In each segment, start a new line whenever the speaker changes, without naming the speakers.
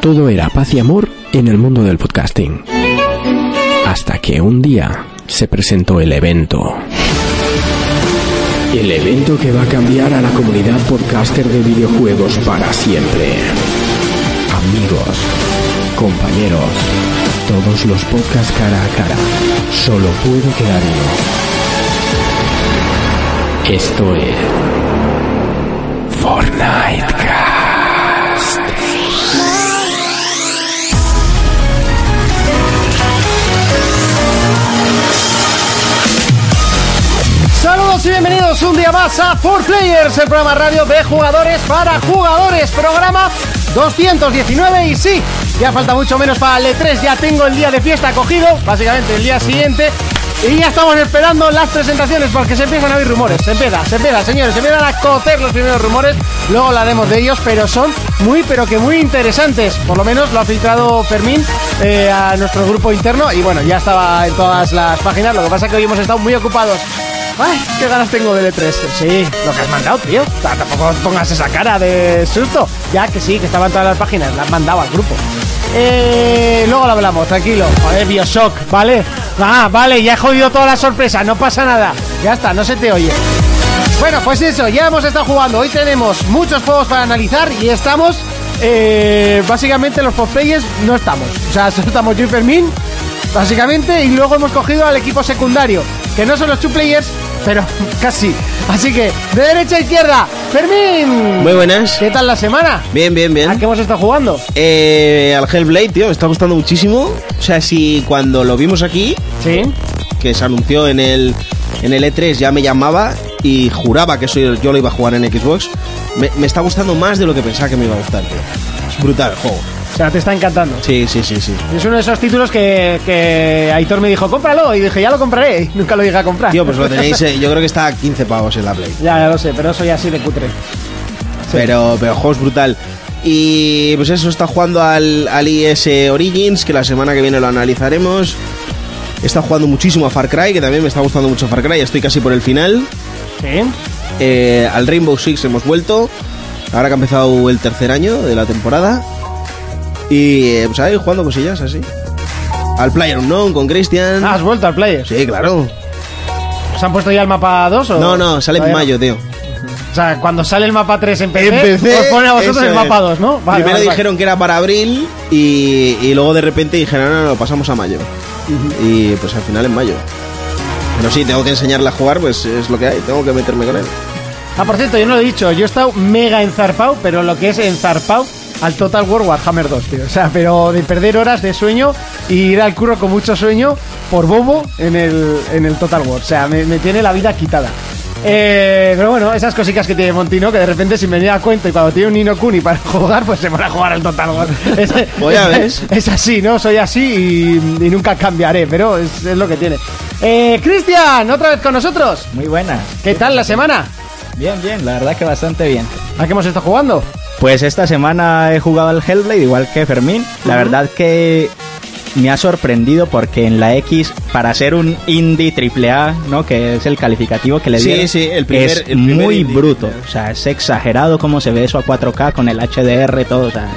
todo era paz y amor en el mundo del podcasting. Hasta que un día se presentó el evento. El evento que va a cambiar a la comunidad podcaster de videojuegos para siempre. Amigos, compañeros, todos los podcasts cara a cara. Solo puedo quedar uno. Esto es Fortnitecast.
Saludos y bienvenidos un día más a 4Players, el programa radio de jugadores para jugadores, programa 219 y sí, ya falta mucho menos para el E3, ya tengo el día de fiesta cogido, básicamente el día siguiente, y ya estamos esperando las presentaciones porque se empiezan a oír rumores, se empieza, se empieza, señores, se empiezan a cocer los primeros rumores, luego hablaremos de ellos, pero son muy, pero que muy interesantes, por lo menos lo ha filtrado Fermín eh, a nuestro grupo interno y bueno, ya estaba en todas las páginas, lo que pasa es que hoy hemos estado muy ocupados. ¡Ay, qué ganas tengo del E3! Sí, lo que has mandado, tío. O sea, Tampoco pongas esa cara de susto. Ya que sí, que estaban todas las páginas, las mandaba al grupo. Eh, luego lo hablamos, tranquilo. Joder, Bioshock, ¿vale? Ah, vale, ya he jodido toda la sorpresa, no pasa nada. Ya está, no se te oye. Bueno, pues eso, ya hemos estado jugando. Hoy tenemos muchos juegos para analizar y estamos. eh, básicamente, los postplayers no estamos. O sea, solo estamos yo y Fermín, básicamente, y luego hemos cogido al equipo secundario, que no son los two players, pero casi. Así que, de derecha a izquierda, Fermín.
Muy buenas.
¿Qué tal la semana?
Bien, bien,
¿A
bien.
qué hemos estado jugando?
Eh, al Hellblade, tío, me está gustando muchísimo. O sea, si cuando lo vimos aquí,
Sí.
que se anunció en el, en el E3, ya me llamaba y juraba que soy, yo lo iba a jugar en Xbox, me, me está gustando más de lo que pensaba que me iba a gustar, tío. Es brutal el juego.
O sea, te está encantando.
Sí, sí, sí, sí.
Es uno de esos títulos que, que Aitor me dijo, cómpralo. Y dije, ya lo compraré. Y nunca lo llegué a comprar.
Tío, pues lo tenéis, eh, yo creo que está a 15 pavos en la Play.
Ya, ya lo sé, pero soy así de cutre.
Pero, pero el juego es brutal. Y pues eso, está jugando al, al IS Origins, que la semana que viene lo analizaremos. Está jugando muchísimo a Far Cry, que también me está gustando mucho Far Cry, estoy casi por el final.
Sí.
Eh, al Rainbow Six hemos vuelto, ahora que ha empezado el tercer año de la temporada. Y eh, pues ahí jugando cosillas así. Al Player Unknown con Christian.
Ah, has vuelto al player.
Sí, claro.
¿Se han puesto ya el mapa 2 o...?
No, no, sale en
Todavía no.
mayo, tío.
O sea, cuando sale el mapa 3 en PC,
Empecé,
¿Eh? os ponen a vosotros
eso
el
es.
mapa 2, ¿no? Vale,
Primero
vale, vale.
dijeron que era para abril y, y luego de repente dijeron, no, no, lo pasamos a mayo. Y pues al final en mayo. Pero sí, tengo que enseñarle a jugar, pues es lo que hay, tengo que meterme con él.
Ah, por cierto, yo no lo he dicho. Yo he estado mega enzarpado, pero lo que es enzarpado al Total War Warhammer 2, tío. O sea, pero de perder horas de sueño y ir al curro con mucho sueño por bobo en el, en el Total War. O sea, me, me tiene la vida quitada. Eh, pero bueno, esas cositas que tiene Montino, que de repente si me da cuenta y cuando tiene un Nino Kuni para jugar, pues se van a jugar al Total War. Es,
Pues ya
es-
ves.
es así, ¿no? Soy así y, y nunca cambiaré, pero es, es lo que tiene. Eh, Cristian, otra vez con nosotros.
Muy buenas.
¿Qué tal la semana?
Bien, bien, la verdad que bastante bien.
¿A qué hemos estado jugando?
Pues esta semana he jugado al Hellblade igual que Fermín. La verdad que me ha sorprendido porque en la X, para ser un indie triple A, ¿no? Que es el calificativo que le
Sí,
dieron,
sí, el primer-
es
el primer
muy
indie
bruto.
AAA.
O sea, es exagerado cómo se ve eso a 4K con el HDR, todo, o sea...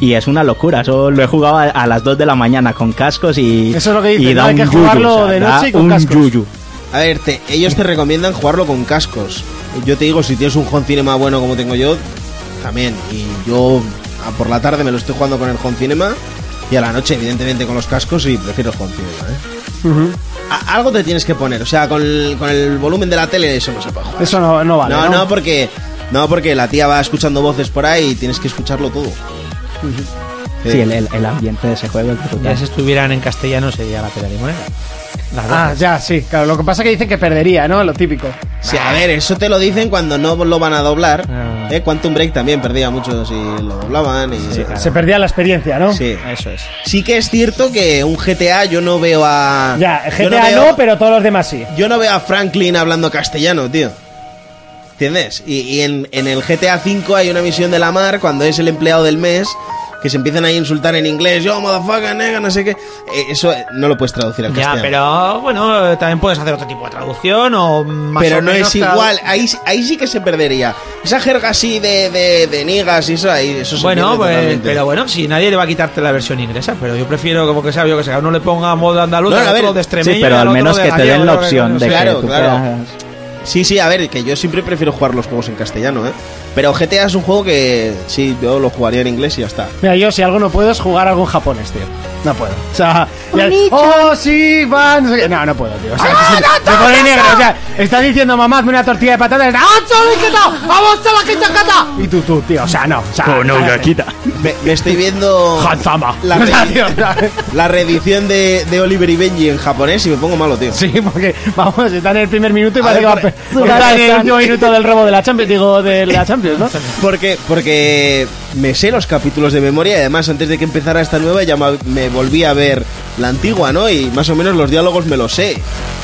Y es una locura, eso lo he jugado a, a las 2 de la mañana con cascos y.
Eso es lo que dicen,
y da
¿no? Hay
un
que
yuyu,
jugarlo
o sea,
de
da
noche y con
un
cascos.
yuyu.
A ver, te- ellos te recomiendan jugarlo con cascos. Yo te digo, si tienes un home cinema bueno como tengo yo, también. Y yo a por la tarde me lo estoy jugando con el home cinema y a la noche, evidentemente, con los cascos y prefiero el home cinema, ¿eh? A- algo te tienes que poner, o sea, con el, con el volumen de la tele eso no se puede jugar.
Eso no, no vale.
no,
No,
no, porque no porque la tía va escuchando voces por ahí y tienes que escucharlo todo.
Sí, el, el- el ambiente de ese juego es brutal.
Ya si estuvieran en castellano sería la pera limonera. Las
Ah,
voces.
ya, sí, claro. Lo que pasa es que dicen que perdería, ¿no? Lo típico.
Sí, a ver, eso te lo dicen cuando no lo van a doblar.
Ah.
¿eh? Quantum Break también perdía mucho si lo doblaban. Y...
Sí, claro.
Se perdía la experiencia, ¿no?
Sí.
Eh.
Eso es.
Sí que es cierto que un GTA yo no veo a.
Ya,
yo
GTA no,
veo-
pero todos los demás sí.
Yo no veo a Franklin hablando castellano, tío. ¿Entiendes? Y, y en, en el GTA V hay una misión de la mar cuando es el empleado del mes que se empiezan a insultar en inglés, yo, motherfucker, nega, no sé qué. Eh, eso eh, no lo puedes traducir al
Ya,
castellano.
pero bueno, también puedes hacer otro tipo de traducción o más
Pero
o
no
menos
es
tradu-
igual, ahí, ahí sí que se perdería. Esa jerga así de, de, de niggas y eso, ahí, eso se
Bueno,
pierde
pues,
totalmente.
pero bueno, si nadie le va a quitarte la versión inglesa, pero yo prefiero como que sea, yo que sea, uno le ponga modo andaluz,
No, a
al
ver,
otro de extremeño,
sí, pero
y
al
otro
menos
de
que te den
gallego,
la
yo que
opción de
Claro,
que tú
claro.
puedas-
Sí, sí, a ver, que yo siempre prefiero jugar los juegos en castellano, ¿eh? Pero GTA es un juego que sí, yo lo jugaría en inglés y ya está.
Mira, yo si algo no puedo es jugar algo en japonés, tío. No puedo. O sea, ya- oh, sí, va, no sé qué. No, no puedo, tío. O sea, que se- me pone negro. O sea, estás diciendo mamá, hazme una tortilla de patatas. ¡Ah, choriqueta! ¡Vamos a la quita, cata! Y tú, tú, tío. O sea, no. O sea,
Me, me estoy viendo
Hanzama.
La,
O sea,
reedi-
tío, o sea,
la reedición de, de Oliver y Benji en japonés y me pongo malo, tío.
Sí, porque vamos, está en el primer minuto y
A
parece que
ver,
va a pe-
por-
está en el último minuto del robo de la Champions, digo, de la Champions, ¿no?
Porque, porque me sé los capítulos de memoria y además antes de que empezara esta nueva ya ma- me volví a ver la antigua, ¿no? Y más o menos los diálogos me los sé.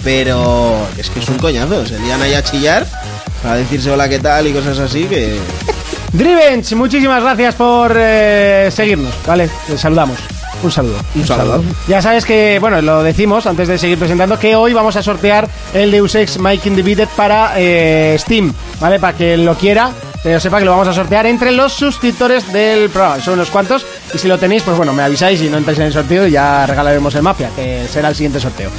Pero es que es un coñazo, se lían ahí a chillar para decirse hola, qué tal y cosas así que...
Drivench, muchísimas gracias por eh, seguirnos, ¿vale? Te saludamos. Un saludo.
Un saludo.
Ya sabes que, bueno, lo decimos antes de seguir presentando, que hoy vamos a sortear el Deus Ex Mike Individed para eh, Steam, ¿vale? Para que lo quiera, pero sepa que lo vamos a sortear entre los suscriptores del programa. Son unos cuantos. Y si lo tenéis, pues bueno, me avisáis y no entráis en el sorteo y ya regalaremos el Mafia, que será el siguiente sorteo.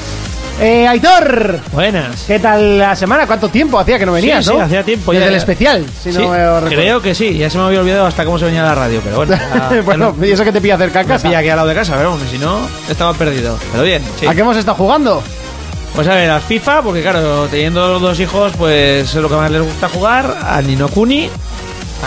Eh, Aitor,
Buenas.
¿qué tal la semana? ¿Cuánto tiempo hacía que no venías,
sí,
no?
hacía tiempo,
Desde
ya-
el especial, si
Sí,
no me recuerdo.
creo que sí, ya se me había olvidado hasta cómo se venía la radio, pero bueno. ya- ya
bueno,
no-
y eso que te pilla cerca a
me
Pues, casa.
pilla aquí al lado de casa, pero bueno, si no, estaba perdido. Pero bien, sí.
¿A qué hemos estado jugando?
Pues a ver, al FIFA, porque claro, teniendo los dos hijos, pues es lo que más les gusta jugar. Al Nino Kuni,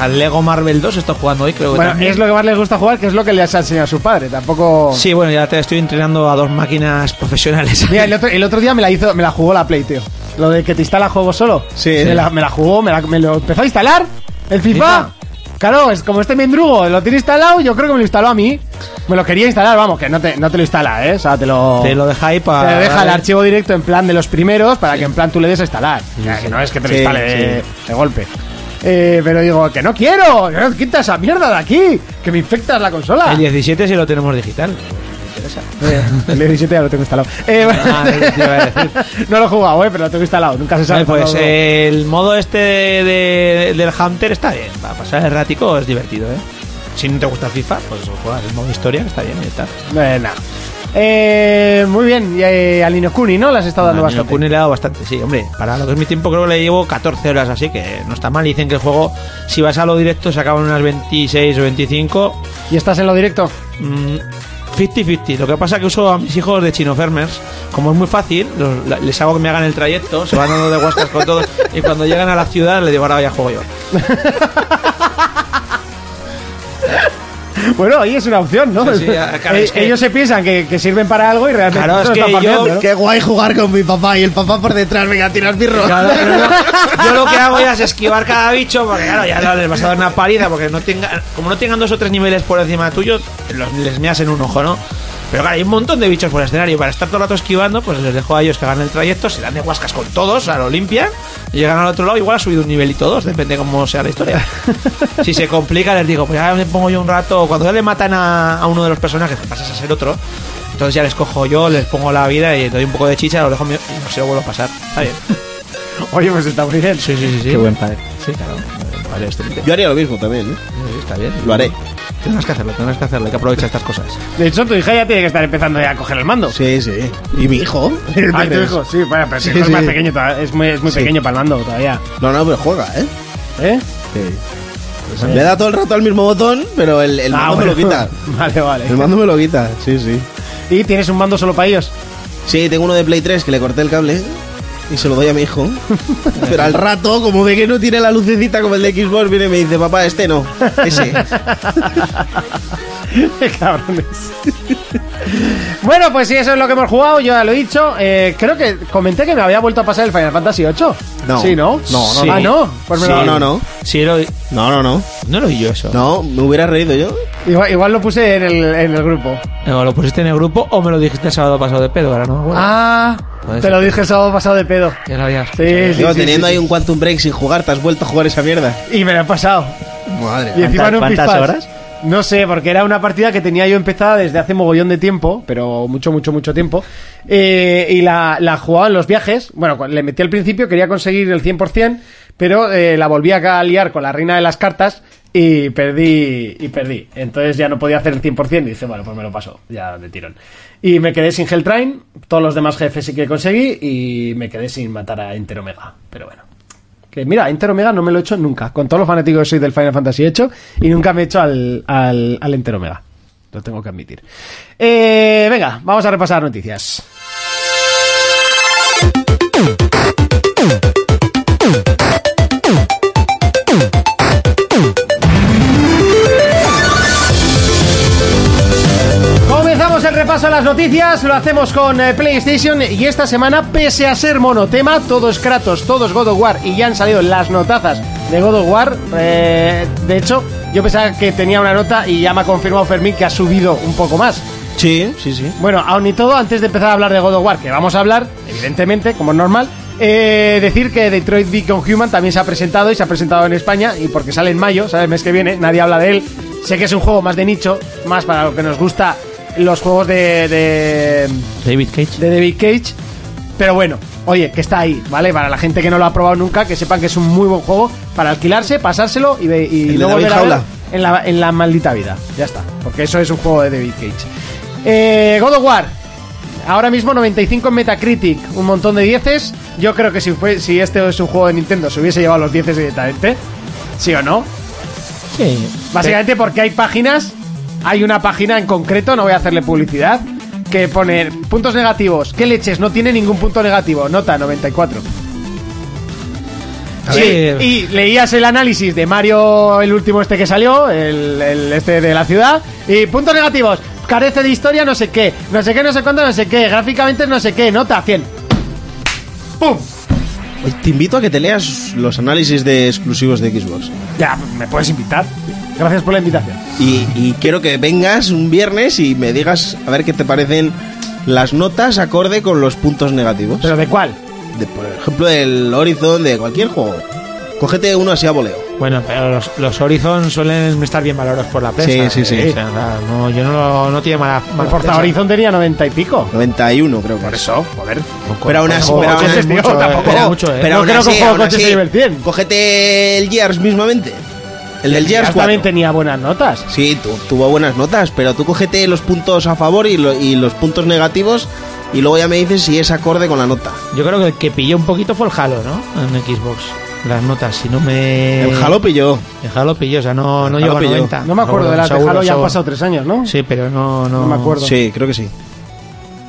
al Lego Marvel 2, estoy jugando hoy, creo que
Bueno,
también.
es lo que más les gusta jugar, que es lo que les ha enseñado su padre. Tampoco.
Sí, bueno, ya te estoy entrenando a dos máquinas profesionales.
Mira, el otro, el otro día me la hizo, me la jugó la Play, tío. Lo de que te instala juego solo.
Sí.
Me la, me la jugó, me, la- me lo empezó a instalar. El FIFA.
FIFA.
Claro, es como este mendrugo, lo tiene instalado, yo creo que me lo instaló a mí. Me lo quería instalar, vamos, que no te, no te lo instala, ¿eh? O sea, te lo.
Te lo deja ¿eh? ahí para.
te deja el archivo directo en plan de los primeros para que en plan tú le des a instalar. O sea, que no es que te lo
Sí,
instale de, de golpe. Eh, pero digo, que no quiero, que quita esa mierda de aquí, que me infectas la consola.
El 17 si lo tenemos digital.
Eh, El 17 ya lo tengo instalado. Eh,
Ah, te iba a decir.
no lo he jugado, eh, pero lo tengo instalado, nunca se sabe.
Vale, pues
cuándo lo-
eh, el modo este de- de- del Hunter está bien. Para pasar el ratico es divertido, ¿eh? Si no te gusta FIFA, pues juegas el modo historia, que está bien y está.
Eh, nah. Eh, muy bien, y eh, al Ninokuni, ¿no? Le has estado dando
A Nino
bastante.
Kuni le he dado bastante, sí, hombre. Para lo que es mi tiempo, creo que le llevo 14 horas, así que no está mal. Dicen que el juego, si vas a lo directo, se acaban unas 26 o 25.
¿Y estás en lo directo?
Mm, 50-50. Lo que pasa es que uso a mis hijos de Chino Farmers. Como es muy fácil, los- la- les hago que me hagan el trayecto, se van dando de guascas con todo. Y cuando llegan a la ciudad, le digo, ahora ya juego yo.
Bueno, ahí es una opción, ¿no?
Sí, sí, ah, claro,
Eh,
es que-
Ellos se piensan que, que sirven para algo y realmente
Claro, es
no
que
están
yo-
partiendo, ¿no?
Qué guay jugar con mi papá y el papá por detrás, venga, tirar birro.
Claro, pero yo, yo lo que hago ya es esquivar cada bicho, porque claro, ya no les vas a dar una parida, porque no tenga, como no tengan dos o tres niveles por encima tuyo, los, les meas en un ojo, ¿no? Pero claro, hay un montón de bichos por el escenario. Para estar todo el rato esquivando, pues les dejo a ellos que hagan el trayecto, se dan de huascas con todos, a lo limpian, y llegan al otro lado, igual ha subido un nivelito dos, depende cómo sea la historia. Si se complica, les digo, pues ya me pongo yo un rato. Cuando ya le matan a, a uno de los personajes, que pasas a ser otro, entonces ya les cojo yo, les pongo la vida y doy un poco de chicha, lo dejo mío y no se lo vuelvo a pasar. Está bien.
Oye, pues está muy bien.
Sí, sí, sí. sí.
Qué buen padre.
Sí, claro. Vale, excelente.
Yo haría lo mismo también, ¿eh?
Sí, está bien.
Lo haré.
Tendrás que hacerlo, tendrás que hacerlo. Hay que aprovechar estas cosas.
De hecho, tu hija ya tiene que estar empezando ya a coger el mando.
Sí, sí. ¿Y mi hijo?
Ah, tu hijo, sí, bueno, pero si
Sí,
es más
sí.
pequeño, toda- es muy, es muy
Sí.
pequeño para el mando todavía.
No, no, pero juega, ¿eh?
¿Eh?
Le da todo el rato al mismo botón, pero el, el
Ah,
mando me lo
bueno.
quita.
Vale,
El
vale.
mando me lo quita, sí, sí.
¿Y tienes un mando solo para ellos?
Sí, tengo uno de Play 3 que le corté el cable y se lo doy a mi hijo. Pero al rato, como ve que no tiene la lucecita como el de Xbox, viene y me dice, papá, este no, ese.
Qué cabrones. bueno, pues sí, eso es lo que hemos jugado, yo ya lo he dicho. Eh, creo que comenté que me había vuelto a pasar el Final Fantasy VIII.
No.
¿Sí, no?
No, no,
Ah, no. Pues me
Sí,
lo-
no, no.
Sí, lo...
No, no, no.
No lo oí yo eso.
No, me hubiera reído yo.
Igual, igual lo puse en el, en el grupo.
Eh,
O lo pusiste en el grupo o me lo dijiste el sábado pasado de pedo, ahora no me acuerdo.
ah,
puede
te
ser.
lo dije el sábado pasado de pedo.
Ya lo habías.
Sí, sí,
Digo,
sí,
teniendo
sí,
ahí un Quantum Break sin jugar, te has vuelto a jugar esa mierda.
sí. Y me lo he pasado.
Madre.
Y encima
¿Cuántas-
no
cuántas
pispas.
horas?
No sé, porque era una partida que tenía yo empezada desde hace mogollón de tiempo, pero mucho, mucho, mucho tiempo. Eh, y la, la jugaba en los viajes. Bueno, cu- le metí al principio, quería conseguir el 100%, pero eh, la volví acá a liar con la reina de las cartas y perdí. Y perdí. Entonces ya no podía hacer el 100% y dice, bueno, pues me lo paso, ya de tirón. Y me quedé sin Helltrain, todos los demás jefes sí que conseguí y me quedé sin matar a Enter Omega. Pero bueno. Que mira, Enter Omega no me lo he hecho nunca. Con todos los fanáticos que soy del Final Fantasy he hecho y nunca me he hecho al, al, al Enter Omega. Lo tengo que admitir. Eh, venga, vamos a repasar noticias. Comenzamos el repaso a las noticias, lo hacemos con eh, PlayStation y esta semana, pese a ser monotema, todos Kratos, todos God of War y ya han salido las notazas de God of War. eh, de hecho, yo pensaba que tenía una nota y ya me ha confirmado Fermín que ha subido un poco más.
Sí, sí, sí.
Bueno, aún y todo, antes de empezar a hablar de God of War, que vamos a hablar, evidentemente, como es normal, eh, decir que Detroit Beacon Human también se ha presentado y se ha presentado en España y porque sale en mayo, ¿sabes? El mes que viene, nadie habla de él. Sé que es un juego más de nicho, más para lo que nos gusta los juegos de- de
David Cage.
de David Cage. Pero bueno, oye, que está ahí, ¿vale? Para la gente que no lo ha probado nunca, que sepan que es un muy buen juego para alquilarse, pasárselo y, ve- y
El de
no
David
volver a ver
Jaula.
en la, en la maldita vida. Ya está, porque eso es un juego de David Cage. Eh, God of War. Ahora mismo 95 en Metacritic, un montón de dieces. Yo creo que si, fue, si este es un juego de Nintendo se hubiese llevado los dieces directamente. ¿Sí o no? Básicamente porque hay páginas, hay una página en concreto, no voy a hacerle publicidad, que pone puntos negativos. ¿Qué leches? No tiene ningún punto negativo. Nota 94.
A
Sí,
ver.
y leías el análisis de Mario, el último este que salió, el, el este de la ciudad, y puntos negativos. Carece de historia, no sé qué, no sé qué, no sé cuánto, no sé qué, gráficamente no sé qué, nota 100. ¡Pum!
Oye, Pues Te invito a que te leas los análisis de exclusivos de Xbox.
Ya, me puedes invitar. Gracias por la invitación.
Y, y quiero que vengas un viernes y me digas a ver qué te parecen las notas acorde con los puntos negativos.
¿Pero de cuál?
De, por ejemplo, del Horizon, de cualquier juego. Cógete uno así a voleo.
Bueno, pero los, los Horizon suelen estar bien valorados por la prensa.
Sí, sí, sí.
O sea, nada, no, yo no, no tiene mala,
El
mala
Forza
prensa.
Horizon tenía 90 y pico.
91, creo que
Por
es.
eso, joder.
Pero aún así,
Tampoco
pero aún
coches,
así-
tío,
mucho,
tampoco.
eh.
pero-
mucho, eh.
pero
No
aún
creo que
así,
un juego
aún
coche
así,
se lleve el 100.
Cógete el Gears mismamente. El del Gears
Gears
4.
también tenía buenas notas.
Sí, tu- tuvo buenas notas, pero tú cógete los puntos a favor y, lo- y los puntos negativos y luego ya me dices si es acorde con la nota.
Yo creo que el que pilló un poquito fue el Halo, ¿no? En Xbox. Las notas, si no
Eh,
me.
El Halo pilló.
El Halo pilló, o sea, no, no
El
llegó
Halo
a
pilló.
90.
No me acuerdo de las de
seguro,
Halo, ya han
seguro.
pasado tres años, ¿no?
Sí, pero no. No,
No me acuerdo.
Sí, creo que sí.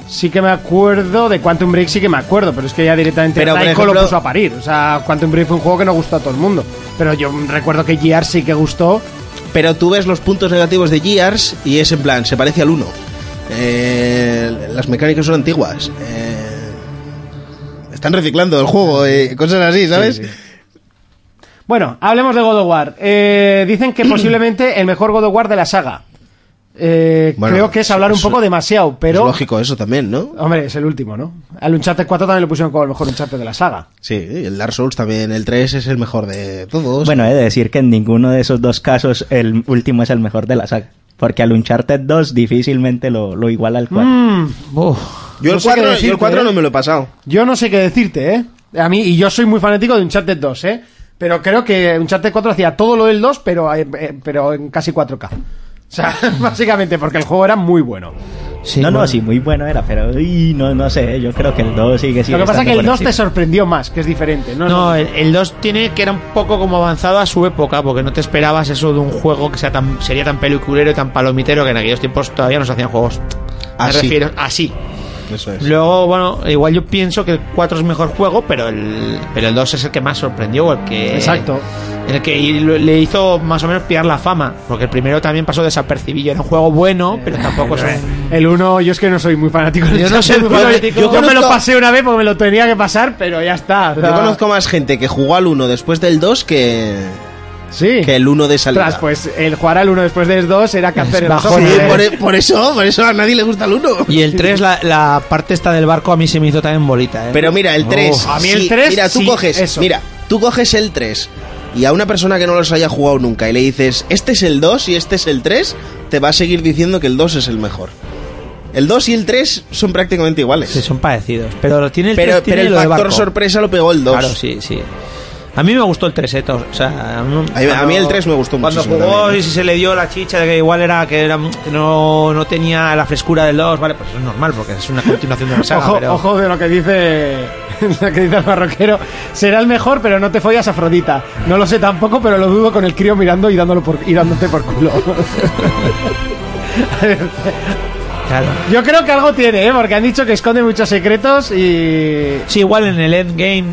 Sí que me acuerdo de Quantum Break, sí que me acuerdo, pero es que ya directamente
Pero, por
Taiko
ejemplo-
lo puso a parir. O sea, Quantum Break fue un juego que no gustó a todo el mundo. Pero yo recuerdo que Gears sí que gustó.
Pero tú ves los puntos negativos de Gears y es en plan, se parece al 1. las mecánicas son antiguas. eh, están reciclando el juego, eh, cosas así, ¿sabes?
Bueno, hablemos de God of War. Eh, dicen que posiblemente el mejor God of War de la saga. Eh,
Bueno,
creo que es hablar un
es-
poco demasiado, pero...
Es lógico eso también, ¿no?
Hombre, es el último, ¿no? Al Uncharted 4 también lo pusieron como el mejor Uncharted de la saga.
Sí, el Dark Souls también, el 3 es el mejor de todos.
Bueno, he de decir que en ninguno de esos dos casos el último es el mejor de la saga. Porque al Uncharted 2 difícilmente lo, lo iguala al 4.
Mm,
Uf.
yo,
no
el
sé qué
4,
decirte, ¿eh?
no me lo he pasado.
Yo no sé qué decirte, ¿eh? A mí, y yo soy muy fanático de Uncharted 2, ¿eh? Pero creo que Uncharted 4 hacía todo lo del 2, pero, eh, eh, pero en casi 4K. O sea, básicamente, porque el juego era muy bueno.
Sí,
no,
bueno.
no, sí, muy bueno era, pero uy, no, no sé, yo creo que el 2 sigue
lo
siendo.
que pasa es que el 2 te
sorprende.
sorprendió más, que es diferente. No,
No, eh.
no.
el- el 2 tiene que era un poco como avanzado a su época, porque no te esperabas eso de un juego que sea tan, sería tan peliculero y tan palomitero que en aquellos tiempos todavía no se hacían juegos. Me
Así.
refiero así.
Eso es.
Luego, bueno, igual yo pienso que el 4 es mejor juego, pero el, pero el 2 es el que más sorprendió, el que.
Exacto.
El que y lo- le hizo más o menos pillar la fama, porque el primero también pasó desapercibido. Era un juego bueno, pero tampoco es un.
El 1, yo es que no soy muy fanático de
Yo no soy muy
Uncharted.
fanático.
Yo,
Yo
me lo
conozco-
pasé una vez porque me lo tenía que pasar, pero ya está. o sea,
Yo conozco más gente que jugó al 1 después del 2 que,
Sí.
que el 1 de salida.
Ostras, pues el jugar al 1 después del 2 era cáncer en los
bajón,
ojos,
Sí,
¿eh?
por, e- por eso, por eso a nadie le gusta el 1.
Y el 3, la, la parte esta del barco a mí se me hizo también bolita, ¿eh?
Pero mira, el 3.
a mí el
sí,
tres,
Mira, tú
sí,
coges.
eso.
Mira, tú coges el 3. Y a una persona que no los haya jugado nunca y le dices, este es el 2 y este es el 3, te va a seguir diciendo que el 2 es el mejor. El 2 y el 3 son prácticamente iguales.
Sí, son parecidos. Pero tiene el,
pero,
tres, tiene
pero el
lo de
factor
barco.
sorpresa lo pegó el 2.
Claro, sí, sí. A mí me gustó el 3, eh, to- o sea, a mí,
A mí- a mí el tres me gustó
Cuando
muchísimo
jugó
también.
y se le dio la chicha de que igual era que, era, que no, no tenía la frescura del 2, vale, pues es normal porque es una continuación de la saga,
ojo,
pero
ojo de lo que dice lo que dice el barroquero. Será el mejor, pero no te follas a Afrodita. No lo sé tampoco, pero lo dudo con el crío mirando y dándolo por y dándote por culo. A ver,
claro.
Yo creo que algo tiene, ¿eh? porque han dicho que esconde muchos secretos y
Sí, igual en el endgame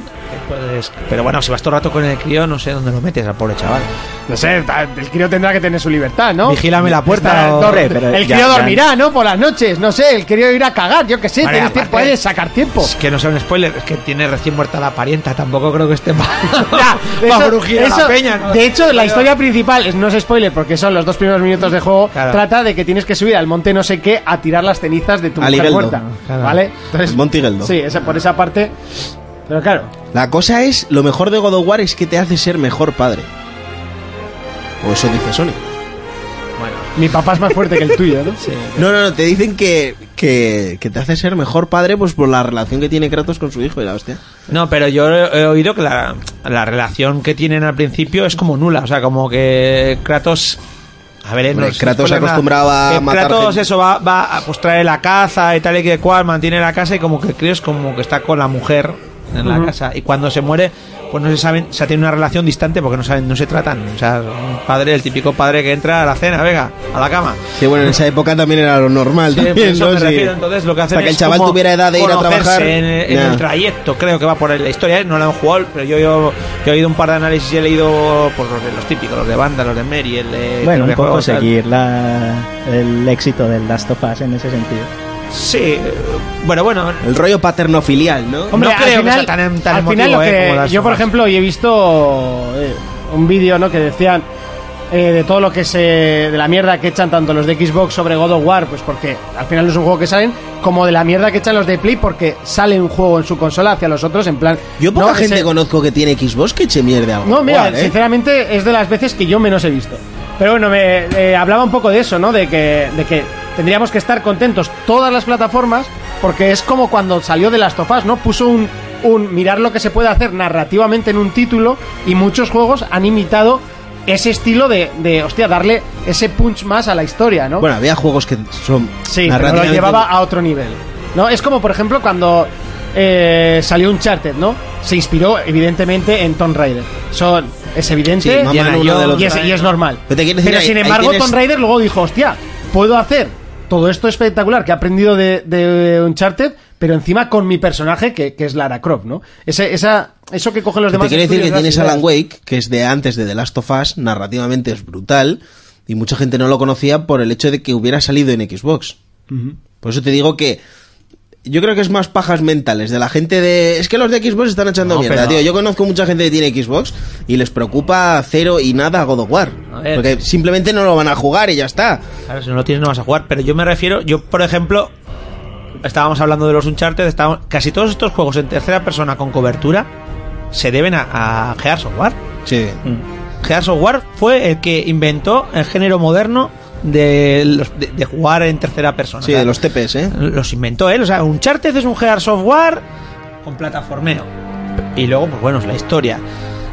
pues, pero bueno, si vas todo el rato con el crío, no sé dónde lo metes al pobre chaval.
no sé, ta- el crío tendrá que tener su libertad, ¿no?
Vigílame la puerta,
Estará-
o-
dor-
hombre, pero
el
ya-
crío
ya-
dormirá, ¿no? Por las noches, no sé, el crío irá a cagar, yo qué sé,
Vale,
tienes
aparte-
tiempo de sacar tiempo.
Es que no sea un spoiler, es que tiene recién muerta la parienta, tampoco creo que esté mal.
Ya,
Va a
eso-
brujir a la
eso-
peña, ¿no?
De hecho, la historia principal, es- no es spoiler porque son los dos primeros minutos de juego,
Claro.
trata de que tienes que subir al monte no sé qué a tirar las cenizas de tu
A
mujer
Ligeldo.
muerta.
Claro.
¿Vale? Entonces,
El Monte Igeldo.
sí, esa, por esa parte. Pero claro,
La cosa es, lo mejor de God of War es que te hace ser mejor padre. O eso dice Sony.
mi papá es más fuerte que el tuyo, ¿no? Sí.
No, no, no, te dicen que, que, que te hace ser mejor padre pues por la relación que tiene Kratos con su hijo y la hostia.
No, pero yo he he oído que la, la relación que tienen al principio es como nula. O sea, como que Kratos. A ver, eh,
Hombre,
no,
Kratos
no es spoiler
acostumbraba
nada.
a
Que
matar
Kratos,
gente.
eso, va, va a pues, trae la caza y tal y que cual, mantiene la casa y como que el crío es como que está con la mujer en la casa. Y cuando se muere, pues no se saben, o sea, tiene una relación distante porque no saben, no se tratan. O sea, un padre, el típico padre que entra a la cena, venga, a la cama.
Que bueno, en esa época también era lo normal.
Sí,
también,
por eso
¿no?
me
Sí.
refiero. Entonces, lo que hacen
Hasta que el
es
chaval
como
tuviera edad de ir a
conocerse
trabajar.
En, el- en
Nah.
el trayecto, creo que va por ahí la historia. ¿eh? No la han jugado, pero yo, yo, yo he oído un par de análisis y he leído por los, de- los típicos, los de banda, los de Mary, el de.
Bueno,
los
un
de
poco
juegos, tal.
seguir la- el éxito del Last of Us en ese sentido.
Sí, eh, bueno, bueno.
El rollo paternofilial, ¿no?
Hombre,
No creo
al
que
final,
sea tan- tan
al
emotivo,
final lo
eh,
que-
como las
yo, por
demás.
ejemplo, hoy he visto eh, un vídeo ¿no? que decían eh, de todo lo que se. de la mierda que echan tanto los de Xbox sobre God of War, pues porque al final no es un juego que salen, como de la mierda que echan los de Play porque sale un juego en su consola hacia los otros, en plan.
Yo poca
no,
gente
ese-
conozco que tiene Xbox que eche mierda. a
No,
God of
mira,
War, ¿eh?
sinceramente es de las veces que yo menos he visto. Pero bueno, me eh, hablaba un poco de eso, ¿no? De que, de que tendríamos que estar contentos todas las plataformas, porque es como cuando salió de las tofás, ¿no? Puso un, un mirar lo que se puede hacer narrativamente en un título y muchos juegos han imitado ese estilo de, de hostia, darle ese punch más a la historia, ¿no?
Bueno, había juegos que son.
Sí, pero lo
narrativamente-
llevaba a otro nivel. ¿no? Es como, por ejemplo, cuando eh, salió Uncharted, ¿no? Se inspiró, evidentemente, en Tomb Raider. Son, es
Sí,
evidente
maman
Diana
uno
Jones
del otro.
y, es, y es normal.
Pero te quiero decir, ahí-
sin
ahí
embargo,
tienes-
Tomb Raider luego dijo, hostia, puedo hacer todo esto espectacular que he aprendido de, de Uncharted, pero encima con mi personaje, que, que es Lara Croft, ¿no? Ese- esa, eso que cogen los demás...
Te quiero decir
estudios de
que
las
tienes Alan
ideas.
Wake, que es de antes de The Last of Us, narrativamente es brutal, y mucha gente no lo conocía por el hecho de que hubiera salido en Xbox. Por eso te digo que yo creo que es más pajas mentales de la gente de... Es que los de Xbox están echando
No,
mierda,
pero-
tío. Yo conozco mucha gente que tiene Xbox y les preocupa cero y nada a God of War.
A ver.
Porque simplemente no lo van a jugar y ya está.
Claro, si no lo tienes, no vas a jugar. Pero yo me refiero, yo, por ejemplo, estábamos hablando de los Uncharted, estábamos, casi todos estos juegos en tercera persona con cobertura se deben a, a Gears of War.
Sí.
Mm, Gears of War fue el que inventó el género moderno de, los- de, de jugar en tercera persona.
Sí,
O sea,
de los TPS, ¿eh?
los inventó él. O sea, Uncharted es un Gears of War con plataformeo. Y luego, pues bueno, es la historia.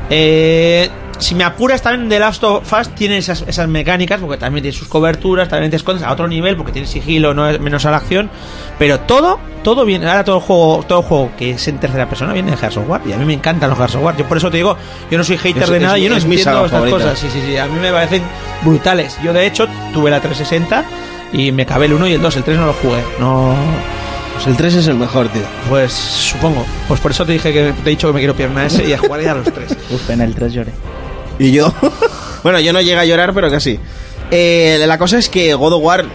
Eh, si me apuras, también The Last of Us tiene esas, esas mecánicas, porque también tiene sus coberturas, también te escondes a otro nivel, porque tiene sigilo, no es menos a la acción. Pero todo, todo viene. Ahora todo juego, todo juego que es en tercera persona viene de Gears of War. Y a mí me encantan los Gears of War. Yo por eso te digo, yo no soy hater
Es-
de
es
nada,
mi-
yo no
es mi
entiendo
saga
estas
favorita.
cosas. Sí, sí, sí, a mí me parecen brutales. Yo, de hecho, tuve la 360 y me acabé el 1 y el 2. El 3 no lo jugué. No.
Pues el 3 es el mejor, tío.
Pues supongo. Pues por eso te dije que te he dicho que me quiero pierna ese y a jugar ya a los tres.
Uf, en el 3 lloré.
Y yo. bueno, yo no llegué a llorar, pero casi. Eh, la cosa es que God of War,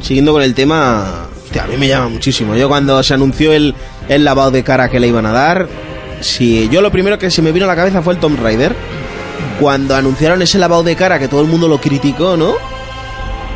siguiendo con el tema, hostia, a mí me llama muchísimo. Yo cuando se anunció el, el lavado de cara que le iban a dar, si yo lo primero que se me vino a la cabeza fue el Tomb Raider. Cuando anunciaron ese lavado de cara que todo el mundo lo criticó, ¿no?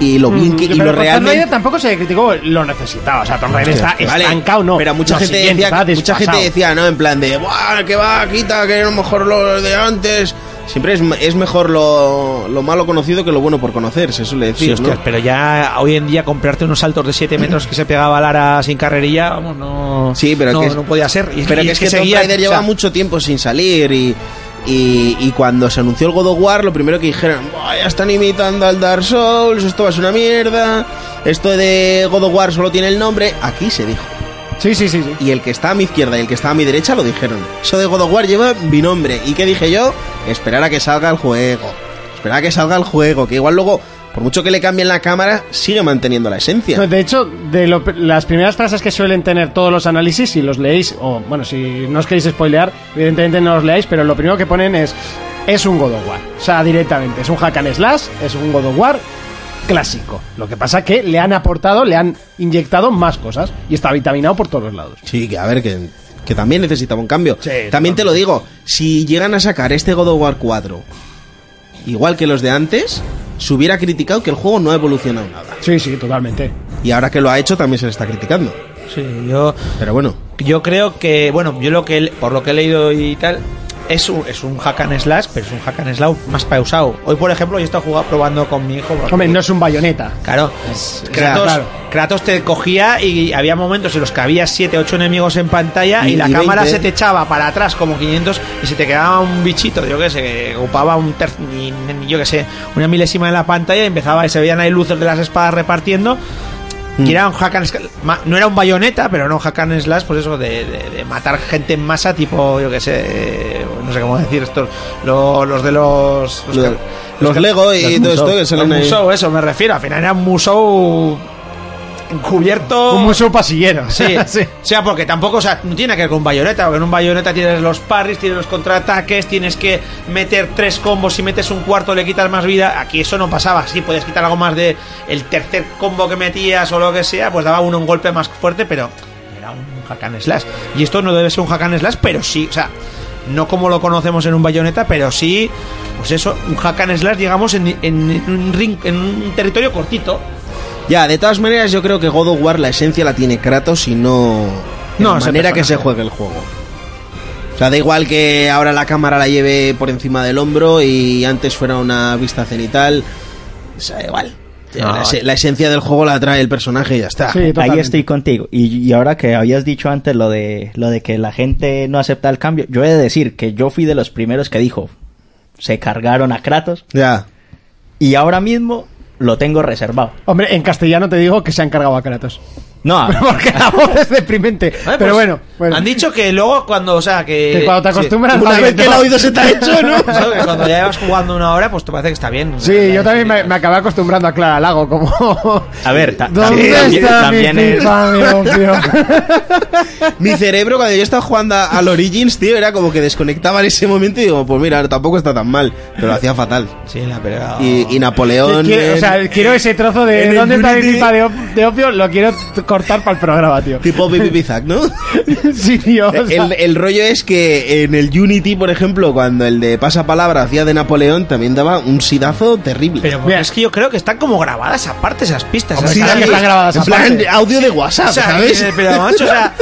Y lo bien que- y
Mm, Pero
lo
con Tomb Raider
realmente
tampoco se criticó, lo necesitaba. O sea, Tomb Raider está
Vale,
estancado, ¿no?
Pero mucha
Lo
gente
siguiente,
decía,
está
mucha gente
desfasado.
decía, ¿no? En plan de, "Buah, que va, quita, que a lo mejor lo de antes Siempre es, es mejor lo, lo malo conocido que lo bueno por conocer, se suele decir.
Sí, hostias,
¿no?
pero ya hoy en día comprarte unos saltos de 7 metros que se pegaba Lara sin carrerilla, vamos, no.
Sí, pero
no,
que es-
no podía ser. Y-
Pero
y
que es que, Tomb
seguía,
Raider
o
lleva
sea,
mucho tiempo sin salir y, y, y cuando se anunció el God of War, lo primero que dijeron, "Buah, ya están imitando al Dark Souls, esto va a ser una mierda, esto de God of War solo tiene el nombre, aquí se dijo.
Sí, sí, sí, sí.
Y el que está a mi izquierda y el que está a mi derecha lo dijeron. Eso de God of War lleva mi nombre. ¿Y qué dije yo? Esperar a que salga el juego. Esperar a que salga el juego, que igual luego, por mucho que le cambien la cámara, sigue manteniendo la
No,
esencia.
De hecho, de lo- las primeras frases que suelen tener todos los análisis, si los leéis, o bueno, si no os queréis spoilear, evidentemente no los leáis, pero lo primero que ponen es, es un God of War. O sea, directamente, es un hack and slash, es un God of War clásico. Lo que pasa que le han aportado, le han inyectado más cosas y está vitaminado por todos los lados.
Sí, que a ver, que, que también necesitaba un cambio.
Sí,
también te lo digo, si llegan a sacar este God of War 4, igual que los de antes, se hubiera criticado que el juego no ha evolucionado nada.
Sí, sí, totalmente.
Y ahora que lo ha hecho, también se le está criticando.
Sí, yo,
Pero bueno,
yo creo que, bueno, yo lo que he- por lo que he leído y tal, es un, es un hack and slash, pero es un hack and slash más pausado. Hoy, por ejemplo, yo he estado jugando, probando con mi hijo. porque-
Hombre, no es un bayoneta.
Claro, Kratos,
claro.
Kratos te cogía y había momentos en los que había 7, 8 enemigos en pantalla y,
Y-
la
y
cámara
20.
se te echaba para atrás como 500 y se te quedaba un bichito, yo que sé, que ocupaba un ter- ni- ni- yo que sé, una milésima de la pantalla y empezaba y se veían ahí luces de las espadas repartiendo.
Mm.
Que era un hack and sla- ma- no era un bayoneta, pero no un hack and slash, pues eso, de, de- de matar gente en masa, tipo, yo que sé, eh, no sé cómo decir esto, lo- los de los... los
lo de-
Pues que-
los Lego y todo esto que salen
un
ahí.
musou, eso me refiero. Al final era un musou encubierto.
Un museo pasillero.
Oh. Sí. O sea, porque tampoco, o sea, no tiene que ver con bayoneta, porque en un bayoneta tienes los parries, tienes los contraataques, tienes que meter tres combos, si metes un cuarto le quitas más vida. Aquí eso no pasaba, sí, podías quitar algo más de el tercer combo que metías o lo que sea, pues daba uno un golpe más fuerte, pero era un hack and slash. Y esto no debe ser un hack and slash, pero sí, o sea, no como lo conocemos en un bayoneta, pero sí, pues eso, un hack and slash, digamos, en, en- en un, ring- en un territorio cortito.
Ya, de todas maneras, yo creo que God of War la esencia la tiene Kratos y no.
No,
la
ese
manera que
personaje.
se juegue el juego. O sea, da igual que ahora la cámara la lleve por encima del hombro y antes fuera una vista cenital. O sea, da igual. La, es- la esencia del juego la trae el personaje y ya está.
Sí.
Ahí
totalmente.
estoy contigo. Y, y ahora que habías dicho antes lo de, lo de que la gente no acepta el cambio, yo he de decir que yo fui de los primeros que dijo, se cargaron a Kratos
Ya.
y ahora mismo lo tengo reservado.
Hombre, en castellano te digo que se han cargado a Kratos.
No, no.
Porque la voz es deprimente. Pero
Ay, Ah. pues,
bueno, bueno.
Han dicho que luego cuando, o sea, que...
Que cuando te
Sí.
acostumbras...
Una
va
vez
bien,
que
¿no?
el oído se te ha hecho, ¿no?
Eso, que cuando ya vas jugando una hora, pues te parece que está bien.
Sí, yo también me, me acabé acostumbrando a Clara Lago como...
A ver, ta-
¿Dónde
también-
está
también
mi
es-
pipa, mi opio?
Mi cerebro, cuando yo estaba jugando a- al Origins, tío, era como que desconectaba en ese momento y digo, pues mira, tampoco está tan mal. Pero lo hacía fatal.
Sí, la pero...
Y, y Napoleón.
Quiero- o
eh,
sea, quiero ese trozo de
en el
¿Dónde está mi
Unity-
pipa de, op- de opio? Lo quiero t- cortar para el programa, tío.
Tipo Bibi Bizak, ¿no?
Sí, tío. o sea,
Eh, El, el rollo es que en el Unity, por ejemplo, cuando el de pasapalabra hacía de Napoleón, también daba un sidazo terrible.
Pero
Mira.
es que yo creo que están como grabadas aparte esas pistas.
Hombre,
¿sabes?
claro que están grabadas
en plan,
aparte.
audio de
O
WhatsApp,
sea,
¿sabes?
eh, pero macho, o sea,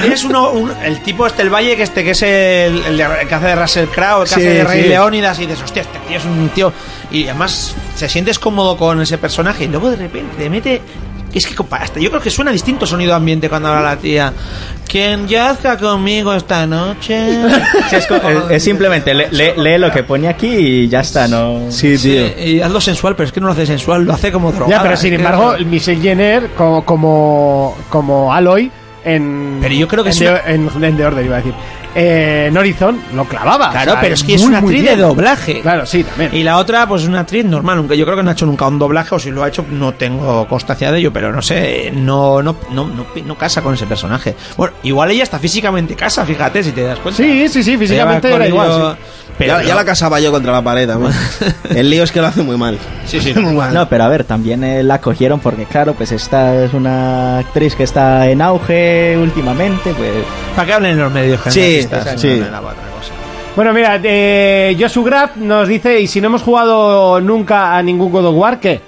tienes uno, un- el tipo este, el Valle, que este que es el, el de- el que hace de Russell Crowe, el que
Sí,
hace de Rey
sí.
Leónidas, y dices, hostia, este tío es un tío. Y además, se sientes cómodo con ese personaje, y luego de repente te mete. Es que compa- hasta yo creo que suena distinto sonido ambiente cuando habla la tía. Quien yazca conmigo esta noche. Sí, es como-
es, es simplemente le- le- lee lo que pone aquí y ya está, no.
sí, tío.
Y hazlo sensual, pero es que no lo hace sensual, lo hace como drogada.
ya, pero sin
Es que-
embargo, Michelle Jenner como, como, como Aloy en...
Pero yo creo que
en
es
The-
una-
en, en The Order, iba a decir. Eh, en Horizon lo clavaba.
Claro,
o sea,
pero es que es
muy,
una
muy
actriz
bien.
de doblaje.
Claro, sí, también.
Y la otra, pues una actriz normal, aunque yo creo que no ha hecho nunca un doblaje, o si lo ha hecho, no tengo constancia de ello, pero no sé, no, no, no, no, no casa con ese personaje. Bueno, igual ella está físicamente casa, fíjate, si te das cuenta.
Sí, sí, sí, físicamente
Ella va
era
conmigo,
igual.
Pero
ya, ya la casaba yo contra la pared, amor. El lío es que lo hace muy mal.
Sí, sí.
Muy mal.
No, pero a ver, también eh, la cogieron porque, claro, pues esta es una actriz que está en auge últimamente, pues.
¿Para qué hablen en los medios
Sí,
generalistas?
sí.
No, no, no, otra cosa.
sí. Bueno, mira, eh, Josu Graf nos dice, y si no hemos jugado nunca a ningún God of War, ¿qué?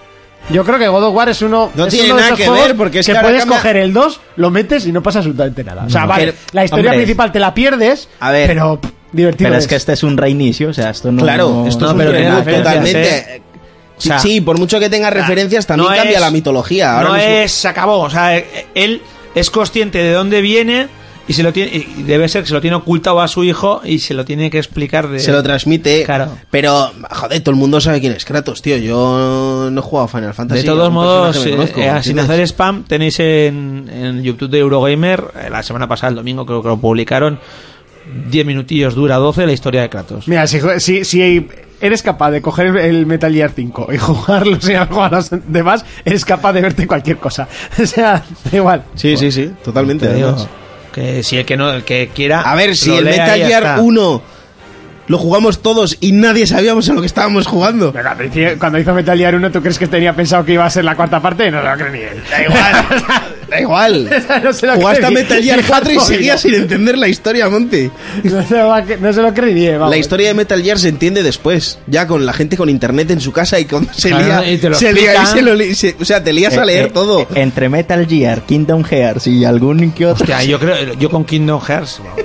Yo creo que God of War es uno,
No
es
tiene
uno de
nada
esos
que
juegos
ver, porque es
que,
que ahora
puedes
cambia-
coger el 2, lo metes y no pasa absolutamente nada. O sea,
No.
vale,
Pero-
la historia
hombre.
principal te la pierdes,
A ver.
pero pff, Divertido.
Pero es que este es un reinicio, o sea, esto no.
Claro,
no-
esto
no
es un
tiene
pero tiene
reboot
nada que ver.
referencias,
totalmente.
¿eh? O
Sí,
sea,
sí, por mucho que tenga referencias, también
no
cambia
es-
la mitología. Ahora
no
mismo-
es, se acabó. O sea, eh, él es consciente de dónde viene y se lo tiene, y debe ser que se lo tiene ocultado a su hijo y se lo tiene que explicar de.
Se lo transmite.
Claro.
Pero, joder, todo el mundo sabe quién es Kratos, tío. Yo no he jugado a Final Fantasy.
de
es
todos
un
modos,
personaje que
eh,
conozco,
eh,
¿me
sin
entiendes?
hacer spam, tenéis en, en YouTube de Eurogamer, eh, la semana pasada, el domingo creo que lo publicaron, 10 minutillos dura 12, la historia de Kratos.
Mira, si, jue- si, si eres capaz de coger el Metal Gear 5 y jugarlo sin algo a los demás, eres capaz de verte cualquier cosa. O sea, da igual.
Sí, sí, sí, totalmente.
Te digo,
además.
que si el que no, el que quiera.
A ver, si
Ah, lo
el
lea y
Metal
ya
Gear
está.
1 lo jugamos todos y nadie sabíamos a lo que estábamos jugando.
Pero Cuando hizo, cuando hizo Metal Gear 1, ¿tú crees que tenía pensado que iba a ser la cuarta parte? No se lo cree ni él.
Da igual, da igual.
No se lo
Jugaste
cree
a
ni-
Metal Gear
ni
4 y
Hard
seguías
Mobile.
sin entender la historia, Monty.
No se lo, va a cre- no se lo cree ni él, vamos.
La historia de Metal Gear se entiende después, ya con la gente con internet en su casa y con se
Claro,
lía,
y te lo
se lía, y
explican.
se lo li- se- o sea, te lías a
Eh,
leer
eh,
todo.
eh, entre Metal Gear, Kingdom Hearts y algún que otro.
Hostia, yo creo, yo con Kingdom Hearts. vamos.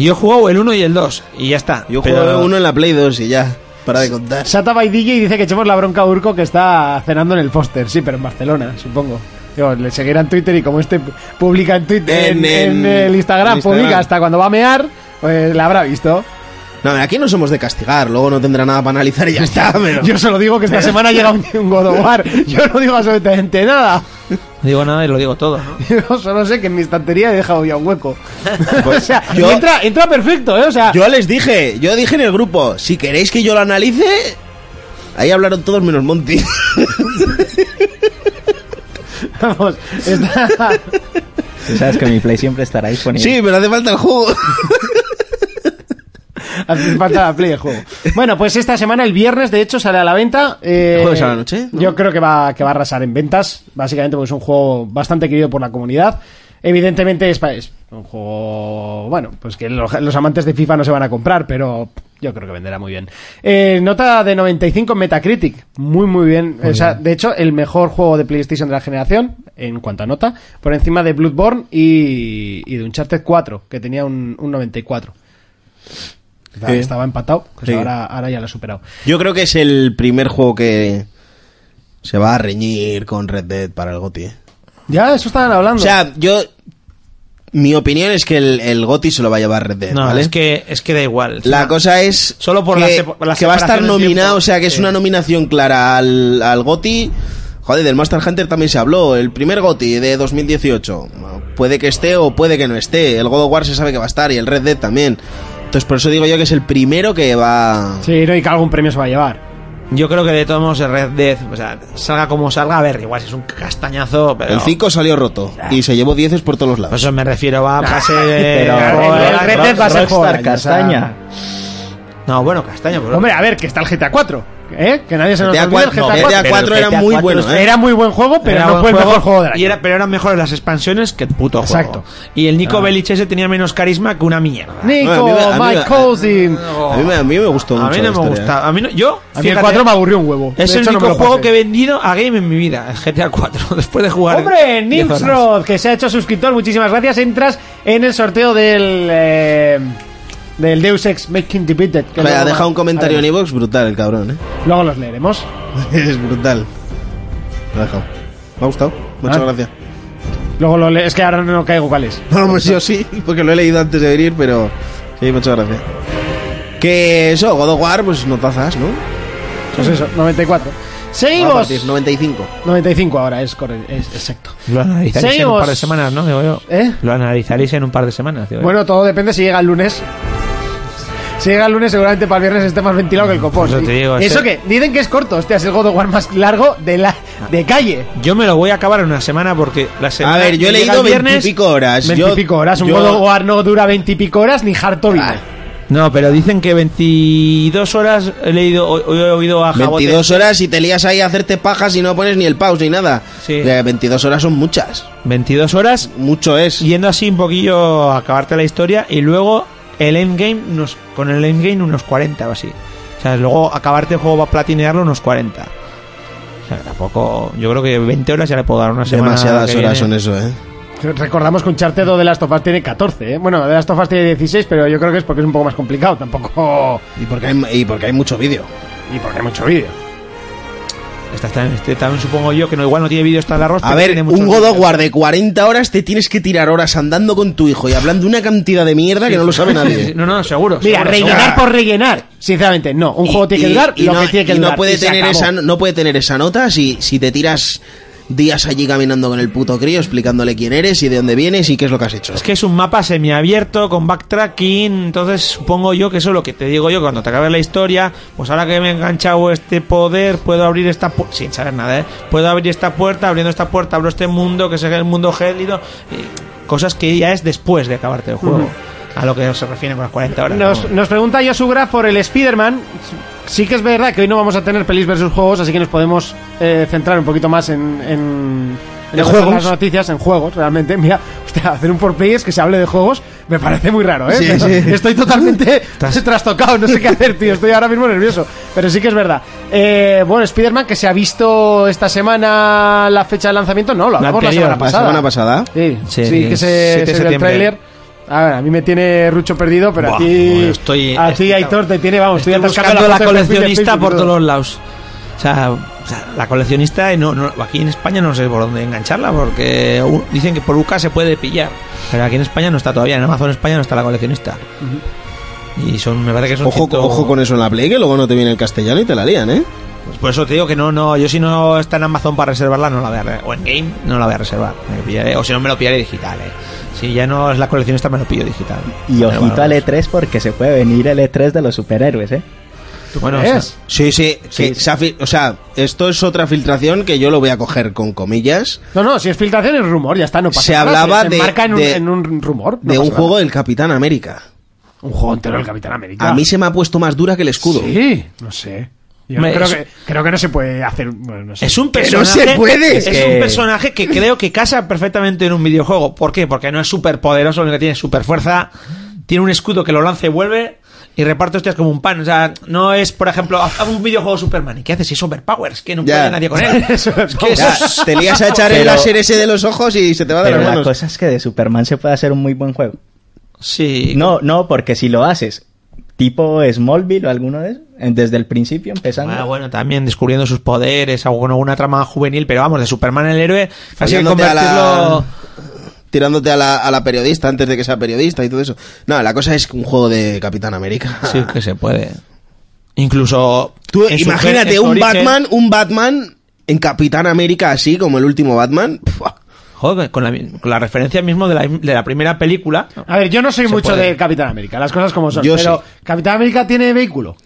Yo he jugado el 1 y el 2 y ya está.
Yo
Pero-
juego uno en la Play 2 y ya, para de contar.
Sata by DJ dice que echemos la bronca a Urco que está cenando en el Foster. Sí, pero en Barcelona, supongo. Digo, le seguirá en Twitter y como este publica en Twitter, en,
En-
en
en-
el Instagram,
en Instagram.
publica hasta cuando va a mear, pues la habrá visto.
No, aquí no somos de castigar, luego no tendrá nada para analizar y ya está, pero...
Yo solo digo que esta semana llega un, un God of War. Yo no digo absolutamente nada.
No digo nada y lo digo todo. ¿no?
Yo solo sé que en mi estantería he dejado ya un hueco. o sea,
pues, yo-
entra, entra perfecto, ¿eh? O sea,
Yo les dije, yo dije en el grupo, si queréis que yo lo analice, ahí hablaron todos menos Monty.
vamos, está-
Tú sabes que mi play siempre estará disponible.
Sí, pero hace falta el juego.
Hace falta la play el juego. Bueno, pues esta semana, el viernes, de hecho, sale a la venta. eh,
Jueves a la noche, ¿no?
Yo creo que va, que va a arrasar en ventas, básicamente porque es un juego bastante querido por la comunidad. Evidentemente es, pa- es un juego, bueno, pues que los, los amantes de FIFA no se van a comprar, pero yo creo que venderá muy bien. Eh, nota de 95 en Metacritic, muy muy bien. o sea, de hecho, el mejor juego de PlayStation de la generación, en cuanto a nota, por encima de Bloodborne y, y de Uncharted 4, que tenía un, un 94. Estaba,
Sí.
estaba empatado, pues
Sí.
ahora, ahora ya lo ha superado.
Yo creo que es el primer juego que se va a reñir con Red Dead para el GOTI. ¿eh?
Ya, eso estaban
O
hablando.
sea, yo... Mi opinión es que el, el GOTI se lo va a llevar Red Dead,
No, ¿eh?
¿vale?
es que es que da igual.
La cosa es
Solo por
que,
la sepo- la
que va a estar
separación del
nominado,
tiempo.
o sea que es
Sí.
una nominación clara al, al GOTI. Joder, del Master Hunter también se habló, el primer GOTI de 2018. Bueno, Puede que esté o puede que no esté. El God of War se sabe que va a estar y el Red Dead también. Entonces por eso digo yo que es el primero que va...
Sí, no, y que algún premio se va a llevar.
Yo creo que de todos modos el Red Dead, o sea, salga como salga, a ver, igual si es un castañazo, pero
El 5 salió roto y se llevó 10 por todos los
Por
lados.
eso me refiero va a ser
Pero
el- el Red Dead va a ser juego del
Rockstar
año, o sea.
Castaña.
No, bueno, pues, castaña, pero
Hombre, a ver, que está el GTA 4. ¿Eh? Que nadie se nos
Pues,
GTA
olvide el
4,
GTA 4.
GTA 4 era
Pero el
muy
GTA
bueno, ¿eh?
Era muy buen juego, pero
era
no
buen
fue el
juego
mejor juego del
y
año.
era, pero eran mejores las expansiones que el puto juego.
Exacto. Ah.
Y el Nico Bellic ese tenía menos carisma que una mierda.
Nico,
Bueno, a mí me- a mí
my
me-
cousin.
A mí, me- a mí me gustó mucho.
a mí
la
no me
historia. ¿eh?
gusta. A mí no, yo
A mí el
fíjate,
4 me aburrió un huevo.
es
De
el
hecho, no
único
me lo
juego
pasé.
que he vendido a game en mi vida, el GTA 4, después de jugar.
Hombre,
10 horas.
Nimsrod, que se ha hecho suscriptor, muchísimas gracias. Entras en el sorteo del. eh, del Deus Ex Making the Beat It, que
Joder,
luego
ha
va-
dejado un comentario
a
en
ver,
Evox brutal el cabrón, ¿eh?
Luego los leeremos.
Es brutal. Lo he dejado. Me ha gustado. Muchas
Ah.
gracias.
Luego lo le- Es que ahora no caigo cuál es.
No, pues yo sí, porque lo he leído antes de venir, pero... Sí, muchas gracias. Que eso, God of War, pues notazas, ¿no?
Pues eso, 94.
Va a
Seguimos.
partir 95.
95 ahora, es, corre- es exacto.
Lo analizaréis en
Seguimos.
un par de semanas, ¿no? Digo yo.
¿Eh?
Lo analizaréis en un par de semanas, digo yo.
Bueno, todo depende si llega el lunes. Si llega el lunes, seguramente para el viernes esté más ventilado que el copón.
Por eso te digo,
¿Y eso
este-
que dicen que es corto, hostia, es el God of War más largo de la de calle.
Yo me lo voy a acabar en una semana porque la semana
A ver, yo he
que llega
leído
el viernes-
20 y pico horas. Yo-
Veintipico horas, un
yo-
God of War no dura veintipico horas ni Hartoville.
Ah,
No, pero dicen que 22 horas he leído, o- o he oído a Jabote.
22 horas y te lías ahí a hacerte pajas y no pones ni el pause ni nada.
Sí.
Eh, 22 horas son muchas.
22 horas
Mucho es.
yendo así un poquillo a acabarte la historia y luego el endgame unos, con el endgame unos 40 o así. O sea, luego acabarte el juego para platinearlo unos 40. O sea, tampoco, yo creo que 20 horas ya le puedo dar una semana.
Demasiadas
que
horas son
viene.
eso, ¿eh?
Recordamos que un chartedo de Last of Us tiene 14, ¿eh? Bueno, de Last of Us tiene 16, pero yo creo que es porque es un poco más complicado, tampoco...
Y porque hay, y porque hay mucho vídeo.
Y porque hay mucho vídeo.
Esta está- este también supongo yo que no, igual no tiene vídeos tan largos.
A
pero
ver,
tiene
un
muchos
God of
vídeos.
War de 40 horas te tienes que tirar horas andando con tu hijo y hablando una cantidad de mierda que no lo sabe nadie.
No, no, seguro.
Mira,
seguro,
rellenar
seguro.
por rellenar. Pues Sinceramente, no. Un juego tiene que
Y-
durar
y
lo
no,
que tiene que
y no
durar.
puede
y se
tener
acabó.
esa no puede tener esa nota si, si te tiras días allí caminando con el puto crío explicándole quién eres y de dónde vienes y qué es lo que has hecho.
Es que es un mapa semiabierto con backtracking, entonces supongo yo que eso es lo que te digo yo, que cuando te acabe la historia, pues ahora que me he enganchado este poder, puedo abrir esta puerta, sin saber nada, ¿eh? puedo abrir esta puerta, abriendo esta puerta, abro este mundo, que sea el mundo gélido, y cosas que ya es después de acabarte el juego, a lo que se refiere con las 40 horas.
Nos,
¿no?
nos pregunta Yosubra por el Spider-Man. Sí que es verdad que hoy no vamos a tener pelis versus juegos, así que nos podemos eh, centrar un poquito más en, en, en
En
otras
juegos.
las noticias, en juegos, realmente. Mira, hostia, hacer un for players que se hable de juegos me parece muy raro, ¿eh?
Sí,
Pero
sí.
Estoy totalmente trastocado, no sé qué hacer, tío. Estoy ahora mismo nervioso. Pero sí que es verdad. Eh, bueno, Spider-Man que se ha visto esta semana la fecha de lanzamiento. No, lo hablamos la,
anterior,
semana
La
pasada.
semana pasada.
Sí, sí,
Sí,
que se,
7
se
de
vio el
septiembre.
tráiler. A ver, a mí me tiene Rucho perdido, pero a
Buah,
ti,
bueno, estoy
a ti
excitado.
Aitor te tiene, vamos,
Estoy
atascando
buscando la
foto de perfil de
coleccionista
Facebook,
por
bro.
todos los lados. O sea, o sea, la coleccionista, y no, no- aquí en España no sé por dónde engancharla, porque u- dicen que por UCA se puede pillar. Pero aquí en España no está todavía, en Amazon España no está la coleccionista. Y son, me parece que son.
Ojo,
100
ojo con eso en la Play, que luego no te viene el castellano y te la lían, ¿eh?
Pues por eso te digo que no, no, yo si no está en Amazon para reservarla, no la voy a re- O en Game, no la voy a reservar. Me lo pillaré, o si no, me lo pillaré digital, eh. Si ya no es la coleccionista, me lo pillo digital.
Y
Pero
ojito
bueno,
al E3 porque se puede venir el E3 de los superhéroes, ¿eh?
Bueno, o
¿Qué
sea,
es?
Sí, sí, que se ha fil- o sea, esto es otra filtración que yo lo voy a coger con comillas
No, no, si es filtración es rumor, ya está, no pasa
Se
nada.
hablaba
se,
de-
marca en,
de-
un, en un rumor. no
de un
pasa
juego
nada.
del Capitán América.
Un juego entero del Capitán América.
A mí se me ha puesto más dura que el escudo.
Sí, no sé. Yo
Me-
creo,
es-
que, creo que no se puede hacer... Bueno, no sé.
Es un
Pero
personaje.
se puede.
Es,
Es que-
un personaje que creo que casa perfectamente en un videojuego. ¿Por qué? Porque no es súper poderoso, que tiene super fuerza. Tiene un escudo que lo lanza y vuelve. Y reparte hostias como un pan. O sea, no es, por ejemplo, haz un videojuego Superman. ¿Y qué haces? Si es overpower, es que no
Ya.
puede nadie con él. Es que eso
Ya,
es-
te lías a echar el
Pero-
láser ese de los ojos y se te va Ah, de
Pero
las
la
manos.
cosa es que de Superman se puede hacer un muy buen juego.
Sí. Ah,
No, no, porque si lo haces tipo Smallville o alguno de esos, en- desde el principio empezando.
Ah, bueno, también descubriendo sus poderes, alguna, alguna trama juvenil, pero vamos, de Superman el héroe, así que
Follándote a la-
convertirlo.
Tirándote a la, a la periodista antes de que sea periodista y todo eso. No, la cosa es un juego de Capitán América.
Sí, que se puede. Incluso.
Tú
en su- en
imagínate
su
un
origen-
Batman, un Batman en Capitán América así como el último Batman. ah,
Joder, con la, con la referencia mismo de la, de la primera película.
A ver, yo no soy
Se
mucho
puede.
de Capitán América, las cosas como son.
Yo
pero
sí.
Capitán América tiene vehículo.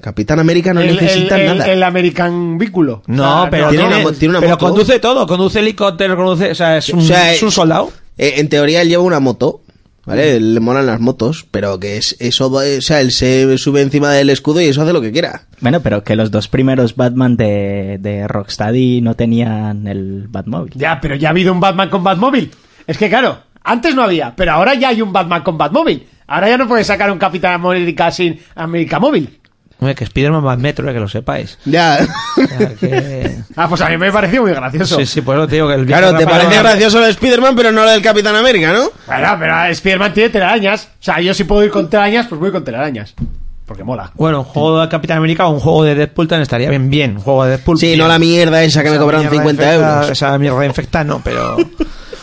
Capitán América no
el,
necesita
el- el-
nada.
el American vehículo.
No,
Ah,
pero,
tiene
tiene-
una mo- tiene una
pero
moto.
conduce todo, conduce helicóptero, conduce, o sea, es un,
O sea,
es un
eh,
soldado.
eh, en teoría él lleva una moto, ¿vale? Le molan las motos, pero que es eso, va- o sea, él se sube encima del escudo y eso hace lo que quiera.
Bueno, pero que los dos primeros Batman de, de Rocksteady no tenían el Batmóvil.
Ya, pero ya ha habido un Batman con Batmóvil. Es que claro, antes no había, pero ahora ya hay un Batman con Batmóvil. Ahora ya no puedes sacar un Capitán América sin América Móvil.
Hombre, que Spiderman va en metro, eh, que lo sepáis.
Ya.
O sea, que-
Ah, pues a mí me pareció muy gracioso.
Sí, sí, por eso te digo que el
Claro, te
Rafa-
parece gracioso lo de Spider-Man, pero no lo del Capitán América, ¿no?
Bueno, pero Spider-Man tiene telarañas. O sea, yo si puedo ir con telarañas, pues voy con telarañas. Porque mola.
Bueno, un juego de Capitán América o un juego de Deadpool también estaría bien, bien. Un juego de Deadpool.
Sí,
bien.
no la mierda esa que me
Esa
cobraron
mierda
50
infecta-
euros.
Esa mierda infecta no, pero.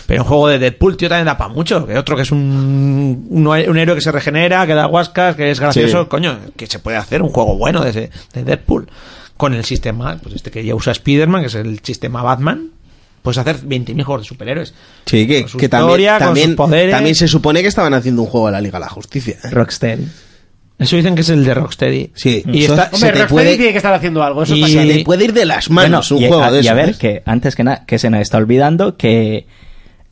Pero un juego de Deadpool, tío, también da para mucho. Que otro que es un, un, un héroe que se regenera, que da huascas, que es gracioso,
Sí.
coño, que se puede hacer un juego bueno de, ese- de Deadpool. Con el sistema, pues este que ya usa Spider-Man, que es el sistema Batman, puedes hacer 20.000 juegos de superhéroes.
Sí, que,
Con su
que
historia,
también, también,
con sus poderes.
también se supone que estaban haciendo un juego de la Liga de la Justicia. ¿eh?
Rocksteady.
Eso dicen que es el de Rocksteady.
Sí.
y
Eso-
está,
Hombre,
te
Rocksteady
puede-
tiene que estar haciendo algo. Eso
Y-
está
Se
claro.
le puede ir de las
Bueno,
manos un
y,
juego
a,
de ¿eh?
y
eso.
a ver, que antes que nada, que se nos está olvidando que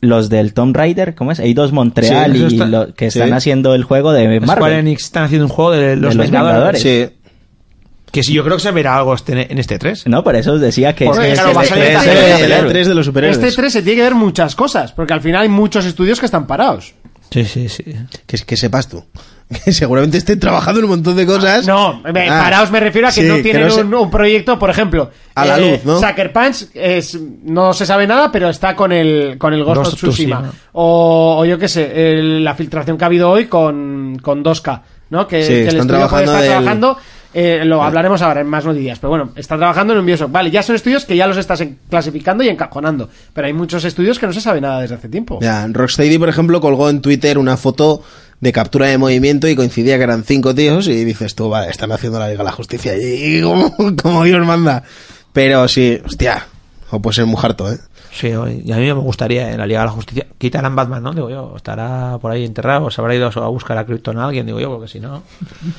los del Tomb Raider, ¿cómo es? Eidos Montreal
Sí, eso
y
está-
lo- que están
sí.
haciendo el juego de
Square
Marvel.
Enix están haciendo un juego de los,
De los Vengadores.
Sí.
Que sí, yo creo que se verá algo este- en este 3.
No, por eso os decía que...
Porque,
es-
claro,
es-
va a
es-
salir
es-
también este
es-
el
es-
E3 de los superhéroes.
Este 3 se tiene que ver muchas cosas, porque al final hay muchos estudios que están parados.
Sí, sí, sí.
Que, que sepas tú. Que seguramente estén trabajando en un montón de cosas.
No, me-
Ah,
paraos me refiero a que
sí,
no tienen
se-
un, un proyecto, por ejemplo. eh,
A la luz, ¿no?
Sucker Punch es, no se sabe nada, pero está con el, con el Ghost,
Ghost
of
of
Tsushima.
Tsushima.
O, o yo qué sé, el- la filtración que ha habido hoy con, con 2K, ¿no? Que,
Sí,
que el
están
estudio
trabajando Ah.
está
del-
trabajando. eh, lo hablaremos ahora en más noticias, pero bueno, está trabajando en un Bioshock. Vale, ya son estudios que ya los estás en- clasificando y encajonando, pero hay muchos estudios que no se sabe nada desde hace tiempo.
Ya, Rocksteady, por ejemplo, colgó en Twitter una foto de captura de movimiento y coincidía que eran cinco tíos y dices tú, vale, están haciendo la Liga de la Justicia y, y como, como Dios manda. Pero sí, hostia, o puede ser mujarto, ¿eh?
Sí, y a mí me gustaría en la Liga de la Justicia. Quitarán Batman, ¿no? Digo yo, estará por ahí enterrado, o se habrá ido a buscar a Krypton a alguien, digo yo, porque si no.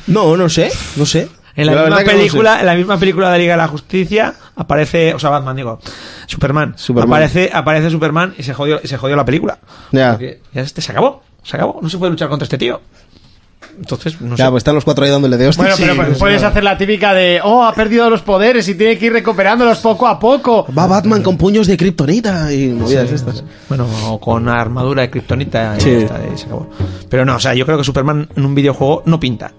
No, no sé, no sé.
En la,
Yo
misma
verdad que no lo sé.
película, en la misma película de Liga de la Justicia aparece, o sea, Batman, digo, Superman.
Superman.
Aparece, aparece Superman y se jodió, y se jodió la película.
Ya.
Porque ya este se acabó, se acabó, no se puede luchar contra este tío. Entonces, no
Ya,
sé.
pues están los cuatro ahí dándole de
Bueno,
hostias.
pero
Sí,
pues,
sí,
puedes
claro.
hacer la típica de, oh, ha perdido los poderes y tiene que ir recuperándolos poco a poco.
Va Batman con puños de kriptonita y movidas estas.
Eh, Bueno, o con armadura de kriptonita y
Sí.
ya está, y se acabó. Pero no, o sea, yo creo que Superman en un videojuego no pinta.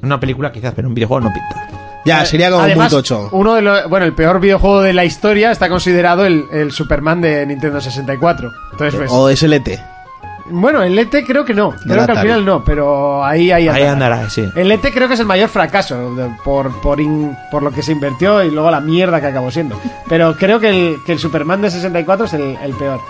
En una película quizás, pero en un videojuego no pinta.
Ya, sería como
Además,
muy tocho.
Uno de los, bueno, el peor videojuego de la historia está considerado el, el Superman de Nintendo 64. Entonces, pues,
O SLT.
bueno, el ET creo que no. Creo que al
Atari.
final no, pero ahí, ahí
Ahí andará, sí.
Eh,
El ET creo que es el mayor fracaso de- por, por, in- por lo que se invirtió y luego la mierda que acabó siendo. Pero creo que el, que el Superman de 64 es el, el peor.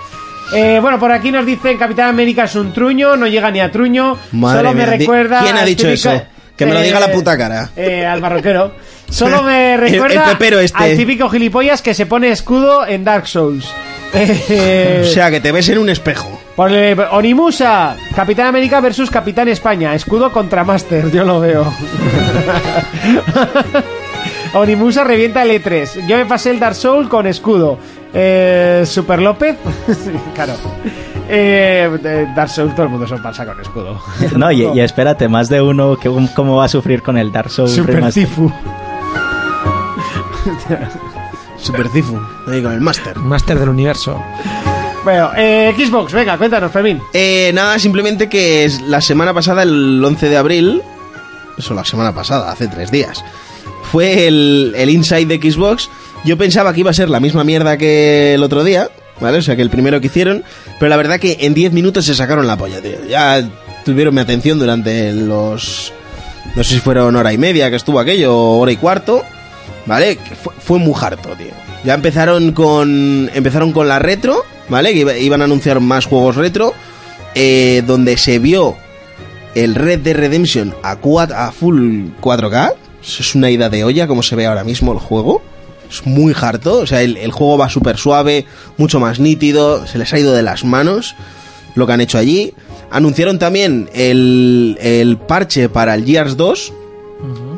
Eh, bueno, por aquí nos dicen Capitán América es un truño, no llega ni a truño.
Madre
solo
mía,
me
di-
recuerda.
¿quién ha
al
dicho
típico-
eso? Que me lo diga la puta cara.
Eh, al barroquero. Solo me
El-
recuerda
el pepero este.
al típico gilipollas que se pone escudo en Dark Souls. Eh,
O sea, que te ves en un espejo.
por el- eh, Onimusa, Capitán América versus Capitán España, escudo contra Master, yo lo veo. Onimusa revienta el E3. Yo me pasé el Dark Soul con escudo. Eh, Super López, Sí, claro. Eh, de Dark Soul todo el mundo se lo pasa con escudo.
No, y, y espérate, más de uno, que, ¿cómo va a sufrir con el Dark Souls
Super
remaster?
Tifu.
Super Cifu. Ahí con el máster.
Máster del universo.
Bueno, eh, Xbox, venga, cuéntanos, Fermín.
Eh, nada, simplemente que es la semana pasada, el 11 de abril, eso la semana pasada, hace tres días, fue el, el Inside de Xbox. Yo pensaba que iba a ser la misma mierda que el otro día, ¿vale? O sea, que el primero que hicieron, pero la verdad que en 10 minutos se sacaron la polla, tío. Ya tuvieron mi atención durante los... No sé si fueron hora y media que estuvo aquello, o hora y cuarto, ¿vale? Que Fue, fue muy harto, tío. Ya empezaron con, empezaron con la retro, ¿vale? Que iba- iban a anunciar más juegos retro eh, donde se vio el Red Dead Redemption a, cua- a full 4K. Eso es una ida de olla como se ve ahora mismo el juego. Es muy harto, o sea, el, el juego va súper suave, mucho más nítido, se les ha ido de las manos lo que han hecho allí. Anunciaron también el, el parche para el Gears 2,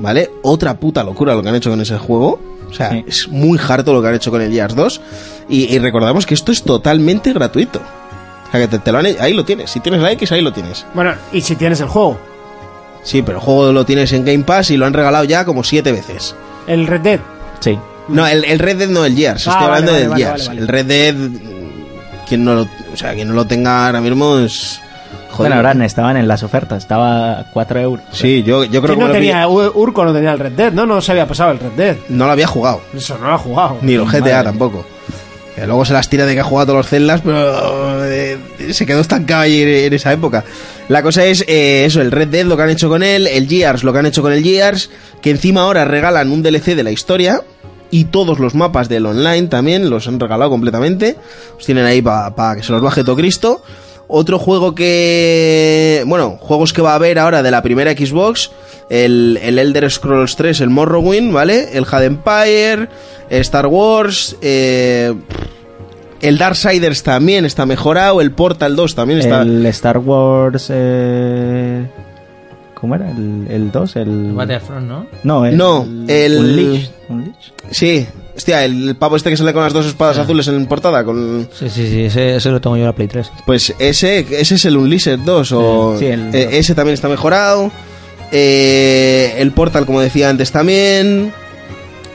¿vale? Otra puta locura lo que han hecho con ese juego. O sea,
Sí.
es muy harto lo que han hecho con el Gears 2. Y, y recordamos que esto es totalmente gratuito. O sea, que te, te lo han he- ahí lo tienes. Si tienes la X, ahí lo tienes.
Bueno, y si tienes el juego,
Sí, pero el juego lo tienes en Game Pass y lo han regalado ya como siete veces.
el Red Dead.
Sí.
No, el, el Red Dead no, el Gears.
Ah, vale,
Estoy hablando
vale,
del
vale,
Gears.
vale, vale.
El Red Dead. mm, Quien no lo, o sea, quien no lo tenga ahora mismo es.
Bueno, ahora estaban en las ofertas, estaba a 4 euros.
Sí, yo, yo creo
¿Quién
que
no
me lo pillé-
tenía, Ur- Urco no tenía el Red Dead, ¿no? No se había pasado el Red Dead.
no lo había jugado.
Eso no lo ha jugado.
Ni los GTA
Madre.
tampoco. Que luego se las tira de que ha jugado a todos los celdas, pero eh, se quedó estancado ahí en, en esa época. La cosa es eh, eso, el Red Dead lo que han hecho con él, el Gears lo que han hecho con el Gears, que encima ahora regalan un DLC de la historia y todos los mapas del online también los han regalado completamente. Los tienen ahí para que se los baje todo Cristo. Otro juego que... Bueno, juegos que va a haber ahora de la primera Xbox. El, el Elder Scrolls 3, el Morrowind, ¿vale? El Had Empire, Star Wars, eh, el Darksiders también está mejorado, el Portal 2 también está...
El Star Wars... eh, ¿Cómo era? ¿El, el 2? El...
Battlefront, ¿no?
No, el...
No, el-
Unleashed, Unleashed.
Sí, hostia, el pavo este que sale con las dos espadas
Ah.
azules en portada, con...
Sí, sí, sí, ese, ese lo tengo yo en la Play 3.
Pues ese, ese es el Unleashed 2, o...
Sí, sí, el-
eh, ese también está mejorado. eh, el Portal, como decía antes, también...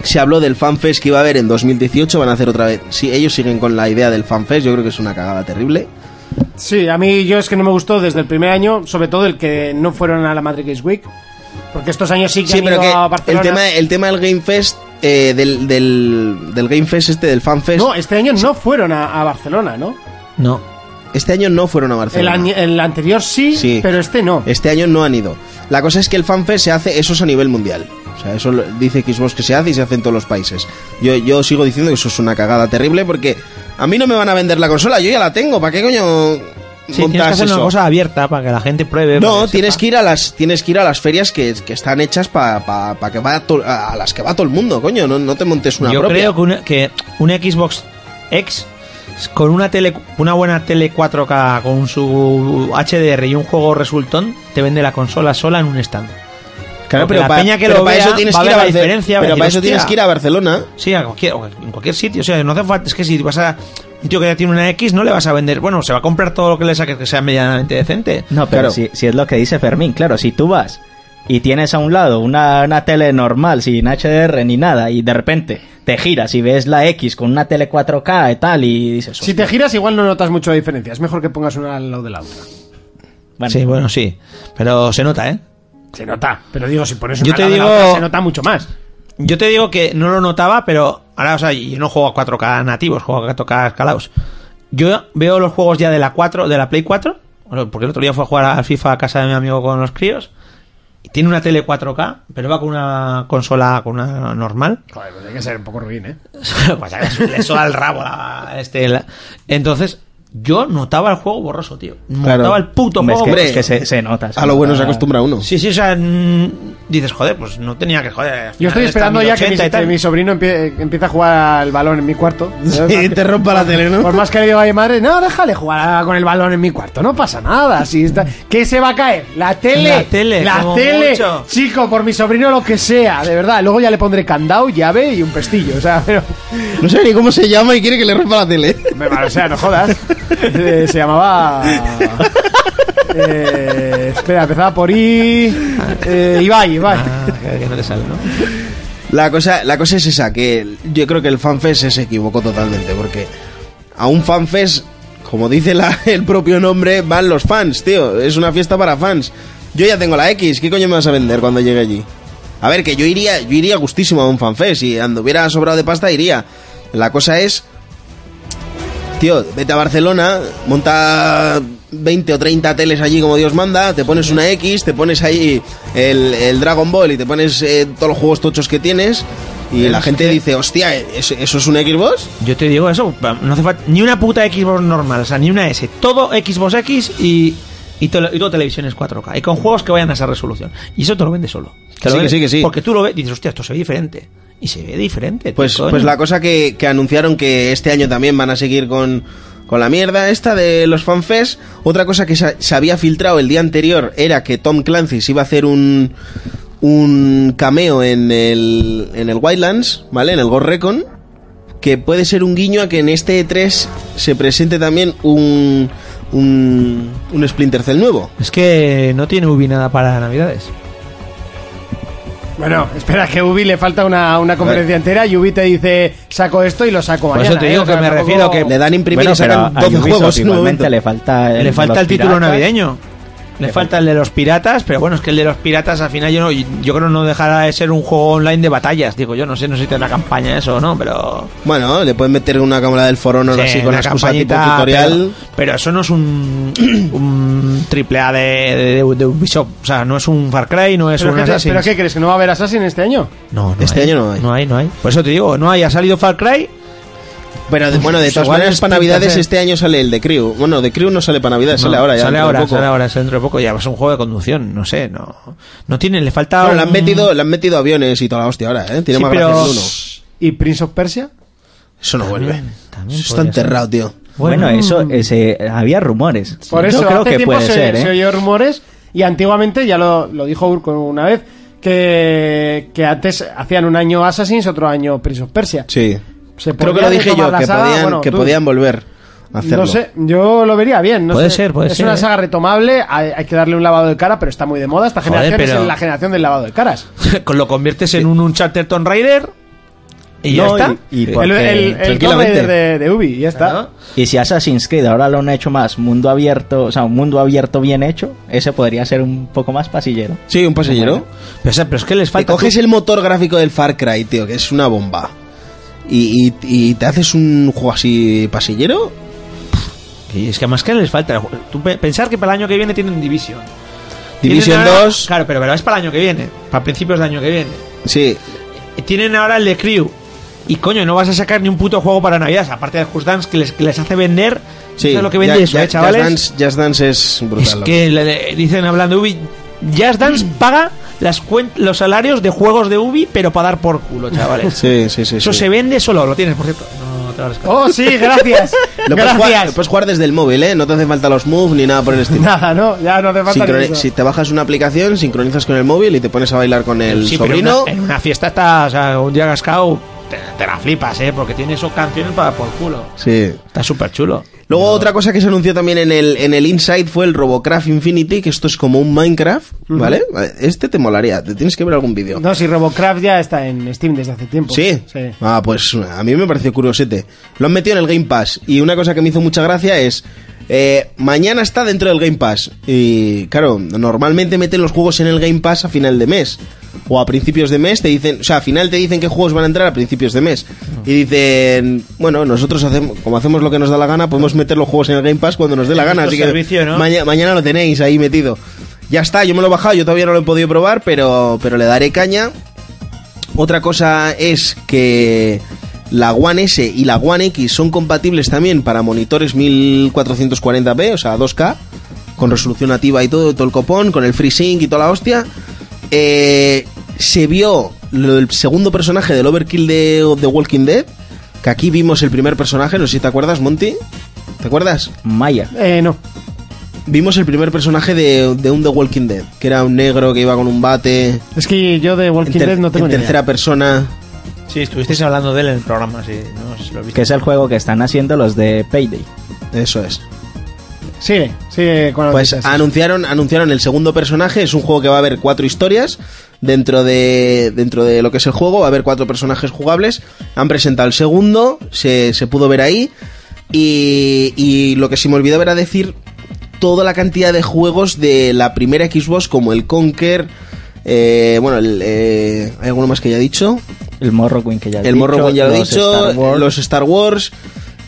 Se habló del fanfest que iba a haber en 2018, van a hacer otra vez... Sí, ellos siguen con la idea del fanfest, yo creo que es una cagada terrible.
Sí, a mí yo es que no me gustó desde el primer año, sobre todo el que no fueron a la Madrid Games Week. Porque estos años sí que
Sí,
han
pero
ido
que
a Barcelona.
el tema, el tema del Game Fest, eh, del, del, del Game Fest este, del Fan Fest,
No, este año no fueron a, a Barcelona, ¿no?
No.
este año no fueron a
El,
Barcelona.
año- el anterior sí,
Sí.
pero este no.
Este año no han ido. La cosa es que el FanFest se hace, eso es a nivel mundial. O sea, eso lo- dice Xbox que se hace y se hace en todos los países. Yo, yo sigo diciendo que eso es una cagada terrible porque a mí no me van a vender la consola, yo ya la tengo, ¿para qué coño
Sí, tienes que
montas
hacer una
eso?
cosa abierta para que la gente pruebe.
No, tienes que ir a las tienes que ir a las ferias que, que están hechas para que va to- a las que va todo el mundo, coño, no, no te montes una
Yo
propia.
creo que una, que una Xbox X con una tele una buena tele 4K con su HDR y un juego resultón te vende la consola sola en un stand.
Claro,
Porque la
pa-
peña que
pero
lo
pa'
vea
eso tienes
va a
que ir a
ver la
Barce-
diferencia, va a
Pero
decir,
para eso
"Hostia".
tienes que ir a Barcelona.
Sí, a cualquier- o en cualquier sitio. O sea, no hace falta. Es que si vas a. Un tío que ya tiene una X no le vas a vender. Bueno, se va a comprar todo lo que le saques que sea medianamente decente.
No, pero
Claro.
si, si es lo que dice Fermín, claro, si tú vas y tienes a un lado una, una tele normal, sin HDR ni nada, y de repente te giras y ves la X con una tele 4K y tal, y dices...
Si te giras igual no notas mucho la diferencia. Es mejor que pongas una al lado de la otra.
bueno,
Sí, bueno, sí. Pero se nota, ¿eh?
Se nota. Pero digo, si pones una
Yo
al
te
lado de la
digo-
otra, se nota mucho más.
Yo te digo que no lo notaba, pero ahora, o sea, yo no juego a 4K nativos, juego a 4K escalados. Yo veo los juegos ya de la 4, de la Play 4, bueno, porque el otro día fue a jugar al FIFA a casa de mi amigo con los críos. Y tiene una tele 4K, pero va con una consola, con una normal.
Joder, pues hay que ser un poco ruin, ¿eh?
Pues a ver, le suda el rabo la- este, la- Entonces, yo notaba el juego borroso, tío. Notaba
Claro.
el puto
hombre, es
juego
que,
borroso.
es que se, se nota. se
A lo bueno
nota.
se acostumbra uno.
Sí, sí, o sea, mm, dices, joder, pues no tenía que joder.
Yo estoy esperando ya que mi, que mi sobrino empie- empiece a jugar al balón en mi cuarto.
Sí, te rompa la tele,
Por
¿no?
más que le diga a mi madre, no, déjale jugar con el balón en mi cuarto, no pasa nada. Si está... ¿Qué se va a caer? La tele.
La tele,
la
como
tele.
mucho.
Chico, por mi sobrino lo que sea, de verdad. Luego ya le pondré candado, llave y un pestillo. O sea, pero.
No sé ni cómo se llama y quiere que le rompa la tele.
Hombre, vale, o sea, no jodas. Eh, se llamaba. Eh, espera, empezaba por I. Eh, Ibai, Ibai.
Ah, que, que no te sale, ¿no?
La cosa, la cosa es esa, que el- yo creo que el fanfest se equivocó totalmente, porque a un fanfest, como dice la- el propio nombre, van los fans, tío. Es una fiesta para fans. Yo ya tengo la X, ¿qué coño me vas a vender cuando llegue allí? A ver, que yo iría, yo iría gustísimo a un fanfest, si anduviera sobrado de pasta iría. La cosa es, tío, vete a Barcelona, monta 20 o 30 teles allí como Dios manda, te pones una X, te pones ahí el, el Dragon Ball y te pones eh, todos los juegos tochos que tienes y la gente dice, hostia, ¿eso, eso es un Xbox?
Yo te digo eso, no hace falta ni una puta Xbox normal, o sea, ni una S. Todo Xbox X y, y, tele- y todo televisiones 4K. Y con juegos que vayan a esa resolución. Y eso te lo vende solo. Te
Que
lo
sí, que
vende-
sí, que sí.
Porque tú lo ves y dices, hostia, esto se ve diferente. Y se ve diferente. tío,
Pues,
coño.
pues la cosa que, que anunciaron que este año también van a seguir con, con la mierda esta de los fanfests. Otra cosa que se, se había filtrado el día anterior era que Tom Clancy se iba a hacer un, un cameo en el, en el Wildlands, ¿vale? En el Ghost Recon. Que puede ser un guiño a que en este E3 se presente también un, un, un Splinter Cell nuevo.
Es que no tiene Ubi nada para Navidades.
Pues Bueno, espera, que Ubi le falta una, una conferencia entera y Ubi te dice, saco esto y lo saco
Por
mañana.
eso te
¿eh?
digo
O sea,
que me
tampoco-
refiero que-
Le dan imprimir
Bueno,
y
pero a
sacan 12
Ubisoft
juegos. en un
igualmente
momento.
le falta el,
Le falta
los
el título
piratas.
navideño. Le falta el de los piratas, pero bueno, es que el de los piratas al final yo no, yo creo no dejará de ser un juego online de batallas. Digo, yo no sé, no sé si tendrá campaña eso o no, pero.
Bueno, le pueden meter una cámara del For Honor
Sí,
así con
una
la excusa tipo
campañita,
tutorial.
Pero, pero eso no es un, un triple A de, de- de Ubisoft. O sea, no es un Far Cry, no es
¿Pero
un
qué,
Assassin's.
¿Pero qué crees? ¿Que no va a haber Assassin este año?
No, no
Este
hay.
año no hay.
No hay, no hay. Por eso te digo, no hay. Ha salido Far Cry.
Pero de- bueno, de
Pues
todas
igual
maneras,
es
para Navidades
pinta
este año sale el de Crew. Bueno, de Crew no sale para Navidades, sale
No,
ahora ya.
Sale
dentro de
ahora,
poco.
sale ahora, sale dentro de poco. Ya es un juego de conducción, no sé, no. No tiene, le falta.
Bueno, le han
un-
metido, le han metido aviones y toda la hostia ahora, ¿eh? Tiene
Mm. Sí,
más
pero-
gracia el uno.
¿Y Prince of Persia?
Eso no vuelve.
También- también
Eso está
podría ser.
enterrado, tío.
Bueno,
Bueno.
eso ese- había rumores.
Por eso,
Yo creo
hace
que
tiempo
puede
se,
ser, ¿eh?
se oyó rumores y antiguamente, ya lo, lo dijo Urco una vez, que, que antes hacían un año Assassin's, otro año Prince of Persia.
Sí.
Se
Creo que
podría
lo dije
retomar
yo,
la
que,
saga,
podían,
bueno,
que
tú-
podían volver a hacerlo.
No sé, yo lo vería bien. No
Puede
sé.
ser, puede
es
ser,
una
¿eh?
saga retomable, hay, hay que darle un lavado de cara, pero está muy de moda. Esta
Joder,
generación es
pero-
la generación del lavado de caras.
Con- lo conviertes en un Uncharted Tomb Raider
¿Y ya
No,
está?
y- y
Eh,
El,
porque-
el, el
tranquilamente.
Tomb de, de Ubi, ya está.
Claro.
Y si Assassin's Creed ahora lo han hecho más mundo abierto, o sea, un mundo abierto bien hecho, ese podría ser un poco más pasillero.
Sí, un pasillero.
Pero, o sea, pero es que les
Te
falta.
coges
tú-
el motor gráfico del Far Cry, tío, que es una bomba. Y, y- y te haces un juego así pasillero.
Sí, es que más que les falta. Tú pe- pensar que para el año que viene tienen Division.
Division
Tienen ahora-
2.
Claro, pero, pero es para el año que viene. Para principios del año que viene.
Sí,
Y Tienen ahora el de Crew. Y coño, no vas a sacar ni un puto juego para Navidad. Aparte de Just Dance que les, que les hace vender.
sí.
Eso es lo que vende
Ya-
eso,
ya-
eh, chavales.
Just Dance, Just Dance es brutal. Mm.
Es que le- le dicen hablando Ubi, Just Dance paga las cuen- los salarios de juegos de Ubi, pero para dar por culo, chavales.
Sí, sí, sí.
Eso
sí.
se vende solo, lo tienes, por cierto. No, te lo hagas.
Oh, sí, gracias.
Lo puedes, jugar,
gracias.
lo puedes jugar desde el móvil, ¿eh? No te hace falta los moves ni nada por el estilo.
Nada, no, ya no te falta ni
Sincroni-
eso.
si te bajas una aplicación, sincronizas con el móvil y te pones a bailar con el
Sí, pero
sobrino.
una- en una fiesta estás, o sea, un día cascado, te, te la flipas, ¿eh? Porque tiene esos canciones para por culo.
Sí.
Está súper chulo.
Luego otra cosa que se anunció también en el, en el Inside fue el Robocraft Infinity, que esto es como un Minecraft, ¿vale? Este te molaría, te tienes que ver algún vídeo.
No, si Robocraft ya está en Steam desde hace tiempo.
¿Sí? Ah, pues a mí me pareció curiosete. Lo han metido en el Game Pass y una cosa que me hizo mucha gracia es... eh, mañana está dentro del Game Pass y claro, normalmente meten los juegos en el Game Pass a final de mes o a principios de mes te dicen, o sea, a final te dicen qué juegos van a entrar a principios de mes y dicen, bueno, nosotros hacemos como hacemos lo que nos da la gana, podemos meter los juegos en el Game Pass cuando nos dé la gana, así que
servicio, ¿no?
maña- mañana lo tenéis ahí metido. Ya está, yo me lo he bajado, yo todavía no lo he podido probar, pero pero le daré caña otra cosa es que la One S y la One X son compatibles también para monitores 1440p, o sea, 2K, con resolución nativa y todo, todo el copón, con el FreeSync y toda la hostia. Eh, se vio lo- el segundo personaje del Overkill de The Walking Dead, que aquí vimos el primer personaje, no sé si te acuerdas, Monty. ¿Te acuerdas?
Maya.
Eh, no.
Vimos el primer personaje de, de un The Walking Dead, que era un negro que iba con un bate.
Es que yo de
En,
Walking
ter-
Dead no tengo
en
ni
tercera
idea.
persona.
Sí, estuvisteis hablando de él en el programa, sí. No sé si lo
que es el juego que están haciendo los de Payday.
Eso es.
Sigue, sigue con la
Pues
noticia, sí.
anunciaron, anunciaron el segundo personaje, es un juego que va a haber cuatro historias. Dentro de, dentro de lo que es el juego, va a haber cuatro personajes jugables. Han presentado el segundo, se, se pudo ver ahí. Y, y lo que se me olvidaba era decir toda la cantidad de juegos de la primera Xbox, como el Conquer. eh, bueno, el, eh, hay alguno más que ya he dicho.
El Morrowind que ya he
el
dicho,
Morrowind ya lo he
los
dicho. eh,
Star Wars,
Los Star Wars.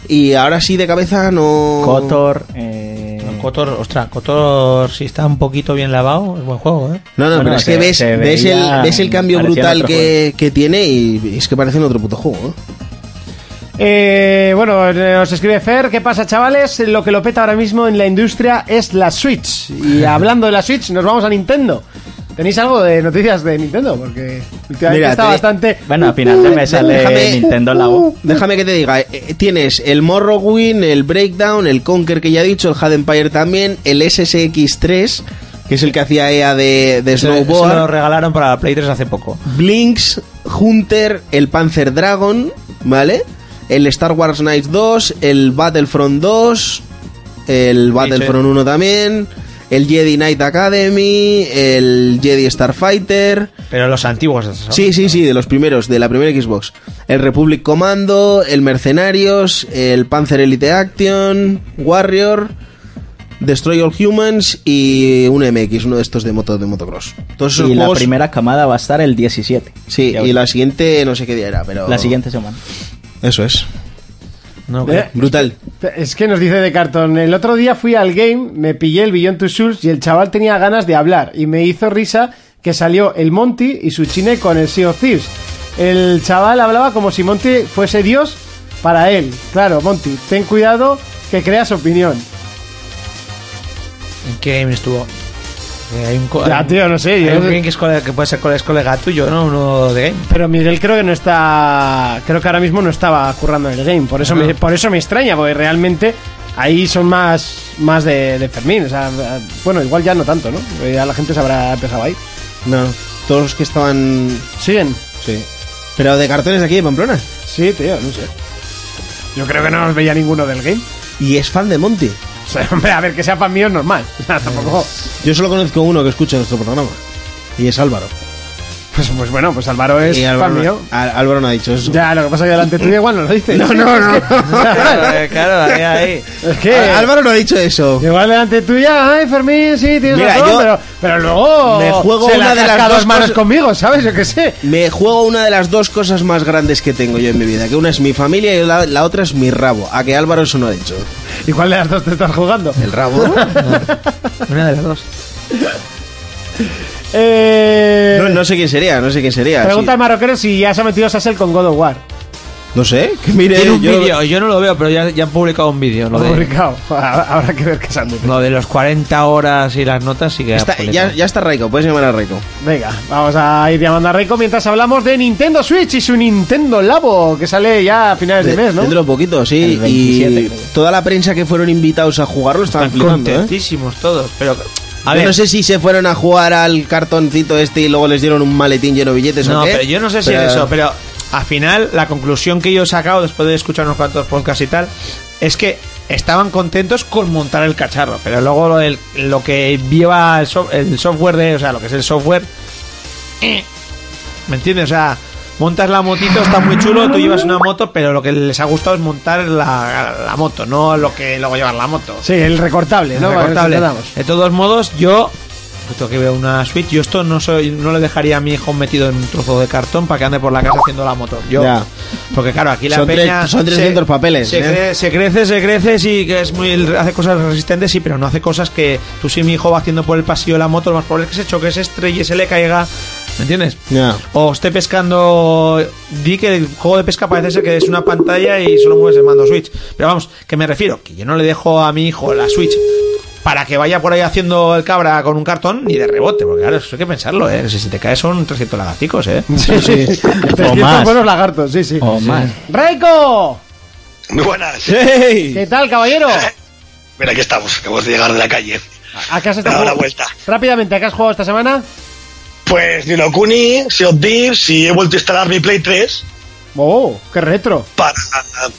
Y ahora sí de cabeza no.
Kotor, eh,
Cotor, ostras, Cotor, si está un poquito bien lavado, es buen juego, ¿eh?
No, no,
Bueno,
pero es que
se-
ves,
se
ves, el,
veía-
ves el cambio
parecía
brutal
otro
que, que tiene y es que parece otro puto juego. ¿eh?
Eh, bueno, eh, os escribe Fer, ¿qué pasa chavales? Lo que lo peta ahora mismo en la industria es la Switch. Y hablando de la Switch, nos vamos a Nintendo. ¿Tenéis algo de noticias de Nintendo? Porque últimamente
Mira,
está
te-
bastante...
Bueno, a final de mes sale
Uh, déjame- Uh,
Nintendo Labo.
Déjame que te diga, eh, eh, tienes el Morrowind, el Breakdown, el Conquer que ya he dicho, el Had Empire también, el SSX3, que es el que hacía EA de, de
Se, se lo
Snowboard,
regalaron para la Play 3 hace poco.
Blinks, Hunter, el Panzer Dragon, ¿vale? El Star Wars Knights 2, el Battlefront 2, el Battlefront 1 también, el Jedi Knight Academy, el Jedi Starfighter.
Pero los antiguos. ¿sabes?
Sí, sí, sí, de los primeros, de la primera Xbox. El Republic Commando, el Mercenarios, el Panzer Elite Action, Warrior, Destroy All Humans y un MX, uno de estos de moto de motocross. Todos esos
y la
juegos-
primera camada va a estar el 17.
Sí,
Ya
y
voy.
la siguiente no sé qué día era, pero...
la siguiente semana.
Eso es.
No,
Eh,
Brutal.
Es que nos dice de cartón, el otro día fui al game, me pillé el Beyond Two Souls y el chaval tenía ganas de hablar y me hizo risa que salió el Monty y su chine con el Sea of Thieves. El chaval hablaba como si Monty fuese Dios para él. Claro, Monty, ten cuidado que creas opinión.
¿En qué game estuvo? Eh, hay un co- hay
Ya,
un-
tío, no sé. yo
Hay
no
un
sé.
game que, es colega- que puede ser colega, es colega tuyo, ¿no? Uno de game.
Pero Miguel creo que no está... Creo que ahora mismo no estaba currando en el game. Por eso,
Ah.
me, por eso me extraña, porque realmente... Ahí son más, más de, de Fermín. O sea, bueno, igual ya no tanto, ¿no? Ya la gente se habrá empezado ahí.
No, todos los que estaban...
¿Siguen?
Sí. Pero de cartones de aquí de Pamplona.
Sí, tío, no sé. Yo creo que no nos veía ninguno del game.
Y es fan de Monty.
O sea, hombre, a ver, que sea fan mío es normal. O sea, tampoco.
Yo solo conozco uno que escucha nuestro programa. Y es Álvaro.
Pues, pues bueno, pues Álvaro es
Y
fan
Álvaro,
mío.
Á- Álvaro no ha dicho eso.
Ya, lo que pasa es que delante tuyo igual no lo dices.
No, no, no.
Claro, eh, claro, ahí, ahí.
Es que
Á- Álvaro no ha dicho eso.
igual delante tuya, ay Fermín, sí, tienes
Mira,
razón,
yo
pero, pero luego
me juego
se
una de las
casca
dos
dos manos
cosas-
conmigo, ¿sabes? Yo qué sé.
Me juego una de las dos cosas más grandes que tengo yo en mi vida, que una es mi familia y la, la otra es mi rabo. A que Álvaro eso no ha dicho.
¿Y cuál de las dos te estás jugando?
¿El rabo?
Una de las dos.
Eh,
No, no sé quién sería, no sé quién sería.
pregunta al
sí.
marroquero si ya se ha metido Sassel con God of War.
No sé, que mire,
Tiene un
yo-
vídeo, yo no lo veo, pero ya, ya han publicado un vídeo. Lo de,
Publicado. Habrá que ver qué se han metido.
lo de los 40 horas y las notas sí que.
Está-
han
ya,
publicado.
ya está Raiko, puedes llamar a Raiko.
Venga, vamos a ir llamando a Reiko mientras hablamos de Nintendo Switch y su Nintendo Labo, que sale ya a finales de, mes, ¿no?
Dentro de poquito, sí.
El 27
Y
creo.
toda la prensa que fueron invitados a jugarlo estaban
Están
flipando, ¿eh?
contentísimos todos, pero. A
Yo
ver,
no sé si se fueron a jugar al cartoncito este y luego les dieron un maletín lleno de billetes
No,
o qué.
pero yo no sé si
Pero-
es eso, pero al final la conclusión que yo he sacado después de escuchar unos cuantos podcasts y tal es que estaban contentos con montar el cacharro, pero luego lo, del- lo que lleva el, so- el software de, o sea, lo que es el software, eh, ¿me entiendes? O sea, montas la motito, está muy chulo, tú llevas una moto, pero lo que les ha gustado es montar la, la moto, no lo que luego llevar la moto.
Sí, el recortable, ¿no?
Recortable.
Vale, nos
De todos modos, yo puesto que veo una Switch, yo esto no soy, no le dejaría a mi hijo metido en un trozo de cartón para que ande por la casa haciendo la moto. Yo,
Ya.
porque claro, aquí la
Son tres-
peña
son 300
se-
papeles,
Se,
¿eh?
cre- se crece, se crece, sí que es muy hace cosas resistentes, sí, pero no hace cosas que tú si mi hijo va haciendo por el pasillo la moto, lo más probable es que se choque, se estrelle, se le caiga, ¿me entiendes?
Ya.
O esté pescando. Di que el juego de pesca parece ser que es una pantalla y solo mueves el mando Switch. Pero vamos, que me refiero, que yo no le dejo a mi hijo la Switch para que vaya por ahí haciendo el cabra con un cartón ni de rebote, porque claro, eso hay que pensarlo, ¿eh? Si se te cae son 300 lagaticos, ¿eh?
O
300
más.
buenos lagartos, sí, sí.
O más.
¡Reiko!
Muy buenas.
¿Qué tal, caballero?
Mira, aquí estamos. Acabamos de llegar de la calle.
¿A qué has estado?
Dado la
jugando?
vuelta.
Rápidamente, ¿a qué has jugado esta semana?
Pues Nino Kuni, Sea of Thieves y he vuelto a instalar mi Play 3
¡Oh, qué retro!
para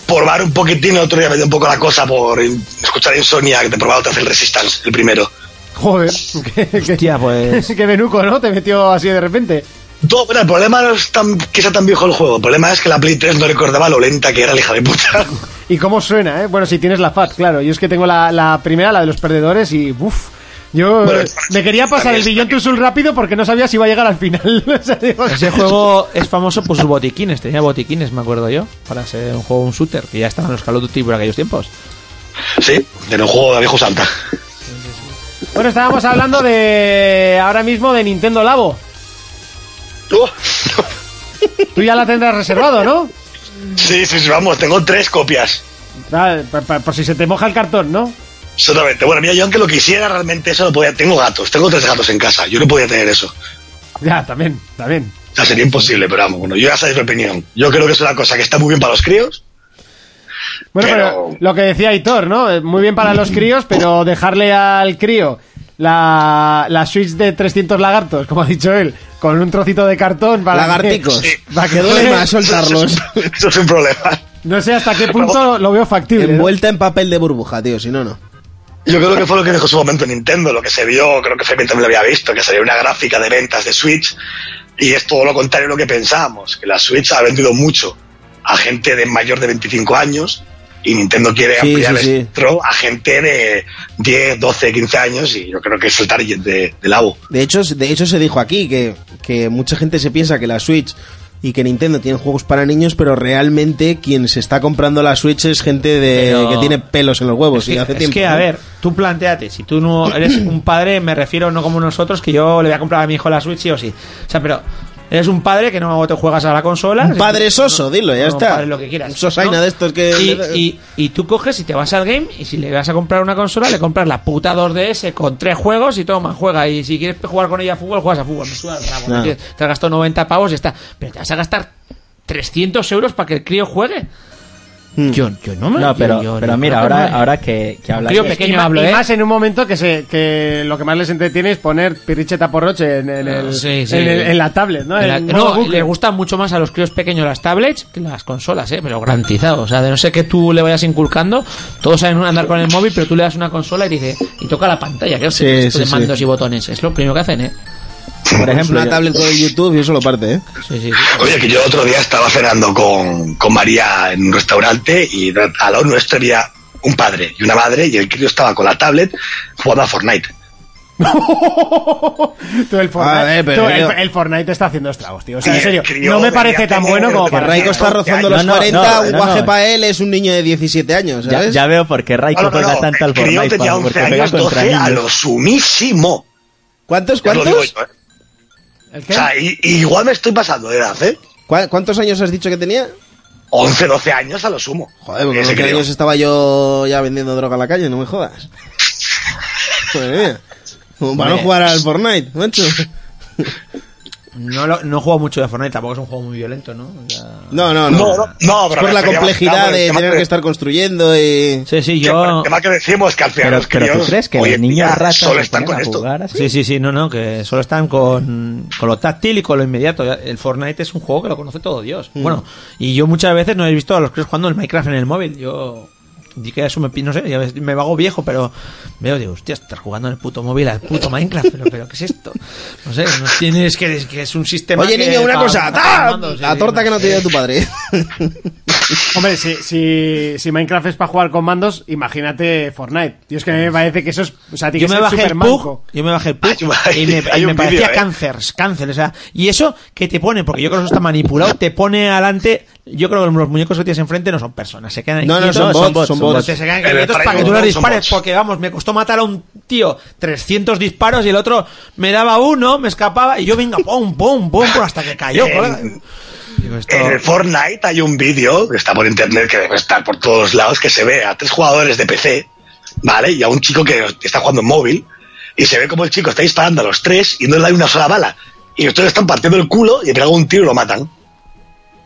probar un poquitín. El otro día me dio un poco la cosa por in- escuchar Insomniac de probar otra vez el Resistance, el primero.
Joder, qué, qué-
Hostia, pues.
qué menuco, ¿no? Te metió así de repente.
Todo, bueno, el problema no es tan, que sea tan viejo el juego. El problema es que la Play 3 no recordaba lo lenta que era la hija de puta.
¿Y cómo suena, eh? Bueno, si tienes la FAT, claro. Yo es que tengo la, la primera, la de los perdedores, y uff. Yo
Bueno,
eh, me quería pasar el
también
Billón
está
to Soul rápido porque no sabía si iba a llegar al final. O sea, digo,
Ese juego es famoso por sus botiquines, tenía botiquines, me acuerdo yo, para ser un juego, un shooter, que ya estaban los Call of Duty por aquellos tiempos.
Sí, en un juego de viejo santa.
Bueno, estábamos hablando de ahora mismo de Nintendo Labo.
Uh,
Tú ya la tendrás reservado, ¿no?
sí, sí, sí, vamos, tengo tres copias.
Ah, pa- pa- por si se te moja el cartón, ¿no?
Solamente. Bueno, mira, yo aunque lo quisiera realmente eso no podía. Tengo gatos, tengo tres gatos en casa. Yo no podía tener eso.
Ya, también, también.
O sea, sería imposible, pero vamos, bueno, yo ya sabéis mi opinión. Yo creo que es una cosa que está muy bien para los críos.
Bueno, pero,
Pero-
lo que decía Hitor, ¿no? Eh, Muy bien para los críos, pero dejarle al crío la, la Switch de 300 lagartos, como ha dicho él, con un trocito de cartón para que-
Lagarticos.
Sí.
para que
Que duele
duele
más soltarlos.
Eso es un problema.
No sé hasta qué punto lo veo factible. ¿no?
Envuelta en papel de burbuja, tío, si no, no.
Yo creo que fue lo que dejó su momento Nintendo, lo que se vio, creo que Fermín también lo había visto, que sería una gráfica de ventas de Switch, y es todo lo contrario a lo que pensábamos, que la Switch ha vendido mucho a gente de mayor de 25 años, y Nintendo quiere
Sí,
ampliar
sí,
el
sí.
espectro a gente de 10, 12, 15 años, y yo creo que es el target de, de la U.
De hecho, de hecho se dijo aquí que, que mucha gente se piensa que la Switch y que Nintendo tienen juegos para niños, pero realmente quien se está comprando la Switch es gente de
Pero-
que tiene pelos en los huevos.
Es que,
y hace
es
tiempo, ¿eh?
que, a
¿no?
ver, tú planteate, si tú no eres un padre, me refiero no como nosotros, que yo le voy a comprar a mi hijo la Switch sí o sí. O sea, pero eres un padre que no te juegas a la consola.
Un padre soso,
No,
dilo, ya
no,
está.
Un padre lo que quieras.
Un sosaina
¿no?
de estos que-
Y, y- y tú coges y te vas al game y si le vas a comprar una consola, le compras la puta 2DS con tres juegos y toma, juega. Y si quieres jugar con ella a fútbol, juegas a fútbol. Me suda el rabo,
No.
tío. Te has gastado 90 pavos y está. Pero te vas a gastar 300 euros para que el crío juegue. Yo, yo no me
No,
yo-
pero,
yo-
pero
yo
mira,
creo que
ahora,
no.
ahora que, que hablas
Crío
de-
pequeño.
Y ma-
hablo,
y
¿eh?
más en un momento que se que lo que más les entretiene es poner pirricheta porroche en, en, el,
Sí, sí.
en, el- en la tablet, ¿no?
En la-
En modo
no,
bucle.
le gustan mucho más a los críos pequeños las tablets que las consolas, ¿eh? pero garantizado. O sea, de no ser que tú le vayas inculcando, todos saben andar con el móvil, pero tú le das una consola y dice, y toca la pantalla, que es
Sí,
esto
sí,
de
sí.
mandos y botones. Es lo primero que hacen, ¿eh?
Por ejemplo,
una
yo-
tablet con el YouTube y eso lo parte, ¿eh?
Sí, sí, sí.
Oye, que yo otro día estaba cenando con, con María en un restaurante y al lado nuestro había un padre y una madre y el crío estaba con la tablet jugando a Fortnite.
Tú, el, Fortnite,
A ver, Ah, eh, pero
tú, el-
yo-
el Fortnite está haciendo estragos, tío. O sea, en
Sí,
serio,
crío,
no me
venía
parece tan
como
bueno
que
como
te
para...
Raico está rozando los
No, no,
40,
no,
un
no,
guaje
no.
para él es un niño de 17 años,
ya,
¿sabes?
ya veo por qué Raiko
No, no, no,
juega
no,
tanto al
el crío
Fortnite,
tenía
Pablo,
11
porque juega
años,
contra
12 a
niños.
lo sumísimo.
¿Cuántos,
Ya os lo digo
cuántos?
yo, ¿eh?
¿El qué?
O sea, y- y igual me estoy pasando de edad, ¿eh?
¿Cuá- ¿Cuántos años has dicho que tenía?
11, 12 años a lo sumo.
Joder,
pues
porque
Ese
con 11
crío.
años estaba yo ya vendiendo droga a la calle, no me jodas. Madre mía. Como para no
Hombre.
jugar al Fortnite, macho.
No, lo- no juego mucho de Fortnite, tampoco es un juego muy violento, ¿no? O sea-
No, no, no.
No, no, no,
es
pero
por
me
la
refería- no,
complejidad
por el
de
tema
tener
que-
que estar construyendo y...
Sí, sí,
Que por
yo.
el tema que decimos que al final
Pero,
los
pero tú
críos
crees que
hoy
los
en
niños
día
ratas
solo
se
están
ponen
con
a
esto.
jugar
¿Ah,
así?
Sí, sí, sí, no, no, que solo están con, con lo táctil y con lo inmediato. El Fortnite es un juego que lo conoce todo Dios.
Mm.
Bueno, y yo muchas veces no he visto a los críos jugando el Minecraft en el móvil. Yo. di que eso me. pi- No sé, ya ves, me vago viejo, pero. Veo, digo, hostia, estás jugando en el puto móvil al puto Minecraft, pero, pero ¿qué es esto? No sé, no tienes que. Es, que es un sistema.
Oye,
que
niño, una
pa-
cosa.
pa-
¡Ah!
mando, sí,
La
sí,
torta que no te dio
sé.
tu padre.
Hombre, si, si, si Minecraft es para jugar con mandos, imagínate Fortnite. Tío, es que a mí me parece que eso es... O sea, tiene que
yo me
ser
bajé el
supermanco.
Pug, yo me bajé el Pug
Hay-
y me, y
hay
me
un
parecía
vídeo, ¿eh?
cáncer, cáncer, o sea, y eso que te pone, porque yo creo que eso está manipulado, te pone adelante, yo creo que los muñecos que tienes enfrente no son personas, se quedan
No, no,
quietos,
son bots, son bots.
Te se quedan
El
quietos para que tú
Dragon
los
Ball son
dispares,
bots.
porque vamos, me costó matar a un tío 300 disparos y el otro me daba uno, me escapaba y yo venga, pum, pum, pum, pum, hasta que cayó. colega. Digo, esto-
En el Fortnite hay un vídeo que está por internet, que debe estar por todos lados, que se ve a tres jugadores de PC, ¿vale? Y a un chico que está jugando en móvil, y se ve como el chico está disparando a los tres y no le da una sola bala. Y los tres le están partiendo el culo y le pegan un tiro y lo matan. O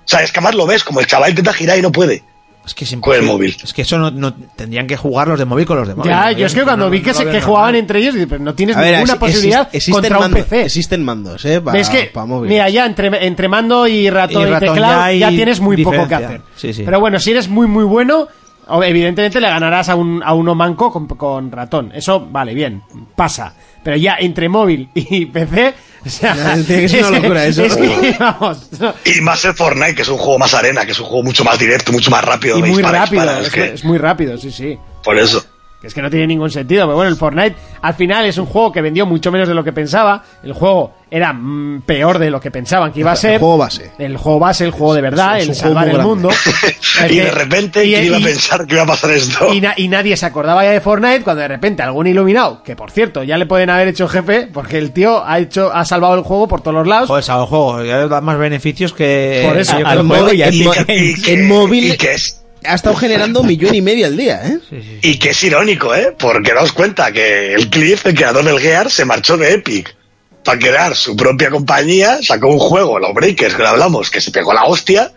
sea, es que además lo ves, como el chaval intenta girar y no puede.
es que es
con el
imposible.
móvil.
Es que eso no, no- tendrían que jugar los de móvil con los de móvil.
Ya,
¿no?
yo es que
No,
cuando
no,
vi
no
que,
lo
se-
veo
que
normal.
jugaban entre ellos, dije, pero no tienes ninguna
exi-
posibilidad
exis- existen
contra un
mandos,
PC.
Existen mandos, ¿eh? Para
¿Ves que?
móvil.
Mira, ya entre, entre mando y ratón y,
Y ratón
teclado
ya
ya,
hay
tienes muy poco que
diferencia.
hacer.
Sí, sí.
Pero bueno, si eres muy, muy bueno, o- evidentemente le ganarás a, un, a uno manco con, con ratón. Eso, vale, bien, pasa. Pero ya entre móvil y PC... O sea,
Ya, tiene que ser una
es
locura eso.
es que, vamos, no,
Y más el Fortnite, que es un juego más arena, que es un juego mucho más directo, mucho más rápido.
y
de
muy
dispara,
rápido,
dispara,
es,
es que-
es muy rápido, sí, sí.
por eso.
Que Es que no tiene ningún sentido, pero bueno, el Fortnite al final es un juego que vendió mucho menos de lo que pensaba. El juego era mm, peor de lo que pensaban que iba a ser.
juego base.
El juego base, el juego de verdad,
es un
el
juego
salvar
muy
el
grande.
mundo. Es
y
que-
de repente,
y-
¿quién iba a
y-
pensar que iba a pasar esto?
y, na- y nadie se acordaba ya de Fortnite cuando de repente algún iluminado, que por cierto, ya le pueden haber hecho jefe, porque el tío ha hecho, ha salvado el juego por todos los lados.
Joder, al juego ya da más beneficios que.
Por eso,
que yo
al
creo.
juego
móvil-
y a
en
Epic
mo-
Games.
y que-
en móvil
y que es-
ha estado generando un millón y medio al día, ¿eh?
Y que es irónico, ¿eh? Porque daos cuenta que el Cliff, el creador del Gear, se marchó de Epic para crear su propia compañía, sacó un juego, los Breakers, que lo hablamos, que se pegó la hostia,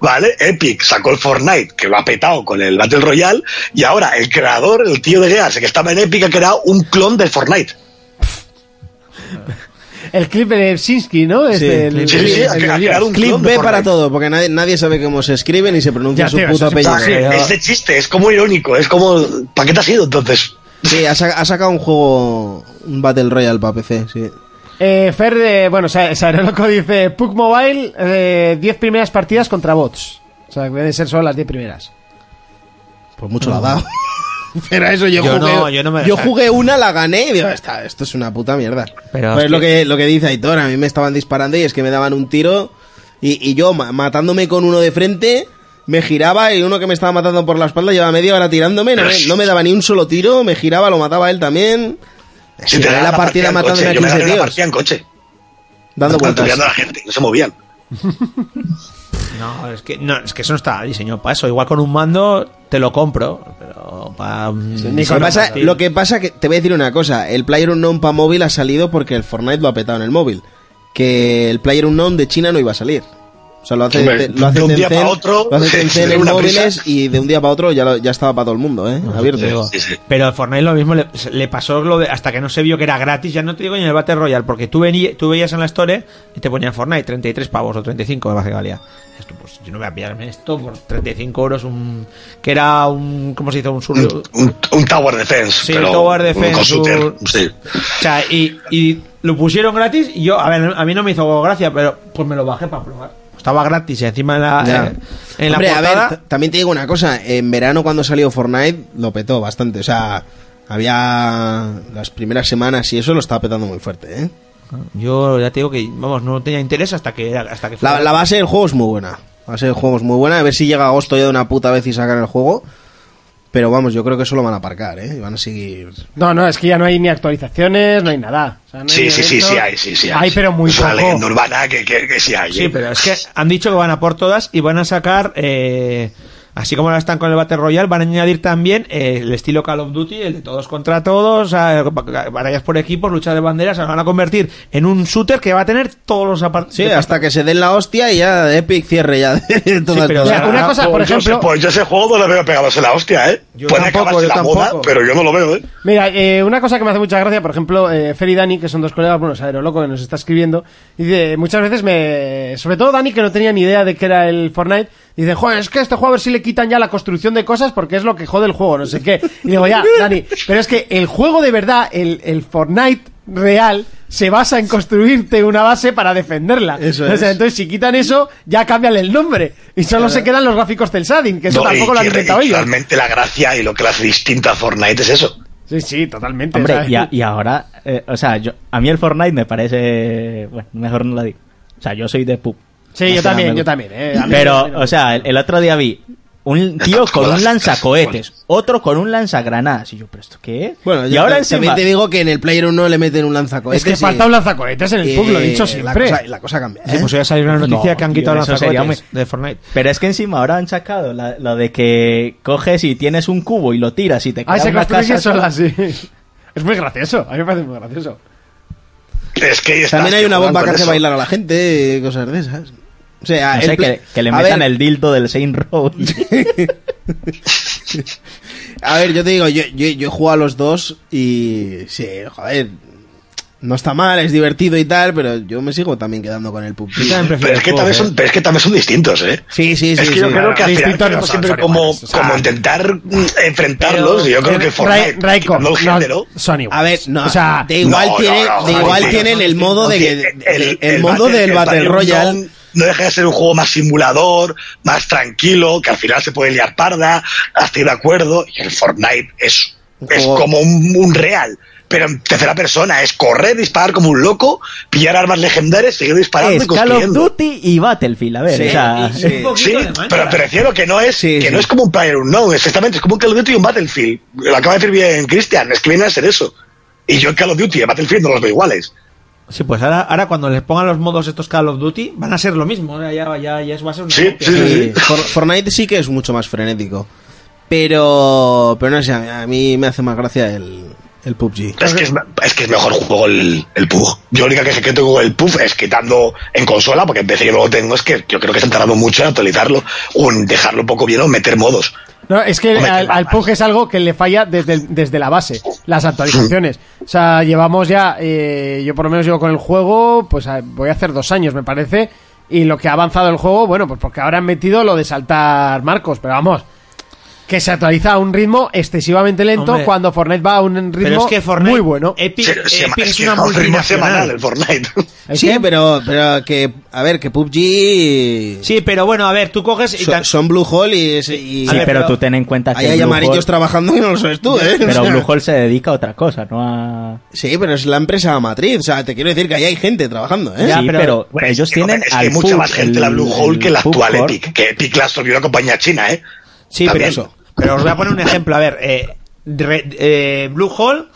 ¿vale? Epic sacó el Fortnite, que lo ha petado con el Battle Royale, y ahora el creador, el tío de Gears, el que estaba en Epic, ha creado un clon del Fortnite.
El clip de Sinsky, ¿no?
Sí,
Este, el-
Sí, sí, sí, ha, ha creado un
Clip
clon de
B para
Fortnite.
todo, porque nadie, nadie sabe cómo se escribe ni se pronuncia
Ya,
su
tío, eso
puto
es
apellido.
O sea, Eh, es de chiste, es como irónico, es como... ¿Para qué te has ido entonces?
Sí, ha, sa- ha sacado un juego, un Battle Royale para PC, sí.
Eh, Fer, eh, bueno, Sa- Sareloco dice: Pug Mobile, eh, 10 primeras partidas contra bots. O sea, que deben ser solo las 10 primeras.
Pues mucho la ha dado. Pero a eso yo,
Yo
jugué.
no, yo no me-
yo jugué una, la gané y digo, "Esta- esto es una puta mierda.
Pero
pues
es
lo
que-
que, lo que dice Aitor, a mí me estaban disparando y es que me daban un tiro y, y yo ma- matándome con uno de frente, me giraba y uno que me estaba matando por la espalda llevaba media hora tirándome, no me, no me daba ni un solo tiro, me giraba, lo mataba él también. Sí,
Si te
gané
ganas
la partida
en coche,
matándome a
yo me
15
gané la
tíos,
partida en coche,
dando vueltas.
atropellando a la gente, no se movían.
No, es que, no, es que eso no está diseñado para eso. Igual con un mando te lo compro, Ah, pero para.
Lo que, pasa, lo que pasa que te voy a decir una cosa, el Player Unknown para móvil ha salido porque el Fortnite lo ha petado en el móvil, que el Player Unknown de China no iba a salir. O sea, lo hace,
Hombre,
te- lo hace
de un día
Tencent-
pa' otro,
lo hace Tencent
de
en
una
móviles
prisa.
y de un día para otro ya, lo- ya estaba para todo el mundo, ¿eh? Abierto.
Te digo.
Sí, sí.
Pero a Fortnite lo mismo le, le pasó lo de, hasta que no se vio que era gratis, ya no te digo ni en el Battle Royale, porque tú, vení- tú veías en la Store y te ponían Fortnite 33 pavos o 35 de baja valía. Dices tú, pues yo no voy a pillarme esto por 35 euros, un, que era un, ¿cómo se dice? Un sur,
Un, un- un Tower Defense.
Sí,
pero
Tower Defense,
Con shooter.
un-
Sí.
O sea, y, y lo pusieron gratis y yo, a ver, a mí no me hizo gracia, pero pues me lo bajé para probar. Estaba gratis y encima en la,
Ya.
eh, en la
Hombre,
portada...
a ver, t- también te digo una cosa. En verano, cuando salió Fortnite, lo petó bastante. O sea, había las primeras semanas y eso lo estaba petando muy fuerte, ¿eh?
Yo ya te digo que, vamos, no tenía interés hasta que... era- Hasta que
La,
fuera-
la base del juego es muy buena. La base del juego es muy buena. A ver si llega agosto ya de una puta vez y sacan el juego. Pero vamos, yo creo que eso lo van a aparcar, ¿eh? Y van a seguir.
No, no, es que ya no hay ni actualizaciones, no hay nada. O sea, no hay
Sí, sí, sí,
evento.
sí hay, sí, sí hay.
Hay, pero muy
Es una
poco.
leyenda urbana que, que, que sí hay.
Sí,
¿eh?
pero es que han dicho que van a por todas y van a sacar, eh, así como ahora están con el Battle Royale, van a añadir también eh, el estilo Call of Duty, el de todos contra todos, a- ba- batallas por equipos, lucha de banderas, se van a convertir en un shooter que va a tener todos los apartados.
Sí, hasta que se den la hostia y ya Epic cierre ya de todas
pero-
O sea,
Ahora,
una cosa, por
Pues yo
ejemplo,
sé- pues yo ese juego no lo veo pegados en la hostia, ¿eh?
Yo
Puede
tampoco,
acabarse
yo
la moda,
tampoco.
pero yo no lo veo, ¿eh?
Mira, eh, una cosa que me hace mucha gracia, por ejemplo, eh, Fer y Dani, que son dos colegas, bueno, Sadero Loco, que nos está escribiendo, dice, muchas veces me... Sobre todo Dani, que no tenía ni idea de qué era el Fortnite, dice, joder, es que a este juego a ver si le quitan ya la construcción de cosas porque es lo que jode el juego, no sé qué. Y digo, ya, Dani, pero es que el juego de verdad, el, el Fortnite real, se basa en construirte una base para defenderla.
Eso
O sea,
es.
entonces si quitan eso, ya cambian el nombre. Y solo se quedan los gráficos del Sadin, que eso
No, y
tampoco lo han
que-
inventado
y
ellos.
Realmente la gracia y lo que la hace distinta a Fortnite es eso.
Sí, sí, totalmente. o sea.
Hombre, y, a- y ahora, eh, o sea, yo, a mí el Fortnite me parece. Bueno, mejor no lo digo. O sea, yo soy de pub.
Sí,
O
yo
sea,
también,
me-
yo también. eh. A mí me- me-
Pero, o sea, el, el otro día vi un tío con un lanzacohetes, otro con un lanzagranadas. Y yo, ¿pero esto qué es?
Bueno,
y
yo
ahora
ta-
encima.
también te digo que en el Player 1 le meten un lanzacohetes.
es que
y-
falta un lanzacohetes en el
y
pueblo, lo he dicho
Eh, la
siempre.
cosa- la cosa cambia.
Sí,
¿eh?
pues ya salió una noticia
No,
que han
tío,
quitado
eso
las
sería
lanzacohetes de Fortnite.
Pero es que encima ahora han sacado la- lo de que coges y tienes un cubo y lo tiras y te queda
Ahí Ah, se
una
construye
casa.
sola, sí. Es muy gracioso, a mí me parece muy gracioso.
Es que ahí estás,
También hay
que
una
juegan
bomba que
con
hace
eso.
bailar a la gente, eh, cosas de esas. O sea,
No
Ah, el
sé,
Play-
que, que le
a
metan
ver,
el dildo del Saint Road.
A ver, yo te digo, yo, yo, yo he jugado a los dos y. Sí, joder. No está mal, es divertido y tal, pero yo me sigo también quedando con el PUBG.
Yo también prefiero
Pero es, que
el
también
juego,
son, pero es que también son distintos, ¿eh?
Sí, sí, sí.
es
sí,
que yo creo
claro.
que al final
Distintos no
tenemos
son,
siempre
son
como,
iguales, o sea.
como intentar mm, enfrentarlos. y yo creo que Fortnite,
Ra- Eh, Raiko,
quitando el género,
no, son
A ver,
iguales.
no,
o sea,
de igual,
no,
tiene,
no, no,
de
no,
igual
no,
tienen
no,
el modo de, que- de- el, modo
Battle-
del Battle
Battle
Royale.
No, no deja de ser un juego más simulador, más tranquilo, que al final se puede liar parda, hasta ir de acuerdo. Y el Fortnite es, es
juego-
como un, un real, pero en tercera persona. Es correr, disparar como un loco, pillar armas legendarias, seguir disparando
es
y
Call of
construyendo.
Duty y Battlefield. A ver,
Sí,
o sea,
sí.
Un poquito
Sí,
de mancha.
pero prefiero que no es
Sí,
que
sí.
no es como un player no, exactamente, es como un Call of Duty y un Battlefield. Lo acaba de decir bien Cristian, es que viene a ser eso. Y yo en Call of Duty y en Battlefield no los veo iguales.
Sí, pues ahora, ahora cuando les pongan los modos estos Call of Duty, van a ser lo mismo. ¿no? Ya, ya, ya es- va a ser una
Sí,
copia.
sí, sí.
Sí, For- Fortnite sí que es mucho más frenético. Pero, pero no sé, a mí- a mí me hace más gracia el, el PUBG.
Es que es, es que es mejor juego el, el PUG. Yo la única queja que tengo con el PUG es quitando en consola, porque empecé que luego tengo, es que yo creo que se han tardado mucho en actualizarlo, o en dejarlo un poco bien o meter modos.
No, es que
Hombre,
al,
qué
al
barbas.
PUG es algo que le falla desde, el- desde la base, las actualizaciones. O sea, llevamos ya, eh, yo por lo menos llevo con el juego, pues a- voy a hacer dos años, me parece, y lo que ha avanzado el juego, bueno, pues porque ahora han metido lo de saltar marcos, pero vamos, que se actualiza a un ritmo excesivamente lento
Hombre.
cuando Fortnite va a un ritmo
Pero es que Fortnite,
muy bueno.
Epic,
Se- se-
Epic eh, es
que
una
a un ritmo semanal
multinacional.
el Fortnite.
¿El
Sí,
qué?
pero, pero que, a ver, que PUBG
Sí, pero bueno, a ver, tú coges y
so-
tan-
son Blue Hall y, es- y
sí,
ver,
pero
pero-
tú ten en cuenta
ahí
que
hay
Blue
amarillos
Hole-
trabajando y no lo sabes tú, ¿eh?
Pero
O sea,
Blue Hole se dedica a otra cosa, no a...
Sí, pero es la empresa matriz, o sea, te quiero decir que ahí hay gente trabajando, ¿eh?
Ya,
Sí,
pero,
pero-
pero ellos
Es que,
tienen
hombre, es que
al
hay mucha
Pug,
más gente
el-
la Blue Hole que
el
la
Pug
actual
Core.
Epic, que Epic la absorbió una compañía china, ¿eh?
Sí, pero,
También.
eso. pero os voy a poner un ejemplo. A ver, eh, re- eh, Blue Hole O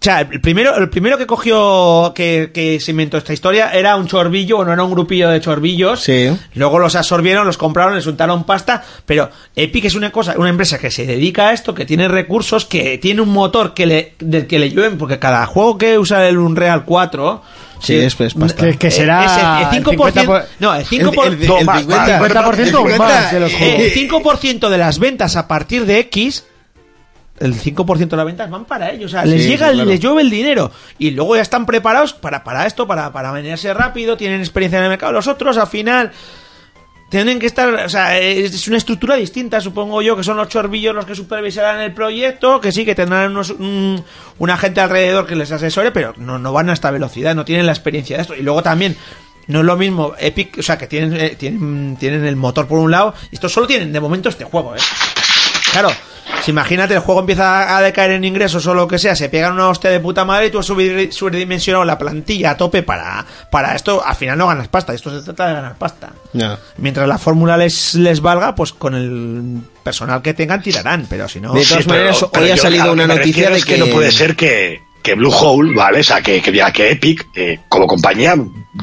sea, el primero, el primero que cogió, que, que se inventó esta historia era un chorbillo, bueno, era un grupillo de chorbillos.
Sí.
Luego los absorbieron, los compraron, les untaron pasta. Pero Epic es una cosa, una empresa que se dedica a esto, que tiene recursos, que tiene un motor que le, del que le llueven, porque cada juego que usa el Unreal 4.
Sí,
eh,
es- es pasta.
eh,
Que- que será
es el, el 5%.
el 50%,
no, el 5%.
El- el-
no,
el
más,
50.
más.
50%
el
más de los
eh,
juegos.
El 5% de las ventas a partir de X, el 5% de las ventas van para ellos. O sea, les
Sí,
llega,
sí,
el-
claro.
les llueve el dinero. Y luego ya están preparados para, para esto, para, para venirse rápido, tienen experiencia en el mercado. Los otros, al final, tienen que estar. O sea, es es una estructura distinta, supongo yo, que son los chorbillos los que supervisarán el proyecto, que sí, que tendrán unos, un, una gente alrededor que les asesore, pero no, no van a esta velocidad, no tienen la experiencia de esto. Y luego también. No es lo mismo Epic, o sea, que tienen, eh, tienen, tienen el motor por un lado. y Estos solo tienen de momento este juego, ¿eh? Claro, si imagínate, el juego empieza a decaer en ingresos o lo que sea, se pegan una hostia de puta madre y tú has subir- sobredimensionado la plantilla a tope para, para esto, al final no ganas pasta, esto se trata de ganar pasta.
Ya.
Mientras la fórmula les, les valga, pues con el personal que tengan tirarán, pero si no...
De todas
pero-
maneras,
pero
hoy ha
yo
salido
a lo
una
me
noticia
refiero
de
es que...
que-
no puede ser que, que Blue Hole, ¿vale? O sea, que, que, ya que Epic, eh, como compañía,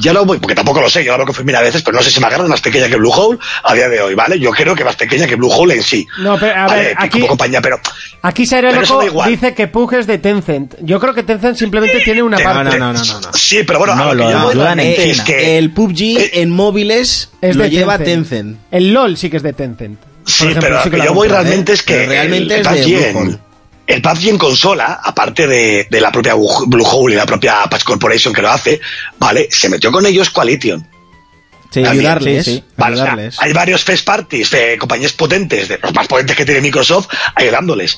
ya lo voy, porque tampoco lo sé, yo lo que fui mil veces, pero no sé si me es más pequeña que Blue Hole a día de hoy, ¿vale? Yo creo que más pequeña que Blue Hole en sí.
No, pero, a
¿vale?
ver,
Epic
aquí-
como compañía, pero
Aquí Seré
Pero eso
Loco
da igual.
dice que Pug es de Tencent. Yo creo que Tencent simplemente tiene una
Sí,
parte.
No, no, no, no, no. no.
sí, pero bueno,
No,
a lo
lo
que yo voy
ayudan en
realmente es
China.
que
eh, El
Eh,
PUBG en móviles
Es
lo
de
lleva
Tencent.
Tencent.
El LOL sí que es de Tencent. Por
Sí,
ejemplo,
pero
sí
a lo que
lo
yo voy
compro.
comprar,
realmente
¿eh?
es que
Pero realmente
el,
es
el
de
PUBG
Bluehole.
en, el PUBG en consola, aparte de, de la propia Blue- Bluehole y la propia Patch Corporation que lo hace, ¿vale? Se metió con ellos Coalition.
Sí,
También,
ayudarles.
sí, sí.
Vale, o sea,
Ayudarles.
hay varios first parties, eh, compañías potentes, de los más potentes que tiene Microsoft, ayudándoles.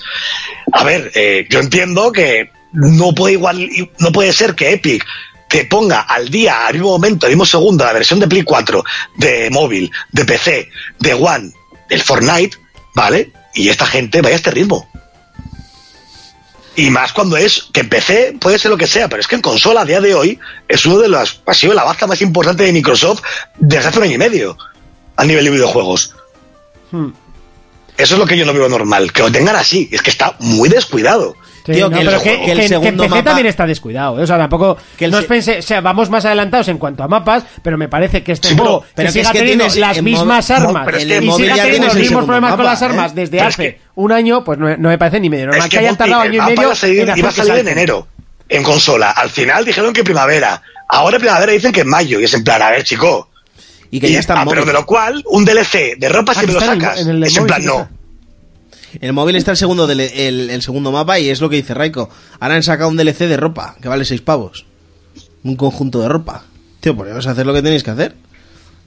A ver, eh, yo entiendo que no puede igual, no puede ser que Epic te ponga al día, al mismo momento, al mismo segundo, la versión de Play 4, de móvil, de PC, de One, del Fortnite, ¿vale? Y esta gente vaya a este ritmo. Y más cuando es que en PC puede ser lo que sea, pero es que en consola a día de hoy es uno de los, ha sido la baza más importante de Microsoft desde hace un año y medio a nivel de videojuegos.
Hmm.
Eso es lo que yo no veo normal, que lo tengan así, es que está muy descuidado.
Sí,
Tío,
no,
que el
pero
ju-
que,
que el
que- que
segundo
PC
mapa-
también está descuidado. ¿eh? O sea, tampoco.
Que el
no os
se-
pense- o sea, vamos más adelantados en cuanto a mapas, pero me parece que este
Sí, pero-
juego
pero
que
que es
siga
que
teniendo
tienes
las
en
mismas
modo-
armas
No, pero es
y
que en
siga
móvil ya
teniendo
tienes
los
el
mismos
segundo
problemas con
mapa,
las armas
¿eh?
desde
Pero es
hace
que-
un año, pues no, no me parece ni medio normal que, hayan
multi-
tardado
el
año y
mapa
medio
iba a salir
en hacer
iba a
que
salir en
salte.
enero en consola. Al final dijeron que en primavera. Ahora en primavera dicen que en mayo. Y es en plan, a ver, chico.
Y que
Y-
ya está
ah,
en
pero de
móvil.
lo cual, un DLC de ropa
Ah,
si me
que
lo
está en el-
sacas.
en el
es en
móvil,
plan,
sí
no.
está.
En el móvil está el segundo, del- el, el segundo mapa y es lo que dice Raiko. Ahora han sacado un DLC de ropa que vale 6 pavos. Un conjunto de ropa. Tío, pues vais a hacer lo que tenéis que hacer.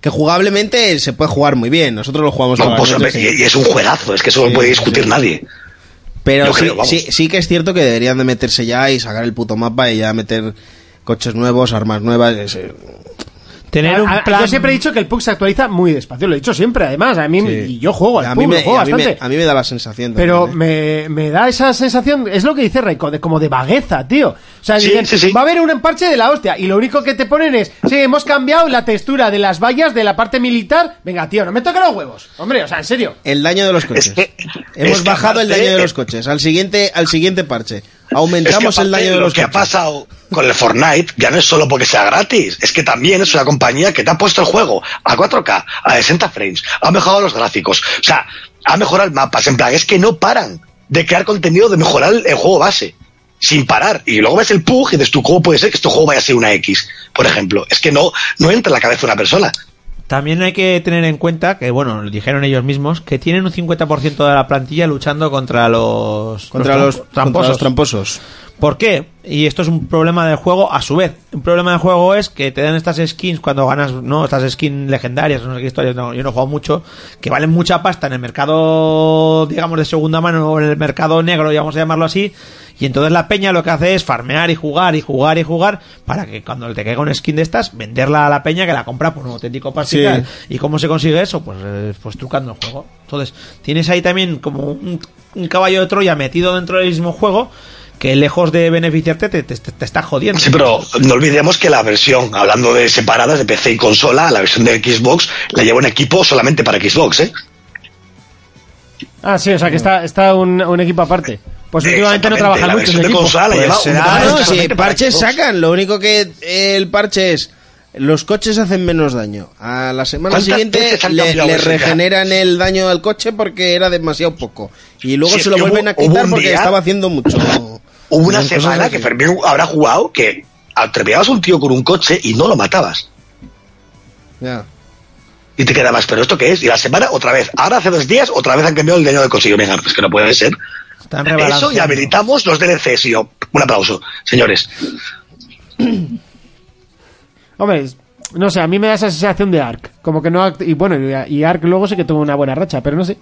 Que jugablemente se puede jugar muy bien. Nosotros lo jugamos
No,
todas las
pues,
noches,
hombre,
sí.
y, y es un juegazo, es que eso
Sí,
no puede
sí,
discutir
sí.
nadie.
Pero
Yo
sí,
creo, vamos.
sí, sí que es cierto que deberían de meterse ya y sacar el puto mapa y ya meter coches nuevos, armas nuevas. es- eh,
Tener
A- a-
un plan...
Yo siempre he dicho que el PUC se actualiza muy despacio, lo he dicho siempre, además. A mí, Mm, y yo juego al
a
PUC,
mí
lo
me-
juego
a mí me-
bastante.
a mí me da la sensación.
Pero
también,
me,
¿eh?
me da esa sensación, es lo que dice Raiko, de, como de vagueza, tío. O sea,
Sí,
dicen,
sí, sí.
va a haber un parche de la hostia y lo único que te ponen es, sí, hemos cambiado la textura de las vallas de la parte militar. Venga, tío, no me toques los huevos. Hombre, o sea, en serio.
El daño de los coches.
Es que-
Hemos
es que
bajado el
aparte-
daño de los coches. Al siguiente, al siguiente parche.
Es que
Aumentamos el
aparte,
daño de
lo
los
que ha
coches.
pasado con el Fortnite ya no es solo porque sea gratis, es que también es una compañía que te ha puesto el juego a 4K, a 60 frames, ha mejorado los gráficos, o sea, ha mejorado el mapa, en plan, es que no paran de crear contenido, de mejorar el juego base, sin parar. Y luego ves el PUG y dices tú, ¿cómo puede ser que este juego vaya a ser una X? Por ejemplo, es que no, no entra en la cabeza de una persona.
También hay que tener en cuenta que, bueno, lo dijeron ellos mismos, que tienen un 50% de la plantilla luchando contra los...
Contra los,
tram-
contra los
tramposos.
tramposos.
¿Por qué? Y esto es un problema del juego a su vez. Un problema del juego es que te dan estas skins cuando ganas, ¿no? Estas skins legendarias, no sé qué historias, no, yo no juego mucho, que valen mucha pasta en el mercado, digamos, de segunda mano, o en el mercado negro, vamos a llamarlo así. Y entonces la peña lo que hace es farmear y jugar y jugar y jugar para que cuando te caiga un skin de estas, venderla a la peña que la compra por un auténtico particular. ¿Y cómo se consigue eso? Pues, eh, pues trucando el juego. Entonces, tienes ahí también como un, un caballo de Troya metido dentro del mismo juego que lejos de beneficiarte te, te, te está jodiendo.
Sí, pero no olvidemos que la versión, hablando de separadas de PC y consola, la versión de Xbox la lleva un equipo solamente para Xbox, ¿eh?
Ah, sí, o sea, que está, está un, un equipo aparte. Pues
de-
últimamente no
exactamente,
trabajan
la
mucho en
versión de
equipo.
consola
Pues
lleva un
será-
trabajo
Ah,
Claro, si
solamente para
parches
Xbox.
sacan, lo único que eh, el parche es los coches hacen menos daño. A la semana
¿Cuántas
siguiente
veces han
le,
cambiado
le
eso ya?
regeneran el daño al coche porque era demasiado poco. Y luego
Si es
se lo
que
vuelven
hubo-
a quitar
hubo un
porque
día-
estaba haciendo mucho.
Hubo una
Eran cosas
semana
así.
que Fermín habrá jugado que atropellabas a un tío con un coche y no lo matabas.
Ya.
Y te quedabas, ¿pero esto qué es? Y la semana, otra vez. Ahora hace dos días, otra vez han cambiado el daño del coche. Y yo, venga, pues que no puede ser.
Están
Eso y
rebalanceando.
habilitamos los DLCs. Y yo, un aplauso, señores.
Pues, Hombre, no sé, a mí me da esa sensación de Ark. Como que no. act- Y bueno, y y Ark luego sé que tuvo una buena racha, pero no sé.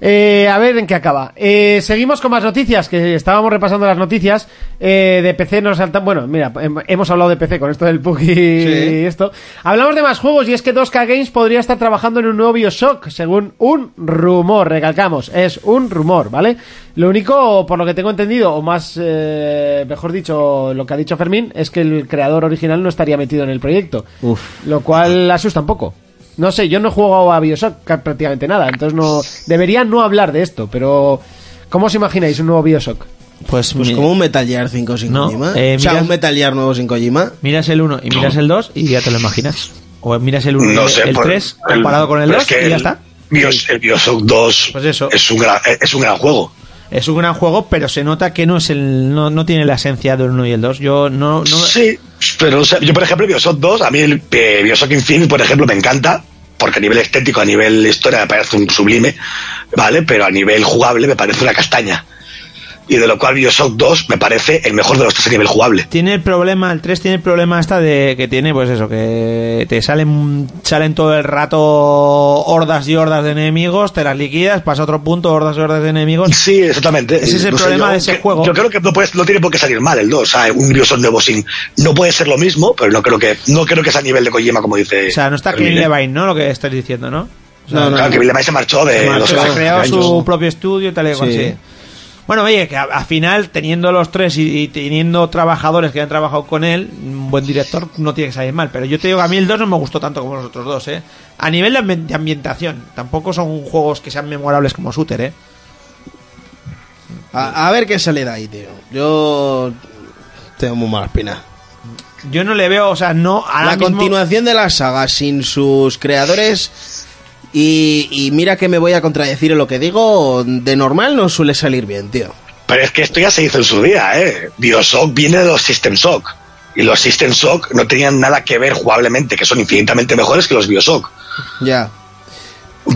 Eh, a ver en qué acaba. Eh, seguimos con más noticias, que estábamos repasando las noticias. Eh, de PC nos saltan. Bueno, mira, hem- hemos hablado de PC con esto del Pug y
Sí.
esto. Hablamos de más juegos y es que 2K Games podría estar trabajando en un nuevo Bioshock, según un rumor, recalcamos. Es un rumor, ¿vale? Lo único, por lo que tengo entendido, o más, eh, mejor dicho, lo que ha dicho Fermín, es que el creador original no estaría metido en el proyecto.
Uf.
Lo cual asusta un poco. No sé, yo no he jugado a Bioshock ca- prácticamente nada, entonces no debería no hablar de esto, pero ¿cómo os imagináis un nuevo Bioshock?
Pues,
Pues
mi-
como un Metal Gear 5 sin
No,
Kojima.
eh,
o sea,
mira-
un Metal Gear nuevo sin Kojima.
miras el 1 y miras el 2 y ya te lo imaginas. O miras el 1
No
y
sé,
Eh, el
por-
3
el-
comparado con el
pero
2
es que
y ya
el
está.
Bios- el Bioshock 2
Pues eso.
Es, un gran, eh, es un gran juego.
Es un gran juego, pero se nota que no es el no, no tiene la esencia del 1 y el 2. Yo no, no
Sí, pero o sea, yo, por ejemplo, Bioshock 2, a mí el eh, Bioshock Infinite, por ejemplo, me encanta, porque a nivel estético, a nivel historia, me parece un sublime, ¿vale? Pero a nivel jugable me parece una castaña. Y de lo cual Bioshock 2 me parece el mejor de los tres a nivel jugable.
tiene el problema, el 3 tiene el problema esta de que tiene pues eso, que te salen salen todo el rato hordas y hordas de enemigos, te las liquidas, pasa a otro punto, hordas y hordas de enemigos.
Sí, exactamente.
Ese es el
No sé,
problema
yo-
de ese
que-
juego.
Yo creo que no, puedes- no tiene por qué salir mal el 2. O sea, un Bioshock nuevo sin. No puede ser lo mismo, pero no creo que, no creo que sea a nivel de Kojima, como dice.
O sea, no está Kevin
Fermín, ¿eh?
Levine, ¿no? Lo que estás diciendo, ¿no? O sea,
No, no,
Claro, Kevin Levine se marchó de
Además,
Eh, los
que se ha
Ángeles.
creado su
Angels.
propio estudio y tal y cual,
Sí.
sí. Bueno, oye, que a- al final, teniendo los tres y, y teniendo trabajadores que han trabajado con él, un buen director no tiene que salir mal. Pero yo te digo que a mí el 2 no me gustó tanto como los otros dos, ¿eh? A nivel de ambien- de ambientación, tampoco son juegos que sean memorables como Shooter, ¿eh?
A, a ver qué sale de ahí, tío. Yo tengo muy mala espina.
Yo no le veo, o sea, no. Ahora
la
mismo-
continuación de la saga sin sus creadores. Y, y mira que me voy a contradecir en lo que digo. De normal no suele salir bien, tío.
Pero es que esto ya se hizo en su día, ¿eh? Bioshock viene de los System Shock. Y los System Shock no tenían nada que ver jugablemente, que son infinitamente mejores que los Bioshock.
Ya.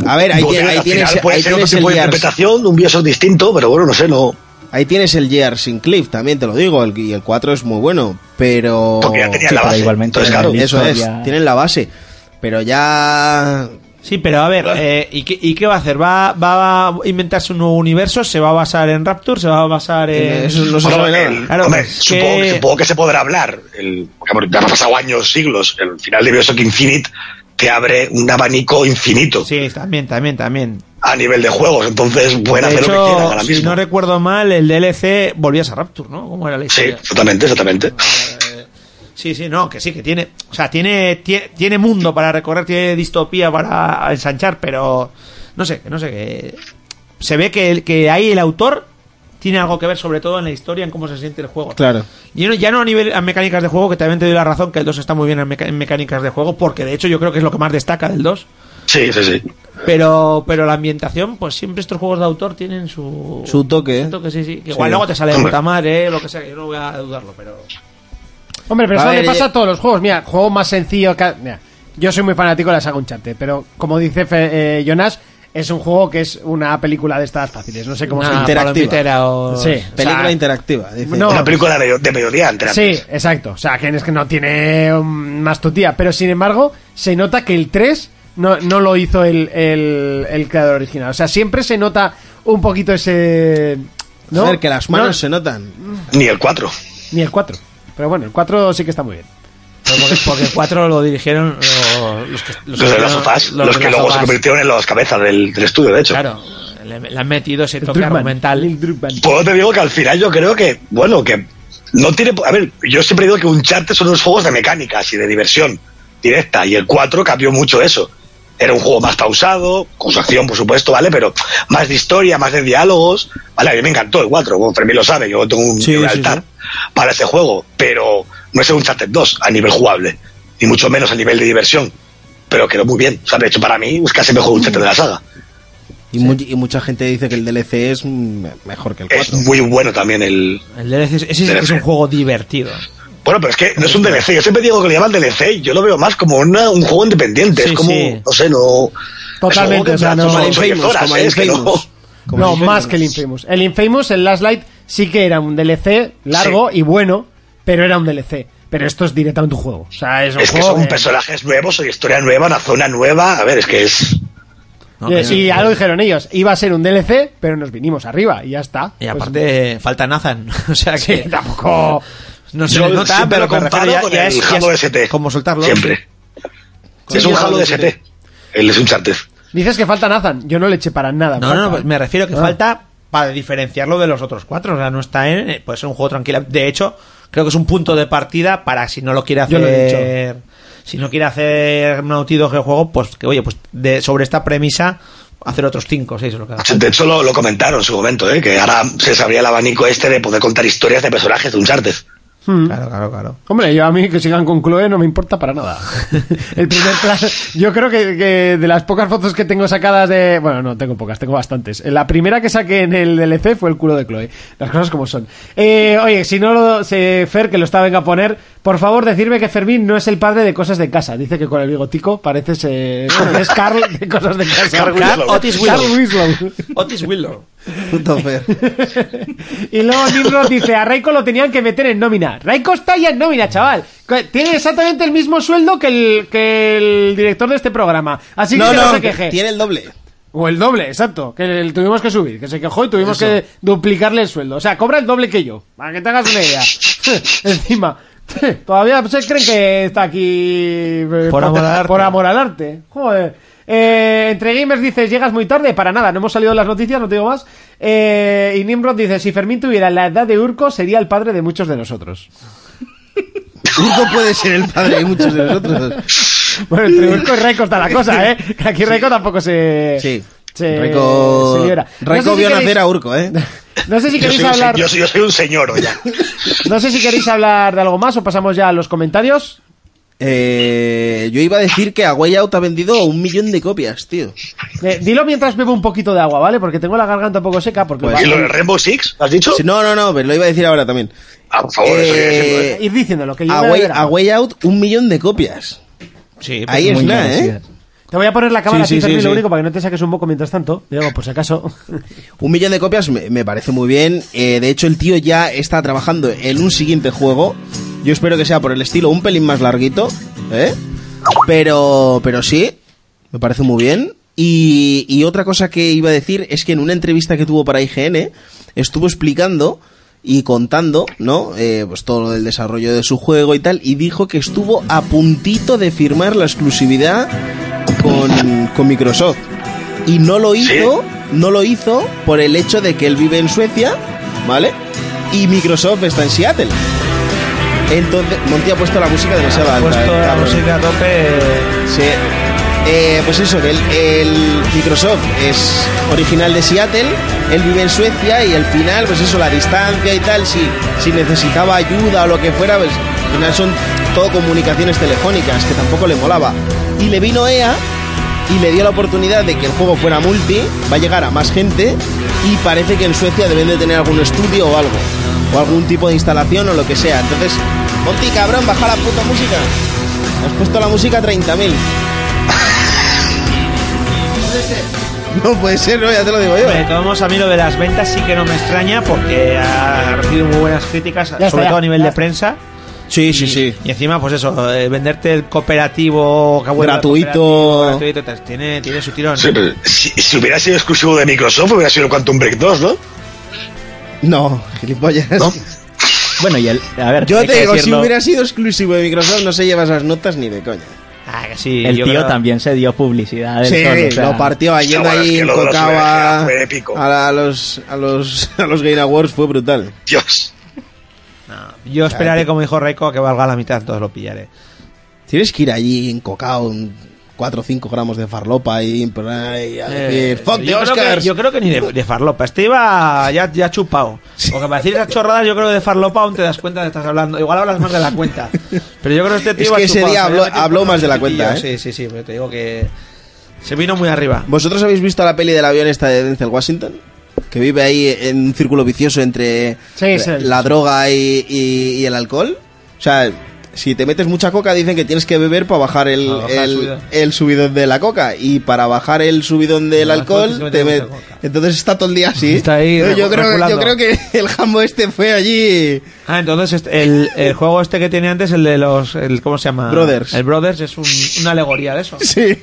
A ver, ahí,
Porque
tie-
al
ahí
final
tienes,
puede
ahí
ser otro
tienes el
tipo de
Gears,
interpretación, un Bioshock distinto, pero bueno, no sé, no.
ahí tienes el Gears sin Cliff, también te lo digo. El, y el 4 es muy bueno, pero.
Porque ya tenía
sí,
la
pero
base.
igualmente
Entonces,
en
claro,
el-
Eso es,
Historia.
tienen la base. Pero ya.
Sí, pero a ver, eh, ¿y, qué, y qué va a hacer? ¿Va, ¿Va a inventarse un nuevo universo? ¿Se va a basar en Rapture? ¿Se va a basar en.? eh,
Eso no se
Bueno,
sabe
el-
nada.
Claro,
hombre,
es
supongo,
que-
que... supongo que se podrá hablar. El, porque, bueno, ya han pasado años, siglos. El final de Bioshock Infinite te abre un abanico infinito
Sí, también, también, también.
a nivel de juegos. Entonces, pueden
de
hacer lo que
hecho,
quieran ahora
si
mismo.
no recuerdo mal, el DLC volvías a Rapture, ¿no? ¿Cómo era la
sí,
historia?
exactamente, exactamente.
Sí, sí, no, que sí, que tiene. O sea, tiene, tie- tiene mundo para recorrer, tiene distopía para ensanchar, pero. No sé, no sé, que. Se ve que, el- que ahí el autor tiene algo que ver, sobre todo en la historia, en cómo se siente el juego.
Claro.
Y no- ya no a nivel a mecánicas de juego, que también te doy la razón que el 2 está muy bien en, meca- en mecánicas de juego, porque de hecho yo creo que es lo que más destaca del 2.
Sí, sí, sí.
Pero, pero la ambientación, pues siempre estos juegos de autor tienen su,
Su toque, ¿eh?
sí, sí. Que
Sí.
igual luego te sale de
Hombre.
puta madre, ¿eh? lo que sea, que yo no voy a dudarlo, pero.
Hombre, pero
A
eso
ver,
le pasa
eh,
a todos los juegos. Mira, juego más sencillo que... Mira, yo soy muy fanático de la saga Uncharted, pero como dice Fe- eh, Jonas, es un juego que es una película de estas fáciles. No sé cómo se
Una
llama.
interactiva.
palomitera o-
Sí.
Película
O sea,
interactiva. dice.
no,
Una película de, de mediodía, entre
Sí,
antes.
exacto. O sea, que es que no tiene mm, más tutía. Pero sin embargo, se nota que el 3 no, no lo hizo el, el, el creador original. O sea, siempre se nota un poquito ese. ¿no?
A ver, que las manos
No,
se notan.
Ni el 4.
Ni el 4. Pero bueno, el 4 sí que está muy bien.
pero porque, porque cuatro lo dirigieron lo- los que
Los, de los sofás, los, que
de
luego se
sofás.
convirtieron en los cabezas del, del estudio, de hecho.
Claro, le, le han metido ese toque
Druckmann,
argumental.
Neil Druckmann.
Pues te digo que al final yo creo que, bueno, que no tiene. A ver, yo siempre digo que un charte son unos juegos de mecánicas y de diversión directa, y el 4 cambió mucho eso. Era un juego más pausado, con su acción, por supuesto, ¿vale? Pero más de historia, más de diálogos. Vale, a mí me encantó el 4, bueno, Fermín lo sabe, yo tengo un,
Sí,
un
sí,
altar para ese juego, pero no es un Uncharted 2 a nivel jugable, ni mucho menos a nivel de diversión. Pero quedó muy bien. O sea, de hecho, para mí es casi el mejor Uncharted de la saga.
Y, mu- y mucha gente dice que el DLC es mm, mejor que el
Es
4.
muy bueno también el,
El DLC es, ese sí que es un juego divertido.
Bueno, pero es que no es un DLC. Yo siempre digo que le llaman DLC. Yo lo veo más como una- un juego independiente.
Sí,
es como,
sí.
no sé, no.
Totalmente,
es un
o sea,
juego que
no-
son ocho o diez
Infamous,
horas,
como
¿eh? Es que no-
Infamous. Como
No,
el
más que el Infamous. El Infamous, el Last Light, sí que era un DLC largo y bueno, pero era un DLC. Pero esto es directamente un juego. O sea, es un
Es que
juego
son
que-
personajes nuevos, una historia nueva, una zona nueva. A ver, es que es.
No,
Y-
eso-
eh, y ya lo dijeron ellos, iba a ser un DLC, pero nos vinimos arriba y ya está.
Y
Pues-
aparte, falta Nathan. O sea que.
Sí, tampoco.
No se
Yo
le nota,
siempre
pero
lo
me refiero
comparo
ya-
con
ya
el
es- ya
Halo
es
ST.
Como soltarlo.
Siempre. es un Halo de ST. El es un charter.
Dices que falta Nathan, yo no le eché para nada.
No,
falta.
no, no, me refiero que
Ah.
falta para diferenciarlo de los otros cuatro. O sea, no está en. eh, Puede ser un juego tranquilo. De hecho, creo que es un punto de partida para si no lo quiere
Yo
hacer.
lo he
Si no quiere hacer Naughty Dog el juego, pues que oye, pues de, sobre esta premisa, hacer otros cinco o seis o lo que haga.
De hecho, lo, lo comentaron en su momento, ¿eh? que ahora se sabría el abanico este de poder contar historias de personajes de un charter.
Hmm.
Claro, claro, claro.
Hombre, yo a mí que sigan con Chloe no me importa para nada. El primer plano, yo creo que, que de las pocas fotos que tengo sacadas de, bueno, no tengo pocas, tengo bastantes. La primera que saqué en el DLC fue el culo de Chloe. Las cosas como son. Eh, oye, si no lo se Fer que lo estaba venga a poner, por favor, decirme que Fermín no es el padre de cosas de casa. Dice que con el bigotico pareces eh, bueno, es Carl de cosas de casa.
Carl Winslow.
Otis
Carl
Willow.
Winslow.
Otis Willow.
Puto Fer.
Y luego Nimrod dice, a Raiko lo tenían que meter en nómina. Raiko está ya en nómina, chaval. Que Tiene exactamente el mismo sueldo que el, que el director de este programa. Así que
No,
que no,
no,
se queje.
tiene el doble.
O el doble, exacto. Que el tuvimos que subir, que se quejó y tuvimos que duplicarle el sueldo. O sea, cobra el doble que yo, para que te hagas una idea. Encima, todavía se creen que está aquí eh,
Por amor al arte.
por amor al arte. Joder. Eh, entre gamers dices, llegas muy tarde, para nada, no hemos salido en las noticias, no te digo más. Eh, y Nimrod dice, si Fermín tuviera la edad de Urco, sería el padre de muchos de nosotros.
Urco puede ser el padre de muchos de nosotros.
Bueno, entre Urco y Reiko está la cosa, ¿eh? Que aquí Reiko tampoco se...
Sí.
se-
Reiko,
se libra. No
Reiko
sé si
vio
queréis-
nacer a Urco, ¿eh?
No sé si
Yo
queréis
soy, un,
hablar.
se- yo soy- yo soy un señor ya.
No sé si queréis hablar de algo más o pasamos ya a los comentarios.
Eh, Yo iba a decir que a Way Out ha vendido un millón de copias, tío.
Eh, dilo mientras bebo un poquito de agua, ¿vale? Porque tengo la garganta un poco seca. Porque
Pues
va-
¿Y lo de Rainbow Six? ¿Has dicho?
Sí, No, no, no, pero lo iba a decir ahora también.
Ah, por favor, eso hay que
Eh,
decirlo, ¿eh?
ir diciendo lo que yo
A
me
Way,
beberá.
a Way Out, un millón de copias.
Sí, pues,
Ahí es
muy
nada,
merecido.
¿eh?
Te voy a poner la cámara así,
Sí, sí,
Fermín,
sí,
lo
sí.
único para que no te saques un moco mientras tanto. Digo, por si acaso.
Un millón de copias me, me parece muy bien. Eh, de hecho, el tío ya está trabajando en un siguiente juego. Yo espero que sea por el estilo un pelín más larguito. ¿eh? Pero, pero sí, me parece muy bien. Y, y otra cosa que iba a decir es que en una entrevista que tuvo para IGN estuvo explicando y contando, ¿no? Eh, pues todo lo del desarrollo de su juego y tal. Y dijo que estuvo a puntito de firmar la exclusividad con, con Microsoft. Y no lo hizo, no lo hizo por el hecho de que él vive en Suecia, ¿vale? Y Microsoft está en Seattle. Entonces, Monty ha puesto la música demasiado
ha
alta.
puesto
eh,
la
cabrón.
música a tope.
Sí. Eh, pues eso, que el, el Microsoft es original de Seattle, él vive en Suecia y al final, pues eso, la distancia y tal, si, si necesitaba ayuda o lo que fuera, pues al final son todo comunicaciones telefónicas, que tampoco le molaba. Y le vino EA y le dio la oportunidad de que el juego fuera multi, va a llegar a más gente y parece que en Suecia deben de tener algún estudio o algo, o algún tipo de instalación o lo que sea. Entonces, Monty, cabrón, baja la puta música. Has puesto la música a 30.000. No puede ser, no, ya te lo digo yo.
Hombre, de todos modos, a mí lo de las ventas sí que no me extraña porque ha recibido muy buenas críticas,
está,
sobre
ya,
todo a nivel
ya
de
está.
prensa.
Sí,
y, y encima, pues eso, eh, venderte el cooperativo que ha vuelto al
Gratuito.
cooperativo, gratuito, tal, tiene, tiene su tirón.
Sí, pero Eh, si, si hubiera sido exclusivo de Microsoft, hubiera sido Quantum Break 2, ¿no?
No, gilipollas.
¿No?
Bueno, y el, a ver,
Yo
hay
te
que
digo, si
decirlo,
hubiera sido exclusivo de Microsoft, no se llevas las notas ni de coña.
Ah, que sí,
el
yo
tío
creo-
también se dio publicidad. del
Sí,
todo, o sea,
lo partió ayer
Chaval, es
ahí
que
en
lo de los
Cocaba
VGA fue épico.
a, la- a los a los a los Game Awards fue brutal.
Dios.
Yo esperaré, como dijo Reiko, a que valga la mitad, entonces lo pillaré.
Tienes que ir allí en Cocao un 4 o 5 gramos de farlopa y, por ahí a
Eh,
decir, "Fonte,
yo, creo que,
Oscars".
yo creo que ni de, de farlopa. Este iba ya, ya chupado. Porque para decir esas chorradas, yo creo que de farlopa aún te das cuenta de que estás hablando. Igual hablas más de la cuenta. Pero yo creo que este tío
Es
iba
que ese
chupado,
día
se había
habló-
metido
habló
con
más de la
los
cuenta, ¿eh?
chiquitillos. Sí, sí, sí. Pero te digo que se vino muy arriba.
¿Vosotros habéis visto la peli del avión esta de Denzel Washington? Que vive ahí en un círculo vicioso entre
Sí,
la,
sí.
la droga y, y- y el alcohol. O sea, si te metes mucha coca dicen que tienes que beber para bajar el,
Para bajar
el-
el subidón.
el subidón de la coca. Y para bajar el subidón del
El alcohol
alcohol,
tienes que
te
meter
met-
mucha coca.
entonces está todo el día así.
Está ahí
yo,
recu-
creo, yo
reculando.
creo que el jambo este fue allí.
Ah, entonces este- el, el juego este que tenía antes, el de los. El, ¿Cómo se llama?
Brothers.
El Brothers es un- una alegoría de eso.
Sí.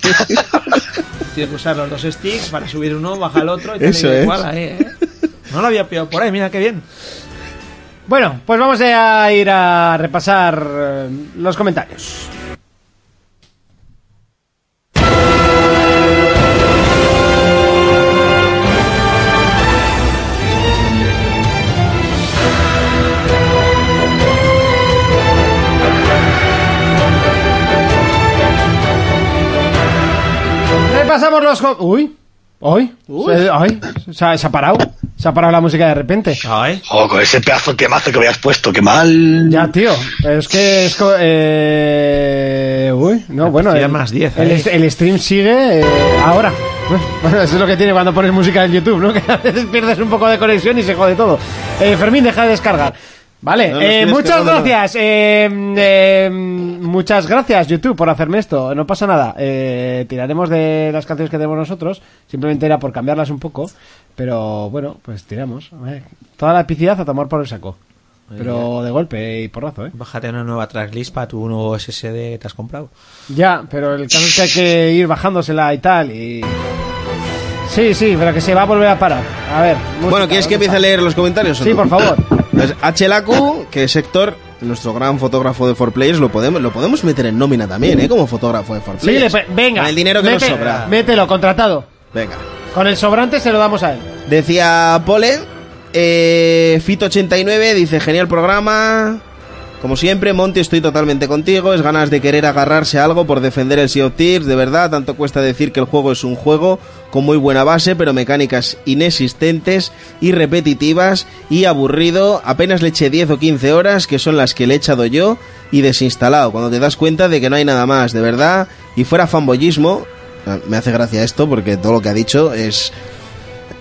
Tienes que usar los dos sticks para subir uno, bajar el otro y tal,
Eso
y
es.
igual ahí, ¿eh? No lo había pillado por ahí, mira qué bien.
Bueno, pues vamos a ir a repasar eh, los comentarios. Repasamos los... co- Uy, hoy, hoy, se ha- se ha parado, se ha parado la música de repente.
Joder, ese pedazo de temazo que habías puesto, qué mal.
Ya, tío, pero es que es... co- eh, Uy, no, bueno...
partida
el-
más 10,
el,
eh.
est- el stream sigue eh, ahora. Bueno, eso es lo que tiene cuando pones música en YouTube, ¿no? Que a veces pierdes un poco de conexión y se jode todo. Eh, Fermín, deja de descargar. Vale,
No, no
eh,
estoy
muchas
descargando
gracias. eh, eh, muchas gracias, YouTube, por hacerme esto. No pasa nada. Eh, tiraremos de las canciones que tenemos nosotros. Simplemente era por cambiarlas un poco. Pero bueno, pues tiramos. Eh, Toda la epicidad a tomar por el saco. Pero de golpe y porrazo, ¿eh?
Bájate una nueva tracklist para tu nuevo SSD que te has comprado.
Ya, pero el caso es que hay que ir bajándosela y tal. Y... Sí, sí, pero que se va a volver a parar. A ver. música,
Bueno, ¿quieres que
¿dónde
empiece a
está?
leer los comentarios? o
Sí,
no?
por favor.
Pues HLAQ, que es Héctor, nuestro gran fotógrafo de 4Players, lo podemos, lo podemos meter en nómina también, ¿eh? Como fotógrafo de 4Players.
Sí, le pe- venga.
Con el dinero que
mete-
nos sobra.
Mételo, contratado.
Venga.
Con el sobrante se lo damos a él.
Decía Pole, eh, Fito89 dice, genial programa. Como siempre, Monty, estoy totalmente contigo. Es ganas de querer agarrarse a algo por defender el Sea of Tears. De verdad, tanto cuesta decir que el juego es un juego con muy buena base, pero mecánicas inexistentes y repetitivas y aburrido. Apenas le eché 10 o 15 horas, que son las que le he echado yo, y desinstalado, cuando te das cuenta de que no hay nada más, de verdad. Y fuera fanboyismo, me hace gracia esto porque todo lo que ha dicho es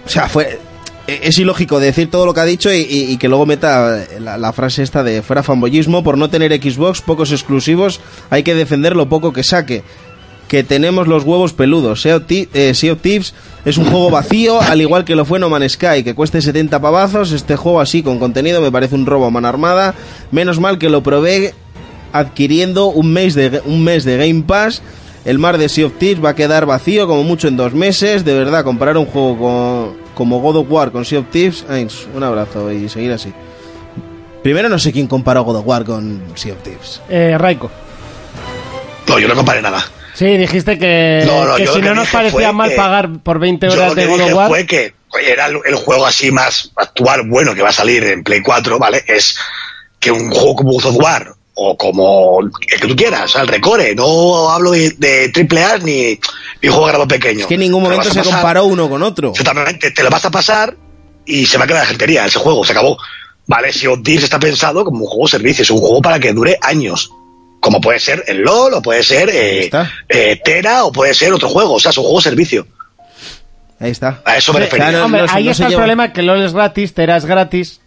o sea, fue. e-, Es ilógico decir todo lo que ha dicho y, y- y que luego meta la, la frase esta de fuera fanboyismo, por no tener Xbox, pocos exclusivos, hay que defender lo poco que saque. Que tenemos los huevos peludos. Sea of, Ti- eh, Sea of Thieves es un juego vacío, al igual que lo fue No Man's Sky, que cueste 70 pavazos. Este juego así con contenido me parece un robo a mano armada. Menos mal que lo probé adquiriendo un mes de, un mes de Game Pass. El mar de Sea of Thieves va a quedar vacío como mucho en dos meses. De verdad, comparar un juego co- como God of War con Sea of Thieves. ay, un abrazo y seguir así. Primero no sé quién comparó God of War con Sea of Thieves.
Eh, Raiko.
No, yo no comparé nada.
Sí, dijiste que,
No, no,
que
yo
si
lo que
no nos
dije
parecía
fue
mal
que-
pagar por 20
Yo
horas
lo que
de God
dije
of War.
fue que oye, era el, el juego así más actual, bueno, que va a salir en Play 4, ¿vale? Es que un juego como God of War o como el que tú quieras, o sea, el Recore, no hablo de, de triple A ni, ni juego grado pequeño.
Es que en ningún
Te lo
momento
vas a
se
pasar-
comparó uno con otro.
Exactamente, te lo vas a pasar y se va a quedar la gentería ese juego, se acabó. Vale, si Thieves está pensado como un juego servicio, es un juego para que dure años. Como puede ser el LOL, o puede ser eh,
Ahí está.
eh, Tera, o puede ser otro juego, o sea, es un juego servicio.
Ahí está.
A eso me
Sí,
refería.
claro, no,
hombre,
no se-
ahí
no se
está el
lleva-
problema que LOL es gratis, Tera es gratis.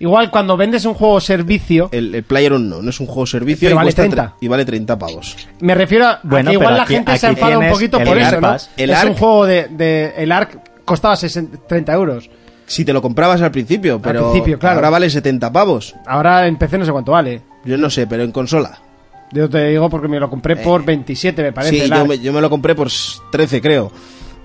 Igual cuando vendes un juego o servicio,
El, el Player no, no es un juego servicio
Pero
y,
vale
cuesta
30.
tre- y vale 30 pavos.
me refiero a
Bueno,
que igual
pero
la
aquí-
gente se
aquí
ha enfadado un
tienes
poquito
el
por
Arc
eso, ¿no?
Pass.
El
es un
Arc-
juego de, de- el Ark costaba 60 30 euros.
Si te lo comprabas al principio, pero
principio, claro.
ahora vale 70 pavos.
Ahora en PC no sé cuánto vale.
Yo no sé, pero en consola.
Yo te digo porque me lo compré por 27, me parece.
Eh. sí,
el
yo
Ark.
me, yo me lo compré por s- 13, creo.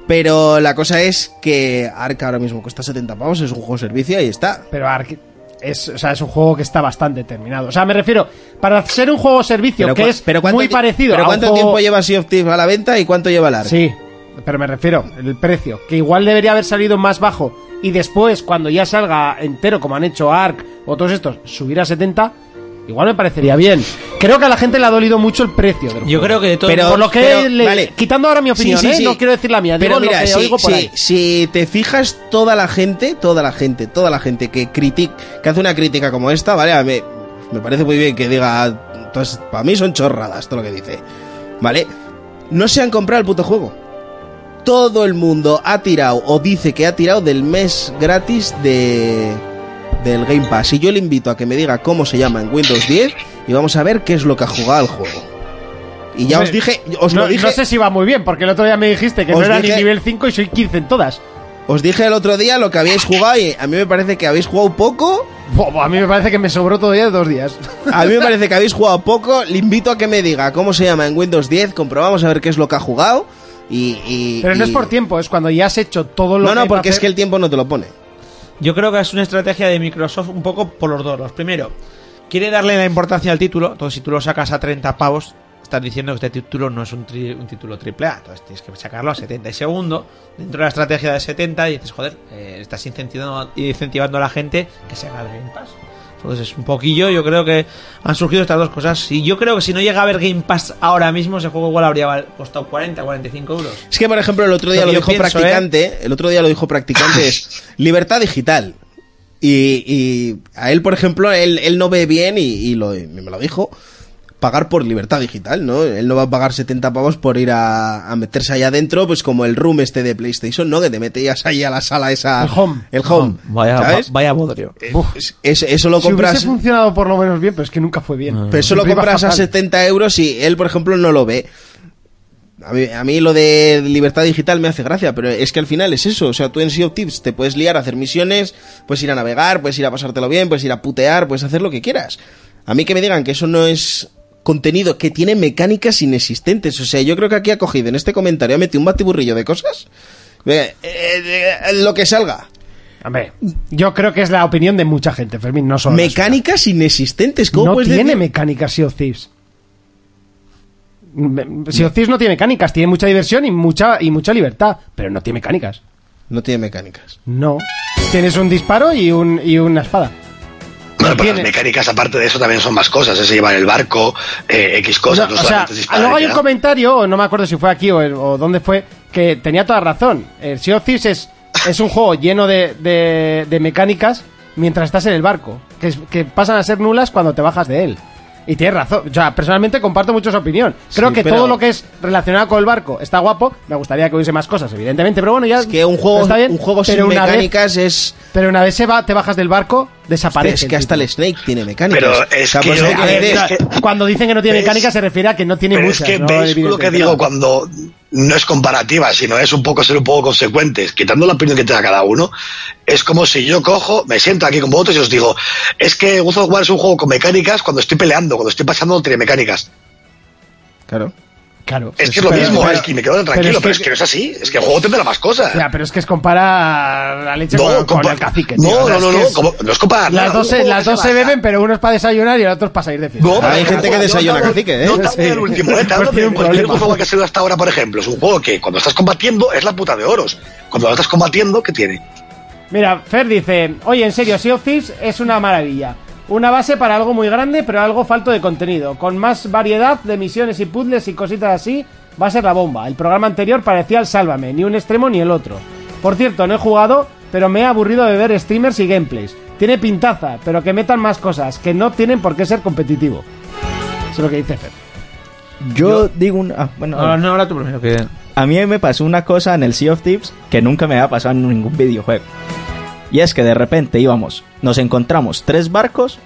Pero la cosa es que Arca ahora mismo cuesta 70 pavos, es un juego servicio y está.
Pero Ark es, o sea, es un juego que está bastante terminado. O sea, me refiero, para ser un juego servicio que
cua-
es
¿cuánto
muy
ti-
parecido
pero
a un
¿cuánto
juego-
tiempo lleva Sea of Thieves a la venta y cuánto lleva el Arca?
Sí, pero me refiero, el precio, que igual debería haber salido más bajo y después, cuando ya salga entero, como han hecho ARC o todos estos, subir a 70, Igual me parecería bien. Creo que a la gente le ha dolido mucho el precio del
Yo
juego.
creo que de todo.
Pero-
por lo que
pero,
le-
vale.
quitando ahora mi
Sí,
opinión,
sí,
¿eh?
sí.
no quiero decir la mía,
Pero
digo
mira,
lo que
si,
oigo por
si-
ahí.
si te fijas, toda la gente, toda la gente, toda la gente que critica, que hace una crítica como esta, vale, a mí me parece muy bien que diga, para mí son chorradas todo lo que dice, vale, no se han comprado el puto juego. Todo el mundo ha tirado o dice que ha tirado del mes gratis de del Game Pass. Y yo le invito a que me diga cómo se llama en Windows 10 y vamos a ver qué es lo que ha jugado el juego. Y ya os
Hombre,
dije, os
no,
lo dije.
no sé si va muy bien, porque el otro día me dijiste que no
Os
era
dije-
ni nivel 5 y soy 15 en todas.
Os dije el otro día lo que habíais jugado y a mí me parece que habéis jugado poco.
Bo, a mí me parece que me sobró todavía dos días.
A mí me parece que habéis jugado poco. Le invito a que me diga cómo se llama en Windows 10. Comprobamos a ver qué es lo que ha jugado. Y, y-
Pero no es
y-
por tiempo, es cuando ya has hecho todo lo
No,
que
no, porque
hay
es que el tiempo no te lo pone.
Yo creo que es una estrategia de Microsoft un poco por los dos. Los primero, quiere darle la importancia al título. Entonces, si tú lo sacas a 30 pavos, estás diciendo que este título no es un, tri- un título triple A. Entonces, tienes que sacarlo a 70. Y segundo, dentro de la estrategia de 70, dices, joder, eh, estás incentivando, incentivando a la gente que se haga el Game Pass. Entonces, es un poquillo, yo creo que han surgido estas dos cosas. Y yo creo que si no llega a haber Game Pass ahora mismo, ese juego igual habría val- costado 40, 45 euros.
Es que, por ejemplo, el otro día
Lo
lo,
que yo
dijo
pienso, ¿eh?
practicante. El otro día lo dijo practicante es libertad digital. Y, y a él, por ejemplo, él, él no ve bien y, y lo- y me lo dijo. Pagar por libertad digital, ¿no? Él no va a pagar 70 pavos por ir a, a meterse allá adentro, pues como el room este de PlayStation, ¿no? Que te metías ahí a la sala esa.
El home.
El home. ¿sabes?
vaya bodrio.
Eh,
Es- es- eso lo
Si
compras. Ah.
hubiese funcionado por lo menos bien, pero es que nunca fue bien.
Pero eso lo
Siempre iba
compras a
fatal.
70 euros y él, por ejemplo, no lo ve. A mí, a mí lo de libertad digital me hace gracia, pero es que al final es eso. O sea, tú en Sea of Tips te puedes liar a hacer misiones, puedes ir a navegar, puedes ir a pasártelo bien, puedes ir a putear, puedes hacer lo que quieras. A mí que me digan que eso no es contenido que tiene mecánicas inexistentes. O sea, yo creo que aquí ha cogido en este comentario, ha metido un batiburrillo de cosas. Eh, eh, eh, lo que salga.
Hombre, yo creo que es la opinión de mucha gente, Fermín, no solo. la suya.
Mecánicas inexistentes. ¿Cómo
No
puedes
tiene
decir?
mecánicas Sea of Thieves. Me- Sea of Thieves no tiene mecánicas, tiene mucha diversión y mucha, y mucha libertad, pero no tiene mecánicas.
No tiene mecánicas.
No. Tienes un disparo y, un, y una espada.
Bueno, pero
Tiene-
las mecánicas, aparte de eso, también son más cosas. ¿eh? Se llevan el barco, eh, X cosas.
No,
No,
o sea,
solamente es disparar
luego
y
hay un
ya.
comentario, o no me acuerdo si fue aquí o, o dónde fue, que tenía toda razón. El Sea of Thieves es, es un juego lleno de, de- de mecánicas mientras estás en el barco, que, es- que pasan a ser nulas cuando te bajas de él. Y tienes razón. O sea, personalmente comparto mucho su opinión. Creo
Sí,
que
pero-
todo lo que es relacionado con el barco está guapo. Me gustaría que hubiese más cosas, evidentemente. Pero bueno, ya.
Es que un juego,
está bien,
un juego sin
pero una vez-
mecánicas es.
pero una vez se va, te bajas del barco, desaparece.
Es
el
que hasta
título.
el Snake tiene mecánicas.
Pero es que
pues
yo-
no
a ver,
dices,
no, es que-
Cuando dicen que no tiene
¿Ves?
mecánicas, se refiere a que no tiene
Pero
muchas.
es que
¿no?
veis lo que
Evidentemente,
digo
no.
cuando no es comparativa, sino es un poco ser un poco consecuentes, quitando la opinión que te da cada uno. Es como si yo cojo, me siento aquí con vosotros y os digo, es que God of War es un juego con mecánicas cuando estoy peleando, cuando estoy pasando no tiene mecánicas.
Claro.
Claro. pues
Es que es lo
Pero-
mismo,
pero-
es que me quedo tranquilo, pero es que, no es así, es que el juego tendrá más cosas.
Ya, pero es que es comparar la leche
No,
con, con
compa-
el cacique. tío.
no,
O sea,
no,
es
no,
que
no,
es-
como- no es comparar
Las
nada,
dos,
un
se,
juego
las
que se
dos se
basa-
beben, pero uno es para desayunar y el otro es para salir de fiesta.
No, pero
Hay gente que
yo
desayuna
te hablo-
cacique, ¿eh?
No te hablo del último, ¿eh? Te hablo
Pues
de
tiene un
cualquier
problema.
juego que ha sido hasta ahora, por ejemplo. Es un juego que cuando estás combatiendo es la puta de oros. Cuando lo estás combatiendo, ¿qué tiene?
Mira, Fer dice, oye, en serio, Sea of Thieves es una maravilla. Una base para algo muy grande, pero algo falto de contenido. Con más variedad de misiones y puzzles y cositas así, va a ser la bomba. El programa anterior parecía el Sálvame, ni un extremo ni el otro. Por cierto, no he jugado, pero me he aburrido de ver streamers y gameplays. Tiene pintaza, pero que metan más cosas, que no tienen por qué ser competitivo. Eso es lo que dice Fer.
Yo, digo un... ah, bueno,
No, no, ahora tú primero que.
A mí me pasó una cosa en el Sea of Tips que nunca me había pasado en ningún videojuego. Y es que de repente íbamos, nos encontramos tres barcos.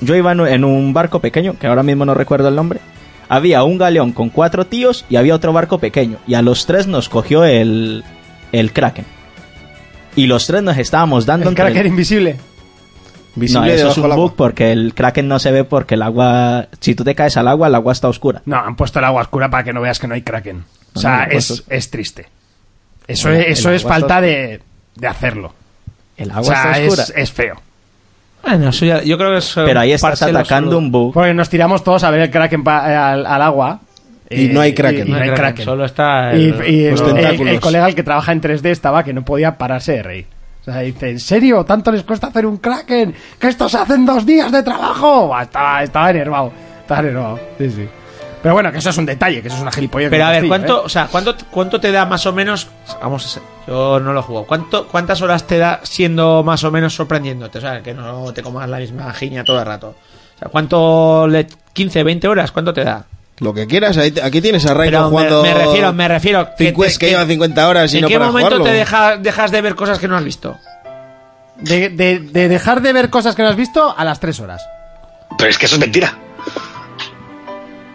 Yo iba en un- en un barco pequeño, que ahora mismo no recuerdo el nombre. Había un galeón con cuatro tíos y había otro barco pequeño. Y a los tres nos cogió el, el Kraken. Y los tres nos estábamos dando
El
entre-
carácter invisible.
Visible
no, eso es
debajo
un
del agua.
bug porque el Kraken no se ve porque el agua... Si tú te caes al agua, el agua está oscura.
No, han puesto el agua oscura para que no veas que no hay kraken. O
No,
sea,
no, no,
es,
eso-
es triste. Eso,
No,
es,
Ah, pues, el
eso
agua
es
está
falta de, de hacerlo.
El agua
O sea,
está oscura.
es, es feo.
Bueno, eso ya- yo creo que es. eh,
Pero ahí estás
parcial
atacando
absoluto.
un bug.
Porque nos tiramos todos a ver el kraken pa- eh, al, al agua. Eh,
Y no hay kraken.
y no hay kraken.
Solo está.
Y,
el-
y el,
Los
el-
tentáculos.
el colega el que trabaja en 3D estaba que no podía pararse de reír. O sea, dice, ¿en serio? ¿Tanto les cuesta hacer un Kraken? ¿Que esto se hace en dos días de trabajo? Buah, Estaba, estaba enervado. Estaba enervado. Sí, sí. Pero bueno, que eso es un detalle, que eso es una gilipollez. de
Pero a ver,
Castilla,
¿cuánto,
¿eh?
o sea, ¿cuánto, ¿cuánto te da más o menos? Vamos, yo no lo juego. ¿Cuánto, ¿Cuántas horas te da siendo más o menos sorprendiéndote? O sea, que no te comas la misma giña todo el rato. O sea, ¿cuánto le, 15, 20 horas? ¿Cuánto te da?
Lo que quieras, ahí te- aquí tienes a Raiko
Pero me,
jugando.
me refiero, me refiero.
cincu- es que lleva 50 horas y
¿En
no
qué
para
momento
jugarlo.
te deja- dejas de ver cosas que no has visto?
De, de- de dejar de ver cosas que no has visto a las tres horas.
Pero es que eso es mentira.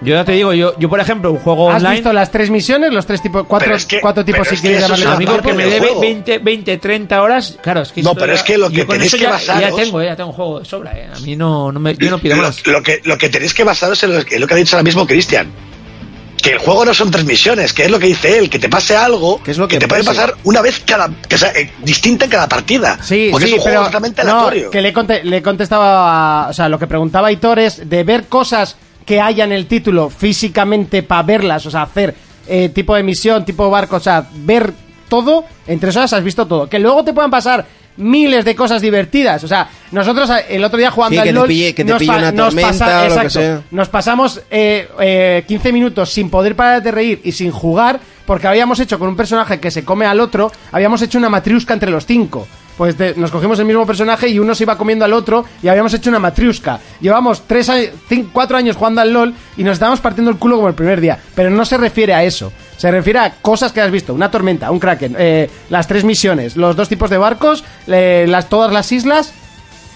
Yo ya te digo, yo, yo por ejemplo, un juego
¿Has
online.
visto las tres misiones, los tres tipos, cuatro,
Pero es que-
cuatro tipos
pero
si
es que
quieres
eso
llamarle
es
cuatro?
Amigo,
parte
que me
del
debe
juego.
20, 20, 30 horas. Claro, es que.
No,
esto
pero
ya-
es que lo que
yo con
tenéis
eso
que
ya,
basaros-
ya tengo, eh, ya tengo un juego de sobra, eh. A mí no, no me, yo no pido
lo,
más.
lo que, lo que tenéis que basaros en lo que, en lo que ha dicho ahora mismo Cristian. Que el juego no son transmisiones, que es lo que dice él, que te pase algo
Que es lo que
te puede
pase.
pasar una vez cada, que sea, eh, distinta en cada partida.
Sí,
porque
sí,
es un
pero
juego totalmente
no,
aleatorio.
que le, conte- le contestaba, a- o sea, lo que preguntaba Hitor es de ver cosas que haya en el título físicamente para verlas, o sea, hacer eh, tipo de misión, tipo barco, o sea, ver todo, en tres horas has visto todo. Que luego te puedan pasar miles de cosas divertidas, o sea, nosotros a- el otro día jugando
Sí,
al
que te
LoL,
pille- que te
nos
pille
pa-
una
nos
tormenta
pasa-
o lo que
exacto,
sea.
nos pasamos eh, eh, 15 minutos sin poder parar de reír y sin jugar porque habíamos hecho con un personaje que se come al otro, habíamos hecho una matriusca entre los cinco. Pues de- nos cogimos el mismo personaje y uno se iba comiendo al otro y habíamos hecho una matriusca. Llevamos tres, a- cin- cuatro años jugando al LOL y nos estábamos partiendo el culo como el primer día. Pero no se refiere a eso. Se refiere a cosas que has visto. Una tormenta, un kraken, eh, las tres misiones, los dos tipos de barcos, eh, las, todas las islas,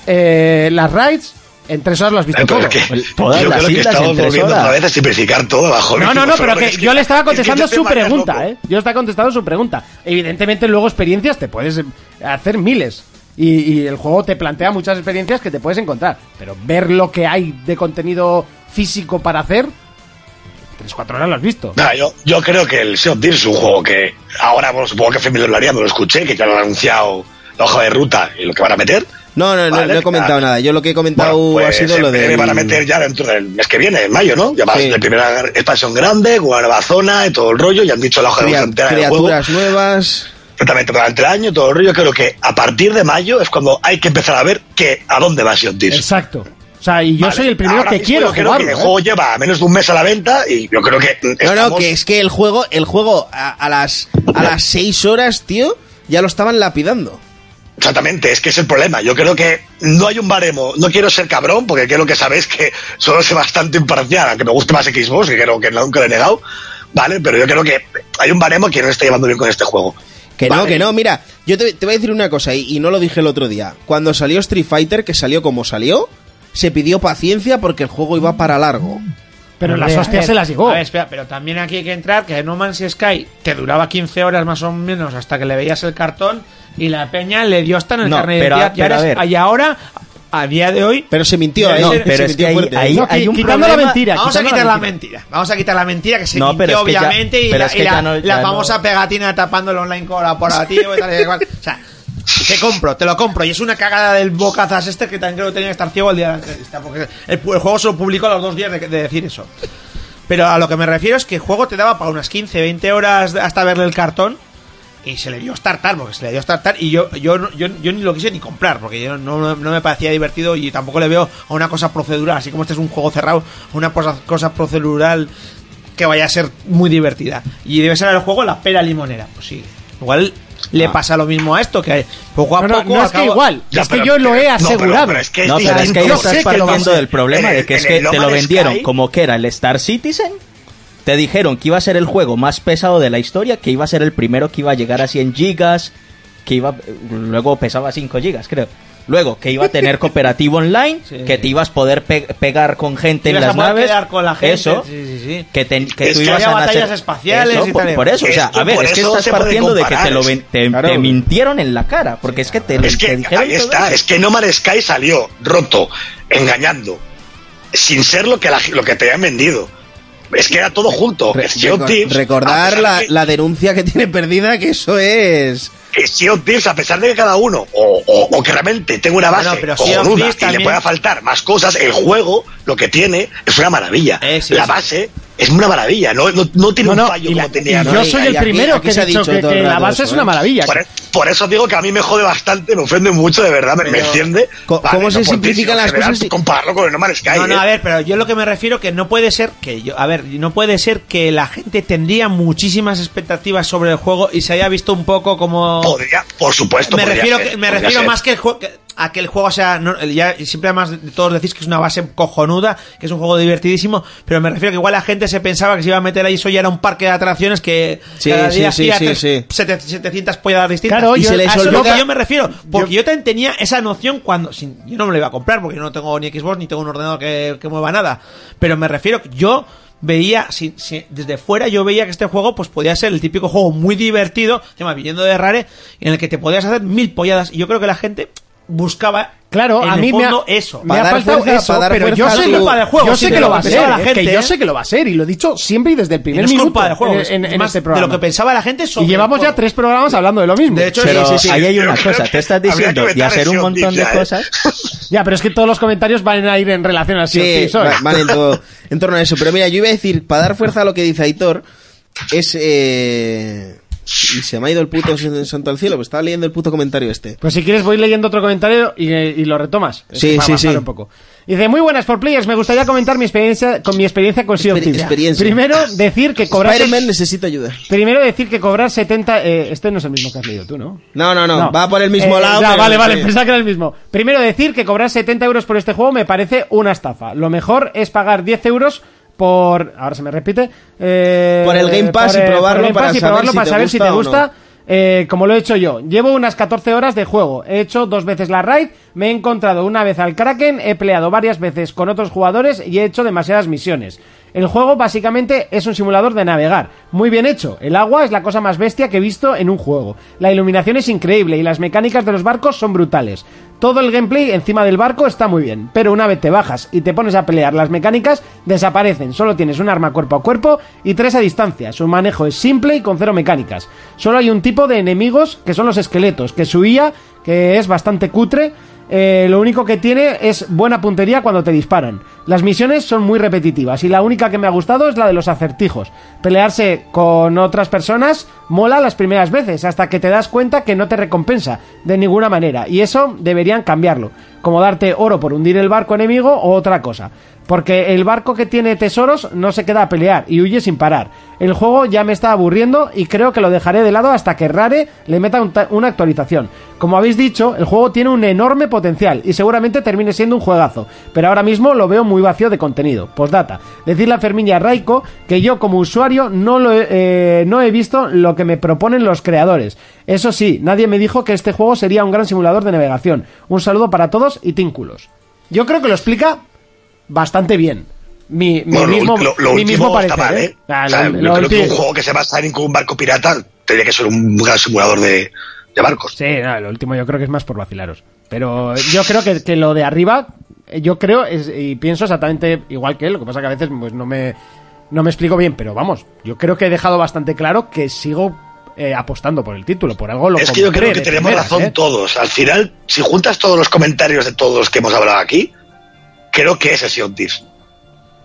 eh, las raids. En tres horas lo has visto
Eh, pero
todo.
que
Todas
yo
las
creo que
islas en
estamos
tres
volviendo
horas.
otra vez a simplificar todo bajo el
No, no,
mismo
no, pero
sombrero,
que
es
yo le estaba contestando
es que te
su
marcas
pregunta,
loco.
¿eh? Yo estaba contestando su pregunta. Evidentemente, luego experiencias te puedes eh, hacer miles. Y, y el juego te plantea muchas experiencias que te puedes encontrar. Pero ver lo que hay de contenido físico para hacer, 3-4 horas lo has visto.
Nada, yo, yo creo que el Sea of Thieves es un juego que ahora bueno, supongo que Femil lo haría, me lo escuché, que ya lo han anunciado la hoja de ruta y lo que van a meter.
No, no, no,
Vale,
no he comentado
nada.
nada. Yo lo que he comentado
Bueno, pues,
ha sido lo
en
de.
breve van a meter ya dentro del mes que viene, en mayo, ¿no? Ya va a
Sí.
ser la primera expansión grande, con una nueva zona y todo el rollo. Ya han dicho la hoja de ruta entera del juego.
criaturas nuevas.
Exactamente, durante el año, todo el rollo. Creo que a partir de mayo es cuando hay que empezar a ver que a dónde va Sea of Thieves.
Exacto. O sea, y yo
Vale,
soy el primero
ahora
que
mismo
quiero
yo creo
jugarlo.
que el
¿eh?
juego lleva menos de un mes a la venta y yo creo que. mm,
No, no,
estamos-
que es que el juego, el juego a, a las a las 6 horas, tío, ya lo estaban lapidando.
Exactamente, es que es el problema. Yo creo que no hay un baremo. No quiero ser cabrón, porque creo que sabéis que solo sé bastante imparcial, aunque me guste más Xbox, que creo que nunca lo he negado. Vale, pero yo creo que hay un baremo que no está llevando bien con este juego.
Que no,
Vale.
que no, mira, yo te, te voy a decir una cosa y, y no lo dije el otro día. Cuando salió Street Fighter, que salió como salió, se pidió paciencia porque el juego iba para largo.
¿eh? Pero las
Hombre, a
hostias
ver,
se las llevó.
A ver, espera, pero también aquí hay que entrar que No Man's Sky te duraba 15 horas más o menos hasta que le veías el cartón y la peña le dio hasta en el
No,
carnet de
pero a-
identidad. Y
pero a
ahora es-
ver.
Y ahora, a día de hoy,
Pero se mintió,
No,
ahí se-
no,
se
pero es que
mintió
ahí-
fuerte.
ahí-
No,
hay
qui-
un
quitando la
problema-
mentira.
Vamos a
quitando
quitar la mentira. Vamos a quitar la mentira que se
No, pero
mintió,
es que ya-
obviamente, y
pero
la,
es que
y la-
ya no-
la
ya
famosa
no-
pegatina tapando el online colaborativo y tal y cual. O sea, te compro, te lo compro. Y es una cagada del bocazas este que tan creo que tenía que estar ciego el día de la entrevista. Porque el, pu- el juego se lo publicó a los dos días de, de decir eso. Pero a lo que me refiero es que el juego te daba para unas 15, 20 horas hasta verle el cartón. Y se le dio startar, porque se le dio startar. Y yo, yo, no- yo, yo ni lo quise ni comprar, porque yo no, no- no me parecía divertido y tampoco le veo a una cosa procedural. Así como este es un juego cerrado, a una cosa, cosa procedural que vaya a ser muy divertida. Y debe ser el juego la pera limonera. Pues sí, igual le pasa lo mismo a esto, que poco a
No, no,
poco.
no es que
acabo-
igual,
Ya,
es que
pero-
yo lo he
no, pero-
asegurado.
pero es que
No, pero es que ahí
yo
estás
sé que lo va a
partiendo
hacer.
del problema
En
de
el-
que es
en el
que
No
te lo
Man's
vendieron
Sky-
como que era el Star Citizen. Te dijeron que iba a ser el juego más pesado de la historia, que iba a ser el primero que iba a llegar a 100 gigas, que iba luego pesaba 5 gigas, creo. Luego que iba a tener cooperativo online,
Sí.
que te ibas a poder pe- pegar con gente en
Ibas a
las
poder
naves.
quedar con la gente,
Eso.
sí, sí, sí.
Que, te- que
Es
tú
que
ibas
había
a
batallas
nacer-
espaciales
Eso,
y
por,
tal.
por eso, o sea,
Esto,
a ver,
por
es que
eso
estás
se puede
partiendo de que te
comparar,
lo
es-
ven- te,
Claro.
te mintieron en la cara, porque es que te,
Es
te
que
dijeron
ahí
todo
está,
eso.
es que No Man's Sky salió roto, engañando, sin ser lo que, la- lo que te habían vendido. Es que era todo junto.
Re-
Sea of
recor-
Thieves, a
recordar
pesar
la,
de que-
la denuncia que tiene perdida, que eso es.
que Sea of Thieves, a pesar de que cada uno, o, o- o que realmente tenga una base
Bueno, pero Sea of
cojonuda
Thieves
y
también-
le pueda faltar más cosas, el juego lo que tiene es una maravilla.
Eh, sí,
la
sí.
base es una maravilla, no, no, no tiene
No, no,
un fallo
y la-
como tenía.
y
¿no?
yo
Y-
soy
y
el
aquí-
primero
aquí
que
se
he
ha
dicho
dicho
que,
todo
que
el
la
rato
base es
eso,
una
¿eh?
maravilla.
Por, e- por eso digo que a mí me jode bastante, me ofende mucho, de verdad, me, me enciende.
co- cómo se
por ti,
simplifican
sino en
las
general,
cosas y-
Compararlo con el No Man's Sky.
No, no, a
¿eh?
ver, pero yo lo que me refiero que no puede ser que yo, a ver, no puede ser que la gente tendría muchísimas expectativas sobre el juego y se haya visto un poco como
Podría, por supuesto.
me
podría
refiero,
ser,
que- me
podría
refiero
ser.
más que, el juego- que- a que el juego sea. no- el- ya, y siempre, además, de- todos decís que es una base cojonuda, que es un juego divertidísimo, pero me refiero que igual la gente se pensaba que se iba a meter ahí, eso ya era un parque de atracciones que.
Sí,
cada día
sí, sí,
hacía
sí,
tres-
sí.
sete- 700 polladas distintas.
Claro, Y yo-
a
se les
eso es lo
olvida-
que yo me refiero. Porque yo, también tenía esa noción cuando. sin- yo no me lo iba a comprar porque yo no tengo ni Xbox ni tengo un ordenador que, que mueva nada. Pero me refiero que yo veía si- si- desde fuera yo veía que este juego pues podía ser el típico juego muy divertido llama viniendo de Rare en el que te podías hacer mil polladas y yo creo que la gente buscaba
Claro,
en
a
el
mí me ha,
fondo eso
me ha
Para dar
faltado
fuerza,
eso,
para dar
pero yo
fuerza
sé,
a
que-
tu-
culpa del juego,
yo sé
sí,
que
de
lo
lo
va a
que
ser,
pensaba la gente,
que yo
¿eh?
sé que lo va a ser y lo he dicho siempre y desde el
Y
primer
no es
minuto
culpa del juego
en,
es
en- en
más
este
de
programa.
lo que pensaba la gente sobre
y llevamos
el juego.
ya tres programas hablando de lo mismo.
de hecho
Pero
sí, sí, sí.
ahí hay una
Yo creo
cosa,
que
te estás
habría que
diciendo y
vetar
hacer un
ese
montón de
Omnibus, ¿eh?
cosas.
ya, pero es que todos los comentarios van a ir en relación a Sea of
Sí,
Thieves hoy.
va- van en, todo- en torno a eso. Pero mira, yo iba a decir, para dar fuerza a lo que dice Aitor, es... eh, Y se me ha ido el puto s- santo al cielo, pues estaba leyendo el puto comentario este.
Pues si quieres voy leyendo otro comentario y, y lo retomas. Es
Sí,
que para
sí,
avanzar
sí.
Un poco. Dice, muy buenas por players, me gustaría comentar mi experiencia con mi experiencia con Sea of
Exper-
Thieves".
experiencia.
Primero decir que cobrar
Spider-Man necesita ayuda.
Primero decir que cobrar 70 eh, este no es el mismo que has leído tú, ¿no?
No, no, no,
No.
va por el mismo
Eh,
lado.
ya,
pero-
vale, vale,
sí.
pensaba que era el mismo. Primero decir que cobrar 70 euros por este juego me parece una estafa. Lo mejor es pagar 10 euros por. Ahora se me repite. eh,
Por el Game Pass y
el-
probarlo
Game
para
Pass y
saber
probarlo
si
para
te
saber si
gusta
te
o no.
gusta. eh, como lo he hecho yo, llevo unas 14 horas de juego, he hecho dos veces la raid, me he encontrado una vez al Kraken, he peleado varias veces con otros jugadores y he hecho demasiadas misiones. El juego básicamente es un simulador de navegar, muy bien hecho, el agua es la cosa más bestia que he visto en un juego, la iluminación es increíble y las mecánicas de los barcos son brutales. Todo el gameplay encima del barco está muy bien, pero una vez te bajas y te pones a pelear, las mecánicas desaparecen. Solo tienes un arma cuerpo a cuerpo y tres a distancia. Su manejo es simple y con cero mecánicas. Solo hay un tipo de enemigos que son los esqueletos, que su IA, que es bastante cutre, eh, lo único que tiene es buena puntería cuando te disparan. Las misiones son muy repetitivas y la única que me ha gustado es la de los acertijos. Pelearse con otras personas mola las primeras veces hasta que te das cuenta que no te recompensa de ninguna manera y eso deberían cambiarlo, como darte oro por hundir el barco enemigo o otra cosa. Porque el barco que tiene tesoros no se queda a pelear y huye sin parar. El juego ya me está aburriendo y creo que lo dejaré de lado hasta que Rare le meta un ta- una actualización. Como habéis dicho, el juego tiene un enorme potencial y seguramente termine siendo un juegazo, pero ahora mismo lo veo muy vacío de contenido. Postdata, decirle a Fermín y a Raiko que yo como usuario no, lo he, eh, no he visto lo que me proponen los creadores. Eso sí, nadie me dijo que este juego sería un gran simulador de navegación. Un saludo para todos y tínculos. Yo creo que lo explica bastante bien. Mi, mi
Bueno, lo-
mismo,
lo, lo
mi
último
mismo parecer.
está mal, ¿eh?
¿eh? Ah,
O
lo-
sea, yo
lo
creo que un
ulti-
juego que se basa en un barco pirata tendría que ser un gran simulador de, de barcos.
Sí, no, lo último yo creo que es más por vacilaros. Pero yo creo que, que lo de arriba, eh, yo creo es- y pienso exactamente igual que él. Lo que pasa que a veces pues, no, me, no me explico bien, pero vamos, yo creo que he dejado bastante claro que sigo eh, apostando por el título, por algo lo
es que yo creo
compré
que
de
tenemos
primeras,
razón
¿eh?
todos. Al final, si juntas todos los comentarios de todos los que hemos hablado aquí, creo que ese ha sido un tips.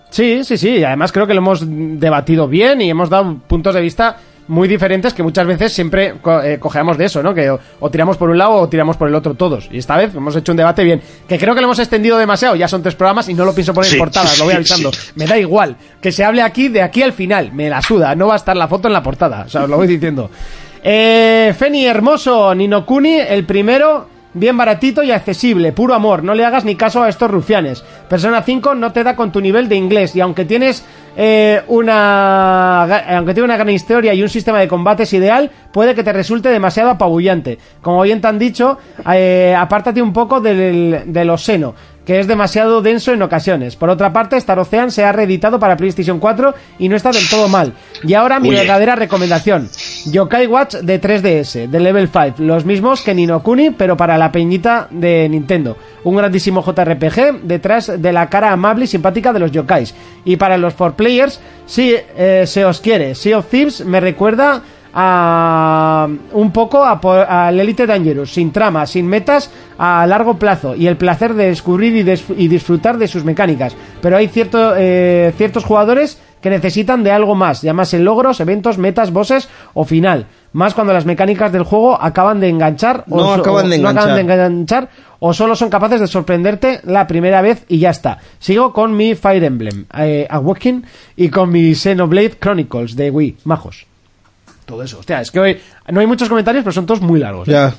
Sí, sí, sí. y Además creo que lo hemos debatido bien y hemos dado puntos de vista muy diferentes que muchas veces siempre co- eh, cojeamos de eso, ¿no? Que o, o tiramos por un lado o tiramos por el otro todos. Y esta vez hemos hecho un debate bien. Que creo que lo hemos extendido demasiado. Ya son tres programas y no lo pienso poner en
Sí,
portadas,
sí,
lo voy
sí,
avisando.
sí.
Me da igual. Que se hable aquí de aquí al final. Me la suda. No va a estar la foto en la portada. O sea, os lo voy diciendo. Eh, Feni, hermoso. Ninokuni, el primero. Bien baratito y accesible, puro amor, no le hagas ni caso a estos rufianes. Persona 5 no te da con tu nivel de inglés y aunque tienes eh, una ga- eh, aunque tiene una gran historia y un sistema de combates ideal, puede que te resulte demasiado apabullante. Como bien te han dicho, eh, apártate un poco del, del oseno que es demasiado denso en ocasiones. Por otra parte, Star Ocean se ha reeditado para PlayStation 4 y no está del todo mal. Y ahora mi
Uy, eh.
verdadera recomendación, Yokai Watch de 3DS, de Level 5, los mismos que Ninokuni, pero para la peñita de Nintendo. Un grandísimo JRPG detrás de la cara amable y simpática de los yokais. Y para los 4 players, sí, eh, se os quiere. Sea of Thieves me recuerda a un poco a por- al Elite Dangerous, sin trama, sin metas a largo plazo y el placer de descubrir y, des- y disfrutar de sus mecánicas. Pero hay cierto, eh, ciertos jugadores que necesitan de algo más, llámase logros, eventos, metas, bosses o final. Más cuando las mecánicas del juego acaban de enganchar o
No
so-
acaban
o
de
no acaban de
enganchar.
enganchar o solo son capaces de sorprenderte la primera vez y ya está. Sigo con mi Fire Emblem eh, Awakening y con mi Xenoblade Chronicles de Wii, majos. Todo eso. Hostia, es que hoy no hay muchos comentarios, pero son todos muy largos. ¿eh?
Ya.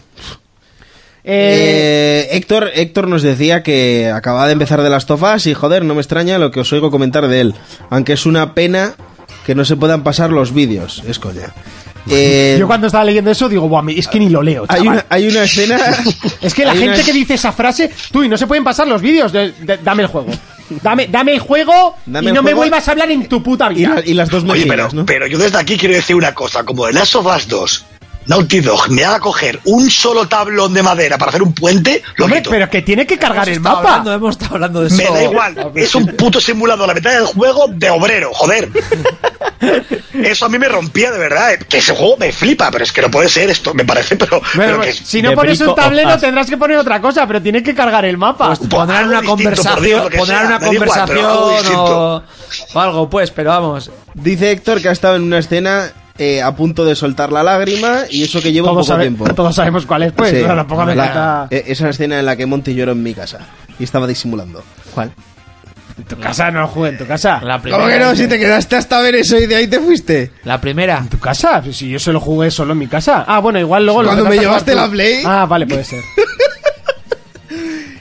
Eh,
Eh, Héctor, Héctor nos decía que acababa de empezar de las tofas y joder, no me extraña lo que os oigo comentar de él. Aunque es una pena que no se puedan pasar los vídeos. Es coña. Eh,
yo cuando estaba leyendo eso digo, Buah, es que ni lo leo.
hay,
chaval".
una, hay una escena.
Es que la
hay una-
gente que dice esa frase, tú y no se pueden pasar los vídeos, de- de- dame el juego. Dame, dame el juego
Dame
y
el
no me
juego
vuelvas a hablar en tu puta
Y,
vida.
la- y las dos
Oye,
mejigas,
pero,
¿no?
pero yo desde aquí quiero decir una cosa. Como de Last of Us 2, Naughty Dog me haga coger un solo tablón de madera para hacer un puente, lo
Hombre,
quito.
pero que tiene que cargar el
Hemos estado
mapa.
hablando- hemos estado hablando de eso.
Me da igual, es un puto simulado a la mitad del juego de obrero, joder. Eso a mí me rompía de verdad. eh, Que ese juego me flipa, pero es que no puede ser esto, me parece, pero,
Bueno,
pero que
pues,
es-
si no
de
pones
Brico
un
of
tablero
Us.
tendrás que poner otra cosa, pero tienes que cargar el mapa.
Pues
Por
Pondrán
algo
pues, una
distinto, por Dios,
conversación,
lo que
pondrán
sea,
una
me da igual,
conversación
pero algo distinto.
o, o algo, pues, pero vamos.
Dice Héctor que ha estado en una escena eh, a punto de soltar la lágrima y eso que lleva un
todos,
poco
sabe-
tiempo.
todos sabemos cuál es, pues.
Sí.
pero tampoco me
La-
encanta.
eh, Esa escena en la que Monty lloró en mi casa y estaba disimulando.
¿Cuál?
En tu casa no juega, en tu casa.
La primera.
¿Cómo que no? Si te quedaste hasta ver eso y de ahí te fuiste.
La primera.
¿En tu casa? Si yo se lo jugué solo en mi casa. Ah, bueno, igual luego... lo
Cuando me
empezaste a
llevaste
jugar tú.
la Play.
Ah, vale, puede ser.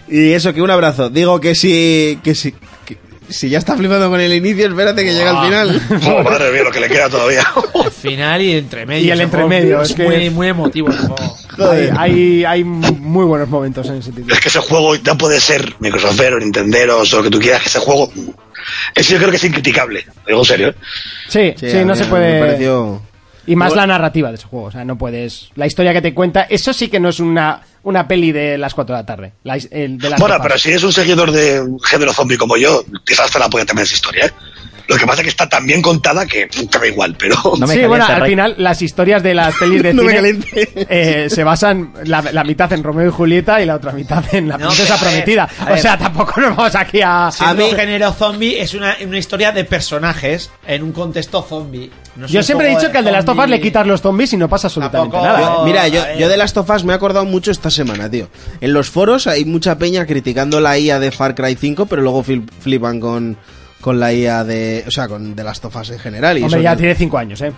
Y eso, que un abrazo. Digo que si. que si. que si ya está flipando con el inicio, espérate que llega al final.
Oh, madre mía, lo que le queda todavía.
El final y el entremedio.
Y el
Ese juego
entremedio,
Es,
es que-
muy, muy emotivo el juego.
Hay, hay, hay muy buenos momentos en ese título.
es que ese juego no puede ser Microsoft o Nintendo o lo que tú quieras, que ese juego. Ese yo creo que es incriticable, lo digo en serio. ¿eh?
Sí, sí,
a
no
mí-
se
a mí Me
puede...
pareció.
Y más la narrativa de ese juego. O sea, no puedes... La historia que te cuenta, eso sí que no es una, una peli de las 4 de la tarde. La his- el de las
Bueno,
tapas.
pero si eres un seguidor de un género zombie como yo, quizás te la puede también esa historia, ¿eh? Lo que pasa es que está tan bien contada que pff, te da igual, pero.
No me
sí,
calientes,
bueno, al
Ray.
final las historias de las pelis de
No me
cine
calientes.
eh, se basan la, la mitad en Romeo y Julieta y la otra mitad en La
No,
princesa
pero a ver,
prometida.
a ver.
o sea, tampoco nos vamos aquí a...
A
mí-
mí, género zombie es una, una historia de personajes en un contexto zombie. No es
Yo
un
siempre he
juego
dicho que al de las
zombie.
tofas le quitas los zombies y no pasa absolutamente
Tampoco-
nada. eh.
Yo-
Mira, yo,
a ver.
yo de las tofas me he acordado mucho esta semana, tío. En los foros hay mucha peña criticando la IA de Far Cry 5, pero luego fil- flipan con, con la IA de. O sea, con de las tofas en general. Y
Hombre,
eso
ya
que-
tiene 5 años, ¿eh?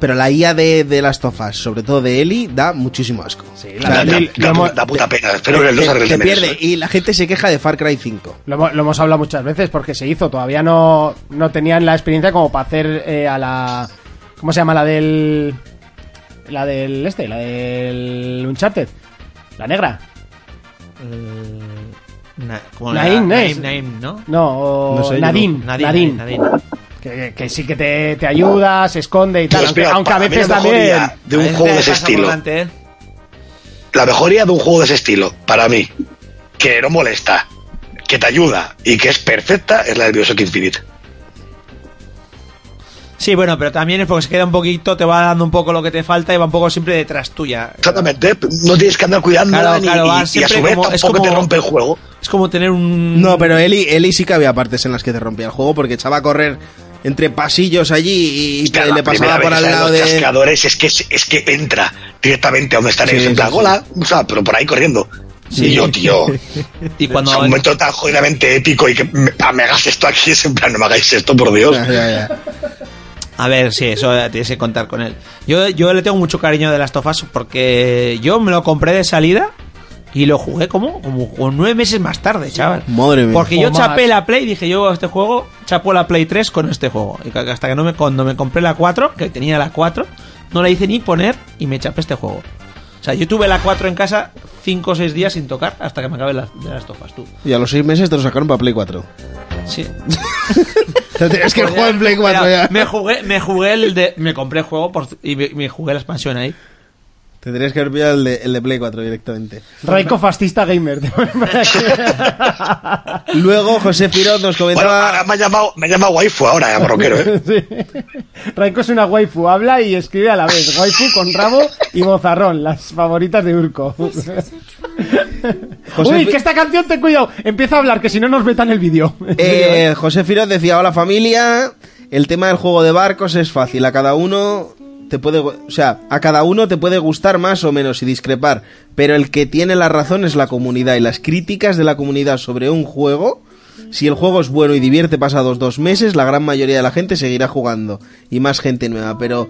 Pero la IA de, de las tofas, sobre todo de Eli, da muchísimo asco.
Sí,
O
la-
sea,
Da,
la-
da-
lo
da
hemos-
pu- da puta pena. Espero que
te-
el 2
te-
arregle
te pierde.
eso, ¿eh?
Y la gente se queja de Far Cry 5.
Lo, hemos- lo hemos hablado muchas veces porque se hizo. Todavía no, no tenían la experiencia como para hacer eh, a la... ¿Cómo se llama? La del... La del este, la del Uncharted. La negra.
Na- como
Naim,
la-
Naim.
Naim, ¿no?
No, o
No sé, yo no-
Nadine,
Nadine,
Nadine.
Nadine, Nadine.
Que, que sí que te, te ayuda, se esconde y tal.
Pues
aunque-
mira,
aunque,
para
a
mí
veces
la mejor
también.
idea de
A
un
veces
juego
te
de ese
pasa por
estilo.
delante, ¿eh?
La mejoría de un juego de ese estilo, para mí, que no molesta, que te ayuda y que es perfecta, es la del Bioshock Infinite.
Sí, bueno, pero también es porque se queda un poquito, te va dando un poco lo que te falta y va un poco siempre detrás tuya.
Exactamente, no tienes que andar cuidándola
Claro,
ni-
claro,
y-
va
y, a
siempre
su vez
como- es
tampoco te
como-
rompe el juego.
Es como tener un.
No, pero Eli, Eli sí que había partes en las que te rompía el juego porque echaba a correr entre pasillos allí y te-
Claro, la
le pasaba por
primera vez
al
que salen
lado
los
de...
cascadores es que, es que entra directamente a donde están
Sí,
ellos, en
sí,
plan,
sí.
"Hola", o sea, pero por ahí corriendo. Y yo, tío,
Y cuando.
o sea, un momento tan jodidamente épico y que me, ah, me hagas esto aquí, es en plan, no me hagáis esto, por Dios.
Ya, ya, ya.
A ver, sí, eso tienes que contar con él. Yo, yo le tengo mucho cariño de las tofas porque yo me lo compré de salida y lo jugué como, como, como nueve meses más tarde, chaval.
Madre mía.
Porque
O
yo
más.
chapé la Play, dije yo este juego, chapo la Play 3 con este juego. Y que hasta que no me, cuando me compré la 4, que tenía la 4, no la hice ni poner y me chapé este juego. O sea, yo tuve la 4 en casa 5 o 6 días sin tocar hasta que me acabé las, de las tofas, tú.
Y a los seis meses te lo sacaron para Play 4.
Sí.
Es que el juego en Play 4
Mira,
ya.
Pues Me jugué, me jugué el de. Me compré el juego por- y me, me jugué la expansión ahí.
Te tenías que haber pillado el de, el de Play 4 directamente.
Raico fascista gamer.
Luego José Firot nos
Bueno, ahora
comentaba...
me ha llamado, me ha llamado waifu ahora, eh, marroquero, ¿eh?
Raiko es una waifu, habla y escribe a la vez. Waifu con rabo y mozarrón, las favoritas de Urco.
José
Uy,
Fi-
que esta canción, ten cuidado. Empieza a hablar, que si no nos vetan el vídeo.
Eh, José Firoz decía, hola familia, el tema del juego de barcos es fácil, a cada uno te puede, gu- o sea, a cada uno te puede gustar más o menos y discrepar, pero el que tiene la razón es la comunidad y las críticas de la comunidad sobre un juego, si el juego es bueno y divierte pasados dos meses, la gran mayoría de la gente seguirá jugando y más gente nueva, pero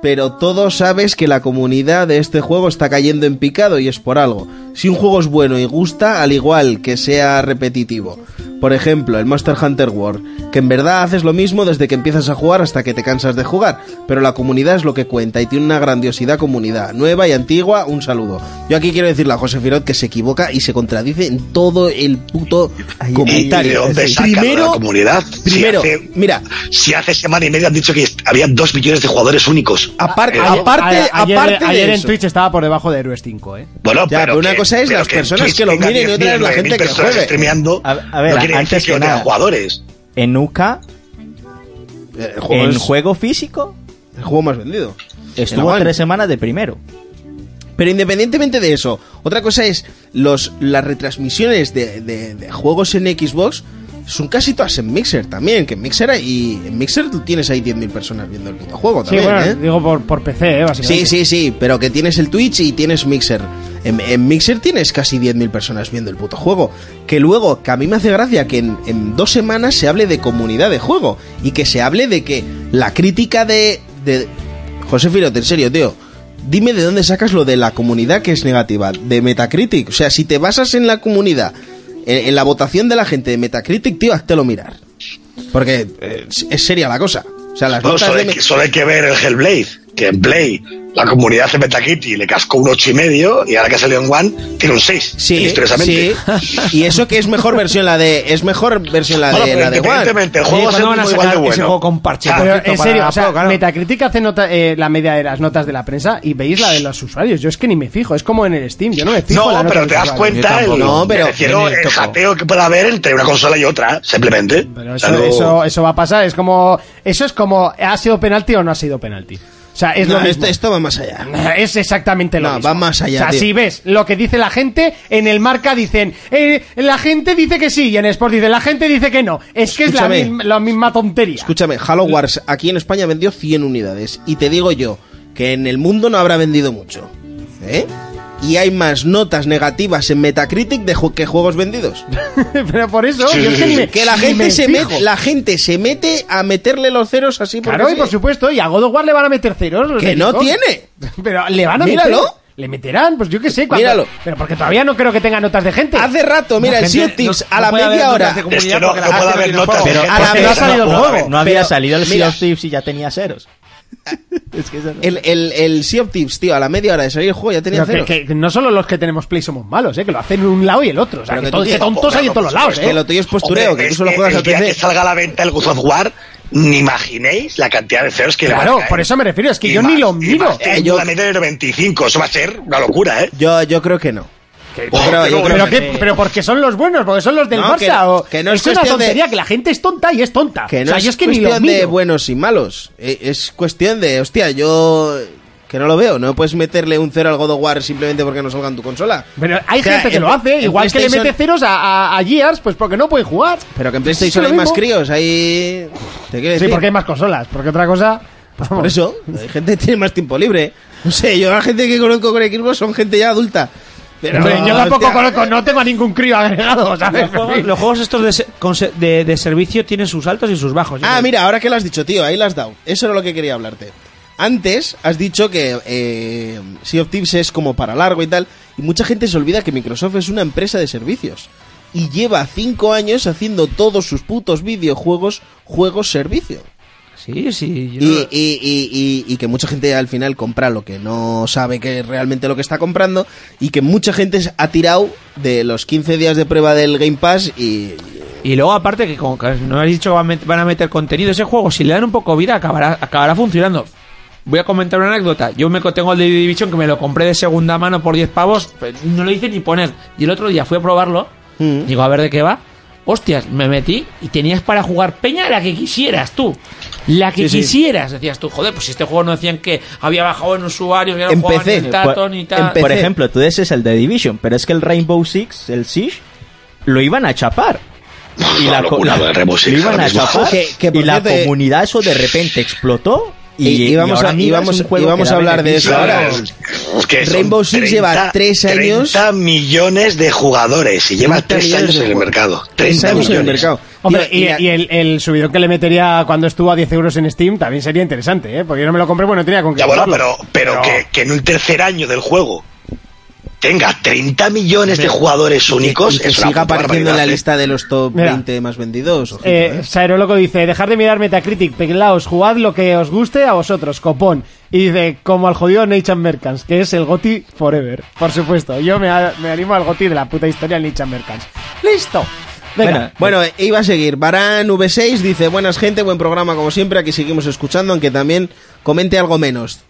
pero todos sabes que la comunidad de este juego está cayendo en picado y es por algo. Si un juego es bueno y gusta, al igual que sea repetitivo. Por ejemplo, el Monster Hunter World, que en verdad haces lo mismo desde que empiezas a jugar hasta que te cansas de jugar, pero la comunidad es lo que cuenta y tiene una grandiosidad comunidad, nueva y antigua, un saludo. Yo aquí quiero decirle a José Firot que se equivoca y se contradice en todo el puto
¿Y de
comentario.
dónde sacan a la
Primero,
comunidad? Si
primero,
hace-
mira,
Si hace semana y media han dicho que había dos millones de jugadores únicos.
aparte,
Eh,
aparte,
A- ayer,
aparte de
ayer en
eso.
Twitch estaba por debajo de Héroes 5, ¿eh?
Bueno,
Ya, pero una cosa es
pero
las personas
Twitch
que lo
tenga
miren y
10.000,
otra es la
9.000
gente que
personas
juegue.
streameando,
A- a ver,
no quiere
antes
decir que,
que
no tenga
nada.
jugadores.
En UCA,
Eh, El
Pues
juego,
en
es-
juego físico,
el juego más vendido.
estuvo
One.
tres semanas de primero.
Pero independientemente de eso, otra cosa es los, las retransmisiones de, de- de juegos en Xbox son casi todas en Mixer también, que en Mixer hay- y en Mixer tú tienes ahí 10.000 personas viendo el videojuego
Sí,
también,
bueno,
¿eh?
digo por, por PC, ¿eh? Básicamente.
Sí, sí, sí, pero que tienes el Twitch y tienes Mixer. En, en Mixer tienes casi 10.000 personas viendo el puto juego. Que luego, que a mí me hace gracia que en, en dos semanas se hable de comunidad de juego. Y que se hable de que la crítica de... de... José Firot, en serio, tío. Dime de dónde sacas lo de la comunidad que es negativa, de Metacritic. O sea, si te basas en la comunidad, en, en la votación de la gente de Metacritic, tío, lo mirar. Porque eh, es- es seria la cosa. O sea, las
Bueno,
notas
solo,
de
hay,
Me-
que- solo hay que ver el Hellblade, que en Play la comunidad de Metakitty le cascó un 8,5 y medio y ahora que ha salido en One tiene un 6,
Sí,
misteriosamente.
sí. Y eso que es mejor versión la de es mejor versión la
Bueno,
de
pero
la de One.
independientemente, el juego va a ser
¿cuándo van a
muy igual de
sacar
bueno.
ese juego con parche?
Ah,
Pero
Por cierto,
en
para
serio,
la
o sea,
Pro, claro.
Metacritic hace nota- eh, la media de las notas de la prensa y veis la de los usuarios. Yo es que ni me fijo, es como en el Steam, yo no me fijo. en la
no,
nota
pero
de
te
los
das
usuarios.
cuenta el,
No, pero-
me refiero
Viene
el
toco.
jateo que pueda haber entre una consola y otra, simplemente.
Pero
O
eso,
sea, no-
eso, eso va a pasar, es como. Eso es como, ¿ha sido penalti o no ha sido penalti? O sea, es lo
No,
mismo.
esto, esto va más allá.
Es exactamente lo
No,
mismo.
va más allá,
O sea,
tío.
si ves lo que dice la gente, en el marca dicen, eh, la gente dice que sí, y en Sport dice, la gente dice que no. Es que
Escúchame.
es la, misma- la misma tontería.
Escúchame, Halo Wars aquí en España vendió 100 unidades y te digo yo que en el mundo no habrá vendido mucho, ¿eh? Y hay más notas negativas en Metacritic de ju- que juegos vendidos.
pero por eso,
Sí,
yo
sí,
es que
sí,
ni
sí.
me-
Que la
ni
gente
me
se
fijo.
mete, la gente se mete a meterle los ceros así porque
Claro, y
sí.
por supuesto, y a God of War le van a meter ceros. los
Que
de
no
Xbox.
tiene.
Pero le van a
Míralo.
meter. Le meterán, pues yo qué sé. cuando-
Míralo.
Pero porque todavía no creo que tenga notas de gente.
Hace rato, mira, el Sea of Thieves a la media hora.
Es que no, no puede haber notas.
Pero
de
a la
gente.
vez no ha
salido el
puede
juego.
haber.
No había
Pero,
salido el
mira.
Sea of Thieves y ya tenía ceros. es que eso no-
El, el, el Sea of Thieves, tío, a la media hora de salir el juego ya tenía
Pero que,
ceros.
que no solo los que tenemos Play somos malos, ¿eh? que lo hacen un lado y el otro. O sea,
Pero
que,
que
todo-
tú
que
tienes-
tontos hay en todos los lados.
Que
¿eh?
lo tuyo es postureo,
Hombre,
que tú
es
solo juegas
el
al
día que
PC.
salga a la venta el God of War, ni imaginéis la cantidad de ceros que le van a
Claro,
caer.
por eso me refiero, es que
Y
yo ni
más,
lo
y
miro.
más,
Eh,
Hay
yo-
una media de 95, eso va a ser una locura, ¿eh?
Yo, yo creo que no. Yo creo- yo creo
Pero,
que,
qué- pero porque son los buenos, porque son los del
No,
Barça.
que-
o-
que no es
es, una
cuestión de-
tontería que la gente es tonta y es tonta.
que no
o sea,
es,
yo es que ni lo
cuestión de
miro.
buenos y malos. E- Es cuestión de, hostia, yo... Que no lo veo, no puedes meterle un cero al God of War simplemente porque no salga en tu consola.
Pero hay
O sea,
gente que
en-
lo hace,
en
igual que le
PlayStation-
mete ceros a, a, a Gears, pues porque no pueden jugar.
Pero que en
pues Es que
PlayStation
lo
hay más
mismo.
críos, hay... Te quiero
Sí,
decir,
porque hay más consolas, porque otra cosa.
Por eso, hay gente que tiene más tiempo libre. No sé, yo la gente que conozco con Xbox son gente ya adulta. Pero,
Hombre, yo tampoco
hostia,
conozco, no tengo a ningún crío agregado, ¿sabes?
Los juegos, los juegos estos de, se- con se- de- de servicio tienen sus altos y sus bajos.
Ah, mira, ahora que lo has dicho, tío, ahí lo has dado. Eso era lo que quería hablarte. Antes has dicho que eh, Sea of Thieves es como para largo y tal, y mucha gente se olvida que Microsoft es una empresa de servicios. Y lleva cinco años haciendo todos sus putos videojuegos juegos servicio.
Sí, sí. yo-
Y, y- y- y- y que mucha gente al final compra lo que no sabe que es realmente lo que está comprando y que mucha gente se ha tirado de los 15 días de prueba del Game Pass y...
Y luego, aparte, que como que no has dicho que van a met- van a meter contenido, ese juego, si le dan un poco vida, acabará, acabará funcionando. Voy a comentar una anécdota. Yo me co- tengo el de Division que me lo compré de segunda mano por 10 pavos, pues, no lo hice ni poner. Y el otro día fui a probarlo, digo a ver de qué va.
hostias, me metí y tenías para jugar peña la que quisieras tú. La que
Sí, sí.
quisieras, decías tú, joder, pues si este juego no decían que había bajado en usuarios, que ya no
En
jugaban
PC,
en Taton y tal.
en PC.
Por ejemplo, tú dices el de Division, pero es que el Rainbow Six, el Siege, lo iban a chapar. co-
Una locura, lo de Rainbow Six,
lo iban
ahora
a
mismo.
chapar.
Que- que por
y la
cierto, eh,
comunidad eso de repente explotó. Y,
Y- y vamos
ahora
a- y
mira, es
vamos-
un juego
y vamos
que da
a hablar de eso
beneficio.
Ahora,
ahora.
es que son
Rainbow Six lleva tres años-
30 millones de jugadores y lleva
30
tres
millones
años
de
en el
jugadores.
mercado.
30
30
años en el
millones.
mercado.
Hombre,
Mira, mira,
y, y el, el subidón que le metería cuando estuvo a 10 euros en Steam también sería interesante, ¿eh? Porque yo no me lo compré, bueno, tenía con qué
Ya bueno, pero,
jugarlo.
pero que, que en el tercer año del juego tenga 30 millones de jugadores únicos
y que
es una
siga
puta
apareciendo en la
barbaridad, ¿eh?
lista de los top
Mira.
20 más vendidos. ojito,
Eh,
eh.
Saero Loco dice, dejad de mirar Metacritic, peglaos, jugad lo que os guste a vosotros, copón. Y dice, como al jodido Nation Mercants, que es el goti forever. Por supuesto, yo me, a- me animo al goti de la puta historia Nation Mercants. ¡Listo! Venga,
Bueno, eh, iba a seguir. Barán V6 dice, buenas gente, buen programa como siempre, aquí seguimos escuchando, aunque también comente algo menos.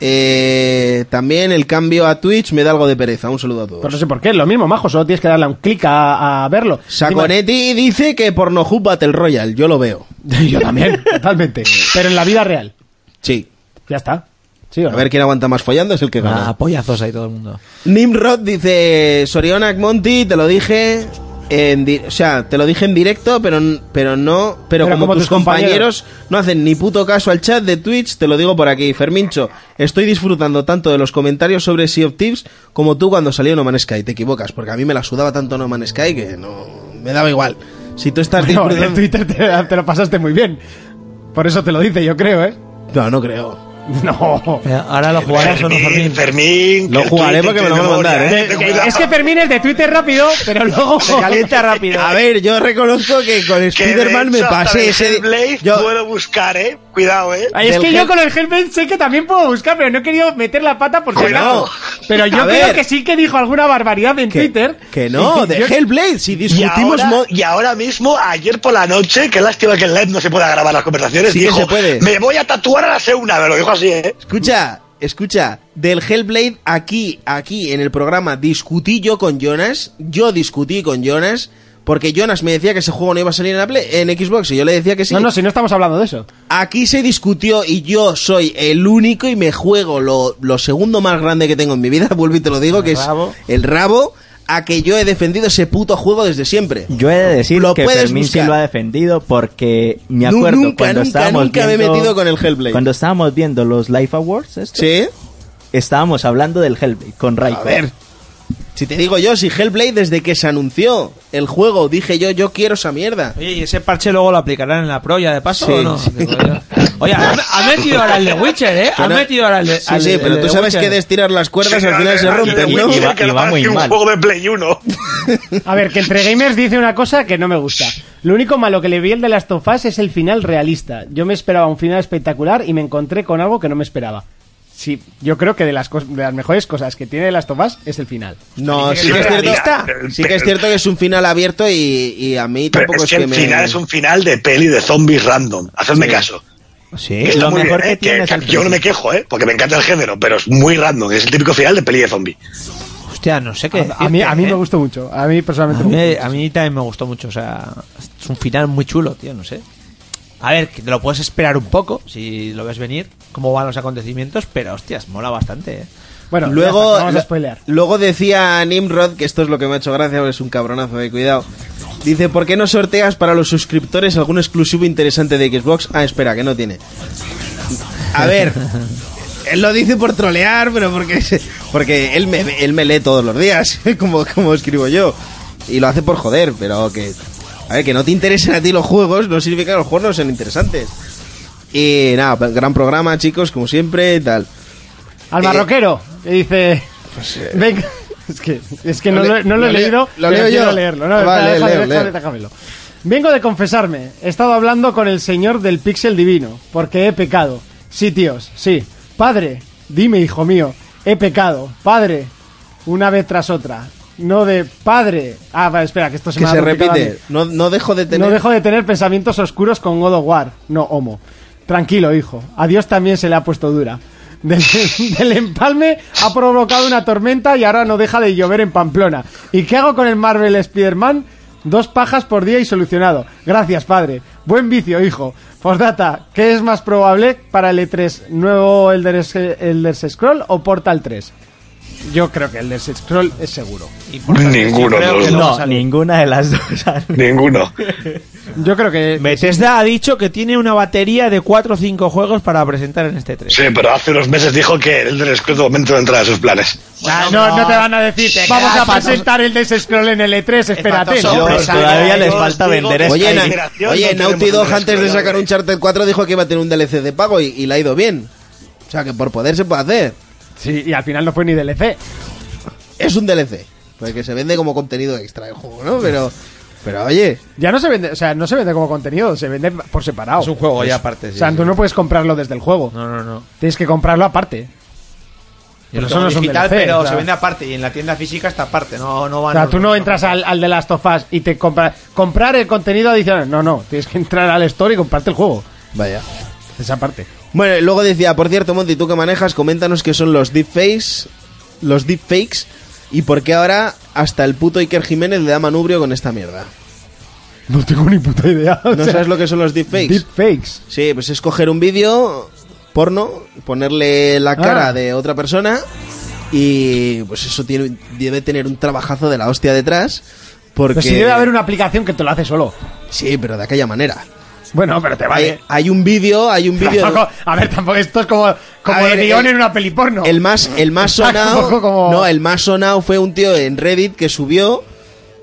Eh, también el cambio a Twitch me da algo de pereza. Un saludo a
pues no
todos.
sé por qué, lo mismo, majo, solo tienes que darle un clic a, a verlo.
Saconetti dice que Pornohub Battle Royale, yo lo veo.
Yo también, totalmente. Pero en la vida real.
Sí.
Ya está. Sí, o
A
no? Ah,
ver quién aguanta más follando es el que
Ah,
gana.
pollazos ahí todo el mundo.
Nimrod dice Sorionak Monty, te lo dije en di- o sea, te lo dije en directo, pero n- pero no, pero, como, tus, compañeros, no hacen ni puto caso al chat de Twitch, te lo digo por aquí, Fermincho. Estoy disfrutando tanto de los comentarios sobre Sea of Thieves como tú cuando salió No Man's Sky, te equivocas, porque a mí me la sudaba tanto No Man's Sky que no me daba igual. Si tú estás
No, en
disfrutando
Twitter te, te lo pasaste muy bien. Por eso te lo dice, yo creo, ¿eh?
No, no creo.
No.
Eh, Ahora lo jugarás o no,
Fermín,
Fermín.
Fermín,
Lo
que el
jugaré
Twitter
porque me lo
tiene
van a mandar,
memoria,
¿eh?
Ten cuidado.
Es que Fermín es de Twitter rápido, pero luego...
Calienta rápido.
A ver, yo reconozco que con
eh. Que de
Spider-Man me
hecho, hasta
pasé
de
ese
Hellblade
yo-
puedo buscar, eh. Cuidado, eh.
Ay, es
del
que yo
gen-
con el Hellbent sé que también puedo buscar, pero no he querido meter la pata porque...
Que no.
Pero yo
A
creo
ver.
que sí que dijo alguna barbaridad en
que,
Twitter.
que no, de
Yo-
Hellblade, si
Y
discutimos
ahora,
mo-
y ahora mismo, ayer por la noche, qué lástima que el live no se pueda grabar las conversaciones,
Sí que
dijo,
se puede.
me voy a tatuar a la segunda, me lo dijo así, ¿eh?
Escucha, escucha, del Hellblade aquí, aquí en el programa discutí yo con Jonas, yo discutí con Jonas, porque Jonas me decía que ese juego no iba a salir en, la Play- en Xbox y yo le decía que sí.
No, no, si no estamos hablando de eso.
Aquí se discutió y yo soy el único y me juego lo, lo segundo más grande que tengo en mi vida, vuelvo y te lo digo, que
rabo.
es el rabo, a que yo he defendido ese puto juego desde siempre.
Yo he de decir
Lo
que
puedes
Fermín sí
buscar.
lo ha defendido porque me
Nu-
acuerdo
nunca,
cuando
nunca,
estábamos
nunca me he
viendo-
metido con el Hellblade.
Cuando estábamos viendo los Life Awards, esto,
¿Sí?
estábamos hablando del Hellblade con Raiko.
A ver. Si te digo yo, si Hellblade desde que se anunció el juego, dije yo, yo quiero esa mierda.
Oye, ¿y ese parche luego lo aplicarán en la pro ya de paso
Sí,
o no?
sí.
Oye, ha ha metido ahora el de Witcher, ¿eh? Ha
Pero-
metido ahora el de
Ah, Sí, sí, pero tú sabes que de estirar las cuerdas
Sí,
al final se
además,
rompen,
le
¿no?
dicen
Y va-
que
y
le
va
parece
muy
un
mal.
juego de Play 1.
A ver, que entre gamers dice una cosa que no me gusta. Lo único malo que le vi el de Last of Us es el final realista. Yo me esperaba un final espectacular y me encontré con algo que no me esperaba. Sí, yo creo que de las, cos- de las mejores cosas que tiene The Last of Us es el final.
No, sí
Sí,
que es
pero-
cierto.
pero-
Sí que es cierto que es un final abierto y, y a mí
Pero
tampoco
es que el
me.
final es un final de peli de zombies random. Hacedme caso. Que
Sí,
está
lo
muy
mejor
bien,
que
¿eh?
tiene
Que-
es
que
el
Yo no me
principio.
quejo, ¿eh? Porque me encanta el género, pero es muy random. Es el típico final de peli de zombie.
Hostia, no sé qué. ¿eh?
A mí, a mí me gustó mucho. A mí personalmente.
A
me
mí,
gustó
a mí también me gustó mucho, o sea, es un final muy chulo, tío, no sé. A ver, que te lo puedes esperar un poco, si lo ves venir, cómo van los acontecimientos, pero hostias, mola bastante, eh.
mucho. Bueno, luego
Luego, eh,
vamos a
lo-
spoilear.
luego decía Nimrod, que esto es lo que me ha hecho gracia, porque es un cabronazo, eh, cuidado. Dice, ¿por qué no sorteas para los suscriptores algún exclusivo interesante de Xbox? Ah, espera, que no tiene. A ver, él lo dice por trolear, pero porque, porque él, me, él me lee todos los días, como, como escribo yo. Y lo hace por joder, pero que... A ver, que no te interesen a ti los juegos no significa que los juegos no sean interesantes. Y nada, gran programa, chicos, como siempre, tal.
Al
eh,
marroquero, que dice. Venga. Es que, es que no,
Lo
lo,
le-
no lo
lo
he
leo-
leído.
lo
pero
leo
quiero
yo.
leerlo. No,
Ah,
espera,
vale,
déjame,
leo,
déjame,
leo.
déjamelo. Vengo de confesarme. He estado hablando con el señor del pixel divino. Porque he pecado. Sí, tíos, sí. Padre, dime, hijo mío. He pecado. Padre, una vez tras otra. No de padre. Ah, vale, espera, que esto se
Que
me ha
se
duplicado a
repite,
mí.
no, no dejo de tener...
No dejo de tener pensamientos oscuros con God of War, no Homo. Tranquilo, hijo. A Dios también se le ha puesto dura. Del, del empalme ha provocado una tormenta y ahora no deja de llover en Pamplona. ¿Y qué hago con el Marvel Spider-Man? Dos pajas por día y solucionado. Gracias, padre. Buen vicio, hijo. Postdata, ¿qué es más probable para el E3? ¿Nuevo Elder, Sc- Elder Scroll o Portal 3? Yo creo que Elder Scroll es seguro.
Ninguno de los dos.
No, ninguna de las dos. sale.
Ninguno.
Yo creo que...
Bethesda ha dicho que tiene una batería de 4 o 5 juegos para presentar en este 3.
Sí, pero hace unos meses dijo que el del Scrolls de momento no entra en sus planes.
Ah, no, no te van a decir, vamos a presentar el Elder Scroll en el E3, espérate.
espantoso, hombre. Pues
Todavía
salga,
les
yo
falta
os digo-
vender
Oye,
Skyrim.
na-
generación
oye
no
Naughty
tenemos
Dog
un
antes de
desarrollador.
sacar un Charter 4 dijo que iba a tener un DLC de pago y, y le ha ido bien. O sea que por poder se puede hacer.
Sí, y al final no fue ni DLC.
Es un DLC. Porque Pues se vende como contenido extra el juego, ¿no? Pero, pero oye,
Ya no se vende, o sea, no se vende como contenido, se vende por separado. Pues,
Es un juego ya aparte.
O
sí,
sea,
sí.
tú no puedes comprarlo desde el juego.
No, no, no.
Tienes que comprarlo aparte.
Yo lo
eso
tengo
no es un
digital,
DLC,
pero
claro.
se vende aparte y en la tienda física está aparte. No, Ah, no
O
van.
sea, tú no entras al, al de Last of Us y te compras... Comprar el contenido adicional. No, no. Tienes que entrar al store y comprarte el juego.
vaya.
Esa parte.
Bueno, y luego decía, por cierto, Monty, tú que manejas, coméntanos qué son los deepfakes, los deepfakes y por qué ahora hasta el puto Iker Jiménez le da manubrio con esta mierda.
No tengo ni puta idea. o
¿No
sea,
sabes lo que son los deepfakes?
deepfakes.
Sí, pues es coger un vídeo porno, ponerle la cara
Ah.
de otra persona y pues eso tiene, debe tener un trabajazo de la hostia detrás. Porque...
Pero si debe haber una aplicación que te lo hace solo.
Sí, pero de aquella manera.
Bueno, pero te vale.
Hay, hay un vídeo, hay un vídeo...
Tampoco- a ver, tampoco esto es como, como
A ver,
el guión
el-
en una peli porno.
El más, el más
Está un
sonado.
poco como-
No, el más sonado fue un tío en Reddit que subió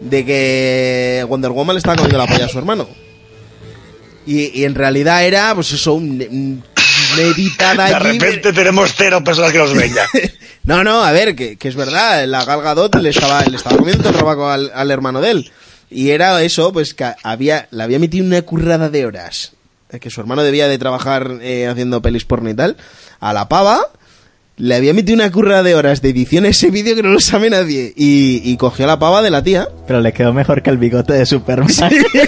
de que Wonder Woman le estaba comiendo la polla a su hermano. Y, y en realidad era, pues eso, un, un- una editada
De
allí.
repente tenemos cero personas que nos ven ya.
No, no, a ver, que, que es verdad, la Gal Gadot le estaba, le estaba comiendo todo el rabaco al, al hermano de él. Y era eso, pues que había, le había metido una currada de horas. eh, Que su hermano debía de trabajar eh, haciendo pelis porno y tal. A la pava le había metido una currada de horas de edición a ese vídeo que no lo sabe nadie. Y, y cogió a la pava de la tía.
Pero le quedó mejor que el bigote de Superman.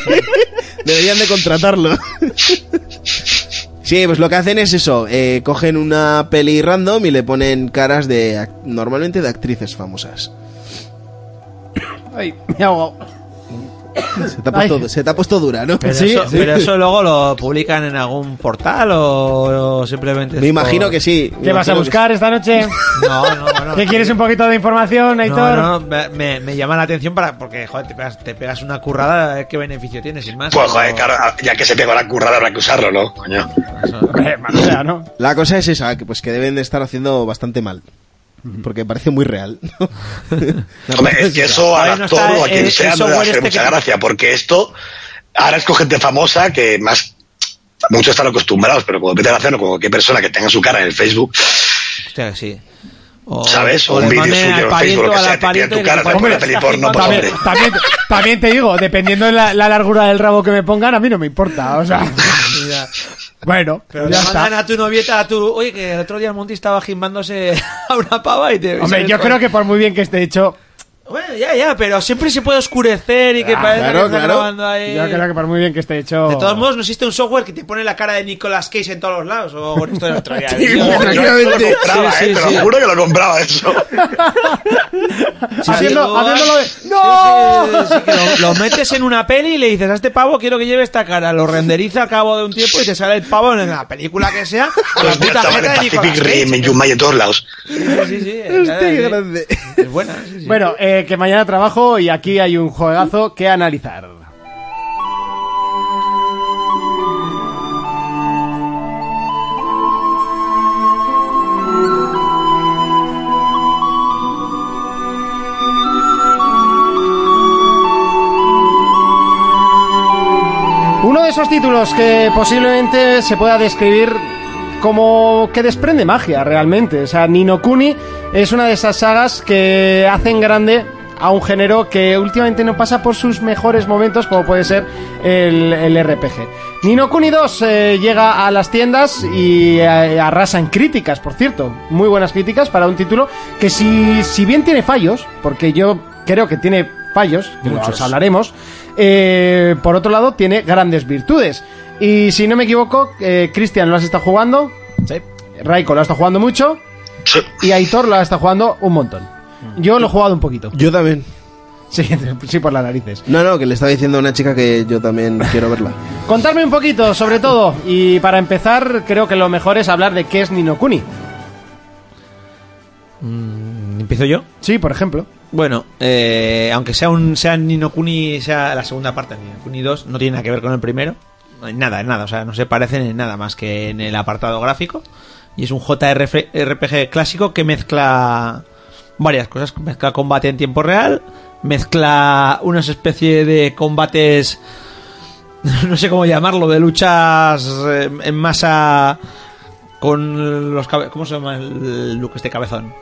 Deberían de contratarlo. Sí, pues lo que hacen es eso, eh, cogen una peli random y le ponen caras de ac- normalmente de actrices famosas.
Ay, me ha ahogado.
Se te ha puesto,
Ay.
se te ha puesto dura, ¿no?
Pero, eso, pero eso luego lo publican en algún portal o, o simplemente. es
Me imagino
por-
que sí. me
¿Qué vas a
imagino que
buscar esta noche?
No, no, no.
¿Qué quieres un poquito de información, Aitor?
No, no, me, me- me llama la atención para porque joder, te pegas, te pegas una currada, a ver qué beneficio tienes, sin más.
Pues
Pero-
joder, claro, ya que se pegó la currada habrá que usarlo, ¿no? Coño.
Hombre, o sea, ¿no?
sí. La cosa es esa, que pues que deben de estar haciendo bastante mal. Porque parece muy real. ¿no? La
Hombre,
cosa
pues
es que
esa.
eso al
Ahí no
actor
está
o a
el-
quien sea
el
no le va a
software
hacer
este
mucha
que-
gracia, porque esto ahora es con gente famosa que más muchos están acostumbrados, pero cuando empiezan a hacerlo con cualquier persona que tenga su cara en el Facebook,
Hostia, sí. O-
¿sabes? O
o
un
le
vídeo
manden al
suyo en
pariente
Facebook, lo
o
que
a la
sea, te tiran
pariente
tu
y le
cara, te
ponen-
ponen peli porno, pues
también,
hombre.
también, también te digo, dependiendo de la, la largura del rabo que me pongan, a mí no me importa. O sea,
Mira,
bueno,
Pero
ya
le mandan
está.
a tu novieta, a tu. Oye, que el otro día el Monty estaba gimbándose a una pava y te.
Hombre,
y
yo
se-
creo que por muy bien que esté hecho,
Bueno, ya, ya, pero siempre se puede oscurecer y que parece
claro,
que está
claro.
grabando ahí.
Eh,
yo creo que por muy bien que esté hecho.
De todos modos, no existe un software que te pone la cara de Nicolas Cage en todos los lados. O con esto del otro día.
Sí,
Yo-
Yo eso
efectivamente.
lo compraba,
Sí, sí,
eh, te
sí.
lo juro que lo compraba eso.
haciendo,
Yo-
haciéndolo de.
Sí,
¡No!
sí, sí, que lo, lo metes en una peli y le dices a este pavo quiero que lleve esta cara. Lo renderiza al cabo de un tiempo y te sale el pavo en la película que sea. Con la
Los días
puta
estaban
jeta
en
de Nicolas
Pacific Rim,
Cage.
en Yumai, en todos lados.
Sí, sí, sí,
Hostia, qué
sí.
grande.
Es buena. sí, sí.
Bueno, eh, que mañana trabajo y aquí hay un juegazo que analizar. Uno de esos títulos que posiblemente se pueda describir como que desprende magia realmente. O sea, Nino Kuni es una de esas sagas que hacen grande a un género que últimamente no pasa por sus mejores momentos, como puede ser el, el RPG. Nino Kuni 2 eh, llega a las tiendas y eh, arrasa en críticas, por cierto. Muy buenas críticas para un título que, si, si bien tiene fallos, porque yo creo que tiene fallos, que los hablaremos, eh, por otro lado, tiene grandes virtudes. Y si no me equivoco, eh, Cristian lo has estado jugando, Raiko lo ha estado jugando mucho
Sí.
y Aitor lo ha estado jugando un montón. Yo lo he jugado un poquito.
Yo también.
Sí, sí, por las narices.
No, no, que le estaba diciendo a una chica que yo también quiero verla.
Contarme un poquito, sobre todo. Y para empezar, creo que lo mejor es hablar de qué es Ninokuni.
¿Empiezo yo?
Sí, por ejemplo.
Bueno, eh, aunque sea un sea Nino Kuni, sea la segunda parte de Nino Kuni 2, no tiene nada que ver con el primero. En nada, en nada. O sea, no se parecen en nada más que en el apartado gráfico. Y es un JRPG clásico que mezcla varias cosas. Mezcla combate en tiempo real, mezcla unas especies de combates, no sé cómo llamarlo, de luchas eh, en masa con los... cabe- ¿Cómo se llama el look este cabezón?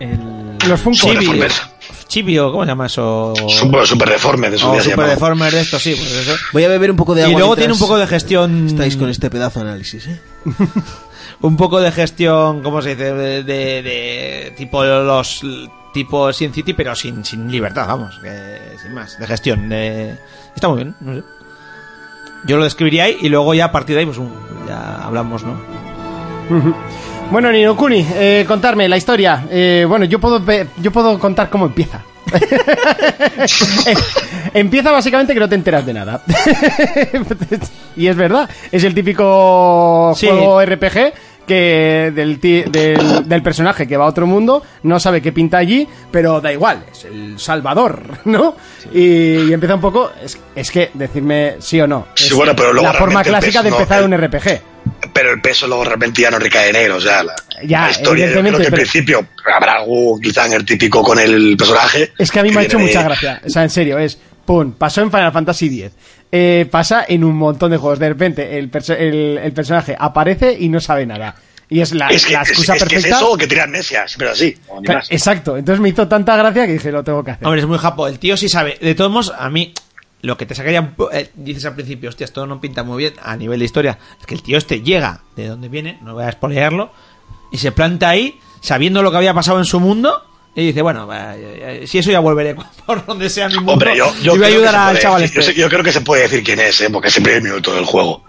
El...
Los Funko.
Chibi.
Chibi,
Deformers.
Chibi, o ¿cómo se llama eso?
Super, super deforme de su
O
día se
Super
llamaba.
Deformer de esto, sí, pues eso.
Voy a beber un poco de agua.
Y luego
mientras
tiene un poco de gestión.
Estáis con este pedazo de análisis, ¿eh?
Un poco de gestión, ¿cómo se dice? De, de- de tipo los. Tipo Sin City, pero sin, sin libertad, vamos. que sin más. De gestión. de- Está muy bien, no sé. Yo lo describiría ahí y luego ya a partir de ahí, pues un- ya hablamos, ¿no?
Bueno, Ninokuni, eh, contarme la historia. Eh, bueno, yo puedo, pe- yo puedo contar cómo empieza. Eh, empieza básicamente que no te enteras de nada. y es verdad, es el típico
Sí.
juego RPG que del, ti- del, del personaje que va a otro mundo no sabe qué pinta allí, pero da igual, es el salvador, ¿no? Y, y empieza un poco, es, es que decirme sí o no.
Sí,
es
bueno, pero luego
la forma
realmente el
clásica de
peso, ¿no?
empezar
El-
un RPG.
Pero el peso luego realmente ya no recae en él, o sea, la,
Ya,
la historia. Yo creo
evidentemente,
que al
pero-
principio habrá algo quizá en el típico con el personaje.
Es que a mí me ha
viene
hecho
de-
mucha gracia. O sea, en serio, es. Pum, pasó en Final Fantasy X. Eh, pasa en un montón de juegos. De repente, el, perso- el, el personaje aparece y no sabe nada. Y es la,
Es que,
la excusa
es, es que es
perfecta.
eso o que tiran nesias, pero así. o ni
Claro,
más.
Exacto. Entonces me hizo tanta gracia que dije, lo tengo que hacer.
Hombre, es muy japo. El tío sí sabe. De todos modos, a mí, lo que te saca ya. un po- eh, dices al principio, hostia, esto no pinta muy bien a nivel de historia. Es que el tío este llega de donde viene, no voy a espolearlo, y se planta ahí, sabiendo lo que había pasado en su mundo. Y dice, bueno, va, eh, eh, si eso ya volveré por donde sea mi mundo.
Hombre, yo, yo
y voy a
creo que
ayudar
se
al
puede
chaval
decir-
este.
yo sé- Yo, creo que se puede decir quién es, ¿eh? porque es el primer minuto del juego.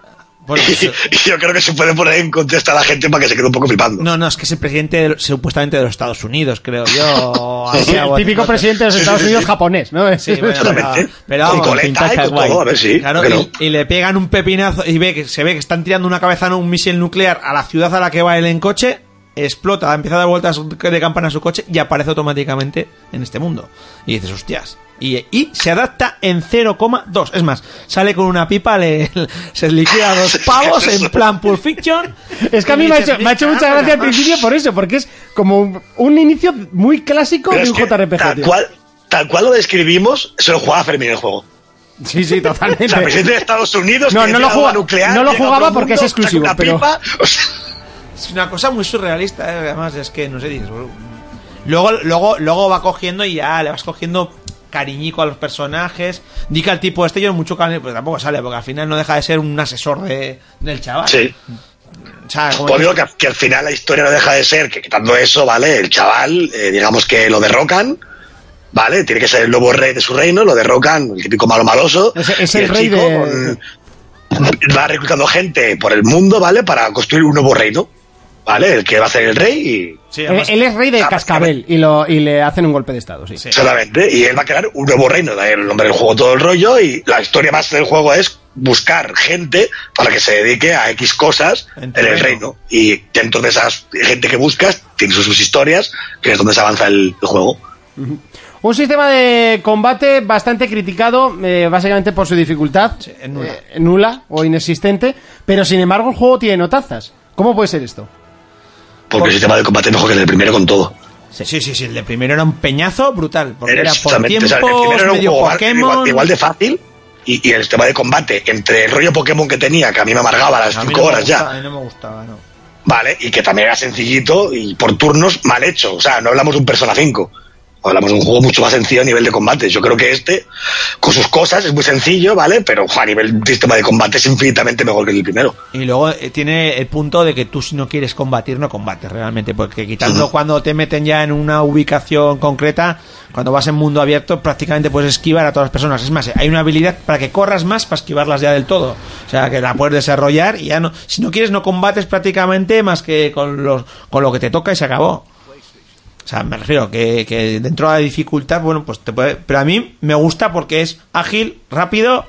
Bueno, pues,
y,
eso-
y yo creo que se puede poner en contexto a la gente para que se quede un poco flipando.
no, no, es que es el presidente de los- supuestamente de los Estados Unidos, creo yo. o
Sí,
así,
el
algo
típico
así.
presidente de los Estados Unidos japonés, ¿no?
Sí, bueno, pero, este,
Exactamente.
pero
Con
vamos,
coleta
pintaca
y con
guay.
todo, a ver si,
Claro,
pero-
y, y le pegan un pepinazo y ve que se ve que están tirando una cabeza en un misil nuclear a la ciudad a la que va él en coche, explota, empieza a dar vueltas de campana a su coche y aparece automáticamente en este mundo. Y dices, hostias. Y, y se adapta en 0,2. Es más, sale con una pipa, le- se liquida a dos pavos en plan Pulp Fiction.
Es que a mí
Y
me ha,
dices,
hecho, me ha hecho mucha
"Caramba".
gracia al principio por eso, porque es como un, un inicio muy clásico
Pero
de
es
un
que
JRPG.
Tal
tío.
cual, tal cual lo describimos, se lo jugaba Fermín el juego.
Sí, sí,
O sea, pues, el
totalmente. Eh,
presidente de Estados Unidos.
No,
que
no lo
tiene bomba
juga-
nuclear,
no lo
llega a
jugaba
otro
porque es
mundo, saca
exclusivo,
una
pero-
pipa, o sea,
Es una cosa muy surrealista, eh, además es que no sé, dices, bueno, luego, luego, luego va cogiendo y ya le vas cogiendo cariñico a los personajes. Di que al tipo este yo mucho cariño, pero tampoco sale, porque al final no deja de ser un asesor de, del chaval.
sí.
O sea, como
Pues
que-
digo que, que al final la historia no deja de ser que quitando eso, ¿vale? El chaval, eh, digamos que lo derrocan, ¿vale? Tiene que ser el nuevo rey de su reino, lo derrocan, el típico malo maloso.
Es- es
y
el rey
chico
de-
con- va reclutando gente por el mundo, ¿vale? Para construir un nuevo reino, ¿vale? El que va a ser el rey y...
sí,
Él,
además-
él es rey de
Ah,
Cascabel y, lo, y le hacen un golpe de estado, sí.
Sí.
Exactamente, y él va a crear un nuevo reino, da el nombre del juego todo el rollo, y la historia más del juego es buscar gente para que se dedique a X cosas
En
en,
terreno.
el reino. Y dentro de esas gente que buscas, tiene sus, sus historias, que es donde se avanza el, el juego.
Un sistema de combate bastante criticado, eh, básicamente por su dificultad.
es nula.
Eh, nula o inexistente. Pero sin embargo, el juego tiene notazas. ¿Cómo puede ser esto?
Porque el sistema de combate es mejor que el del primero con todo.
sí, sí, sí, sí, el de primero era un peñazo brutal, porque era por
Exactamente,
tiempo,
o sea, el primero era un
medio
juego
Pokémon.
igual, igual de fácil. Y, y el sistema de combate entre el rollo Pokémon que tenía, que a mí me amargaba las
a mí
5
no me
horas ya,
gustaba, a mí no me gustaba, no.
Vale, y que también era sencillito y por turnos mal hecho. O sea, no hablamos de un Persona 5. Hablamos de un juego mucho más sencillo a nivel de combate. Yo creo que este, con sus cosas, es muy sencillo, ¿vale? Pero jo, a nivel de sistema de combate es infinitamente mejor que el primero.
Y luego eh, tiene el punto de que tú si no quieres combatir, no combates realmente, porque quitando
Ujú.
cuando te meten ya en una ubicación concreta, cuando vas en mundo abierto prácticamente puedes esquivar a todas las personas. Es más, eh, hay una habilidad para que corras más para esquivarlas ya del todo. O sea, que la puedes desarrollar y ya no... Si no quieres no combates prácticamente más que con, los, con lo que te toca y se acabó. O sea, me refiero que, que dentro de la dificultad, bueno, pues te puede. Pero a mí me gusta porque es ágil, rápido,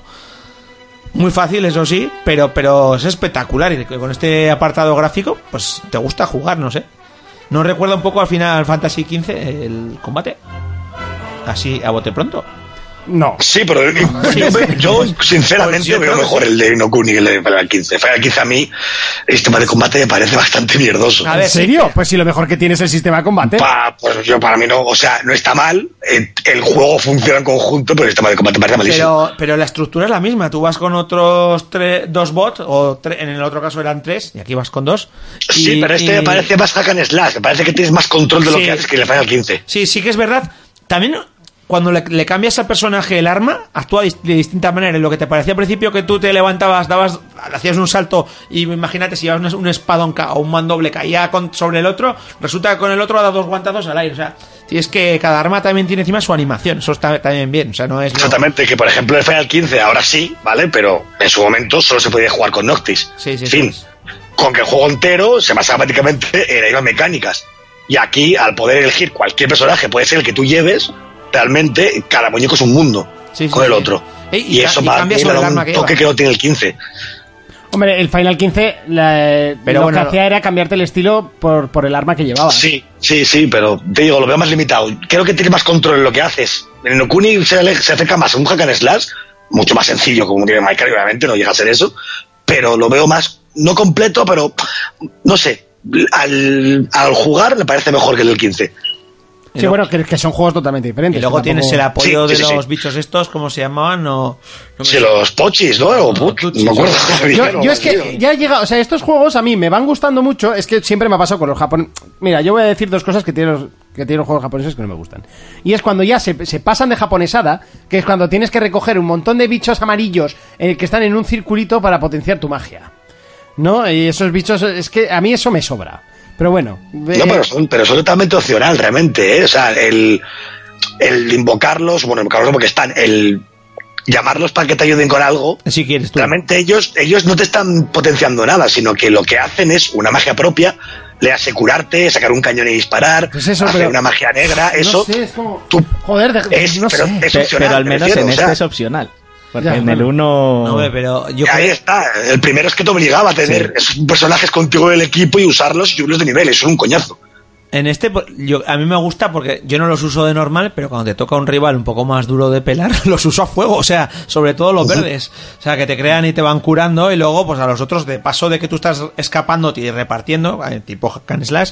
muy fácil, eso sí, pero, pero es espectacular. Y con este apartado gráfico, pues te gusta jugar, no sé. ¿No recuerda un poco al final Fantasy XV el combate? Así, a bote pronto.
No.
Sí, pero yo, yo- yo, sinceramente
Pues, yo creo
veo
que
mejor el de Nino Kuni que el de Final 15. Final 15 a mí, este tema de combate me parece bastante mierdoso.
A
¿En
ver, sí.
serio? Pues si lo mejor que tiene es el sistema de
¿eh?
combate.
Pa- pues yo para mí no, o sea, no está mal, eh, el juego funciona en conjunto, pero el tema de combate me parece malísimo.
Pero, pero la estructura es la misma. Tú vas con otros tre- dos bots, o tre- en el otro caso eran tres, y aquí vas con dos.
sí,
Y-
pero este
y-
me parece más hack and slash, me parece que tienes más control de lo
Sí.
que haces que el Final 15.
Sí, sí que es verdad. También cuando le, le cambias al personaje el arma, actúa dis- de distinta manera. En lo que te parecía al principio que tú te levantabas, dabas, hacías un salto y imagínate si llevas un, un espadón ca- o un mandoble caía con- sobre el otro, resulta que con el otro ha dado dos guantazos al aire. O sea, y es que cada arma también tiene encima su animación. Eso está también bien. O sea, no es... no-
Exactamente, que por ejemplo el Final 15 ahora sí, ¿vale? Pero en su momento solo se podía jugar con Noctis.
Sí, sí,
Fin.
sí.
Con que el juego entero se basaba prácticamente en las mismas mecánicas. Y aquí, al poder elegir cualquier personaje, puede ser el que tú lleves, realmente cada muñeco es un mundo
Sí, sí,
con el
sí.
otro.
Eh, y ca- y
para
cambia
mí le da
sobre el
un
arma que
toque
lleva.
que no tiene el 15.
Hombre, el Final 15 la-
Pero
lo
bueno,
que
no.
hacía era cambiarte el estilo por, por el arma que llevabas.
Sí, sí, sí, pero te digo, lo veo más limitado. Creo que tiene más control en lo que haces. En Nokuni se, ale- se acerca más a un hack and slash, mucho más sencillo como tiene Minecraft, obviamente, no llega a ser eso, pero lo veo más, no completo, pero no sé. Al, al jugar me parece mejor que el del 15.
Sí, bueno, que, que son juegos totalmente diferentes.
Y luego
que tampoco-
tienes el apoyo
Sí, sí,
de
sí.
los bichos estos, ¿cómo se llamaban? No, no me Ah,
Si los pochis, ¿no? O put,
tú,
no me acuerdo.
Yo, yo es que ya he llegado, o sea, estos juegos a mí me van gustando mucho, es que siempre me ha pasado con los japoneses. Mira, yo voy a decir dos cosas que tienen los, que tienen los juegos japoneses que no me gustan. Y es cuando ya se, se pasan de japonesada, que es cuando tienes que recoger un montón de bichos amarillos eh, que están en un circulito para potenciar tu magia. ¿No? Y esos bichos, es que a mí eso me sobra. Pero bueno. eh,
No, pero son, pero son totalmente opcional, realmente. ¿eh? O sea, el, el invocarlos, bueno, invocarlos porque están, el llamarlos para que te ayuden con algo,
Si quieres tú.
Realmente ellos, ellos no te están potenciando nada, sino que lo que hacen es una magia propia, le hace curarte, sacar un cañón y disparar,
Pues eso,
hacer
pero-
una magia negra,
no
eso.
sé, es como-
tú-
Joder, de-
es-
no
pero
sé.
es
Pe-
opcional,
pero al
me
menos
refiero,
en
o
este
sea,
es opcional. Porque
Ya,
en
bueno.
el 1.
No, hombre, pero yo
Ahí
creo-
está. El primero es que te obligaba a tener esos personajes contigo del equipo y usarlos y subirlos de niveles. Son un coñazo.
En este, pues, yo, a mí me gusta porque yo no los uso de normal, pero cuando te toca un rival un poco más duro de pelar, los uso a fuego, o sea, sobre todo los verdes. O sea, que te crean y te van curando y luego, pues a los otros, de paso de que tú estás escapándote y repartiendo, eh, tipo hack and slash,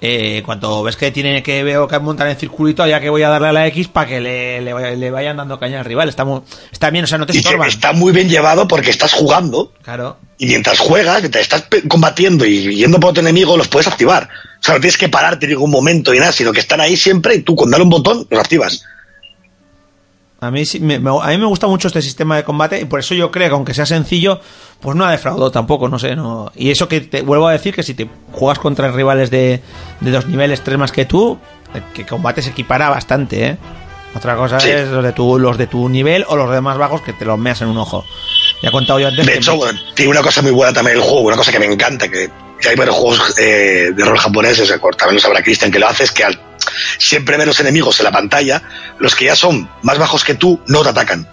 eh, cuando ves que tiene que veo que montan el circulito, ya que voy a darle a la X para que le, le vaya- le vayan dando caña al rival. Está, mu- está bien, o sea, no te
Y que
estorban.
está muy bien llevado porque estás jugando
Claro.
y mientras juegas, mientras estás pe- combatiendo y yendo por otro enemigo, los puedes activar. O sea, no tienes que pararte en ningún momento y nada, sino que están ahí siempre y tú con darle un botón los activas.
A mí, sí, me, me- a mí me gusta mucho este sistema de combate y por eso yo creo que aunque sea sencillo, pues no ha defraudado tampoco, no sé. no Y eso que te vuelvo a decir, que si te juegas contra rivales de, de dos niveles, tres más que tú, el que combate se equipara bastante, ¿eh? Otra cosa
Sí.
es los de, tu, los de tu nivel o los de más bajos que te los meas en un ojo. Ya he contado yo antes
De
que
hecho,
me-
bueno, tiene una cosa muy buena también el juego, una cosa que me encanta, que hay varios juegos eh, de rol japoneses, eh, también lo sabrá Christian, que lo hace, es que al siempre ver los enemigos en la pantalla, los que ya son más bajos que tú no te atacan.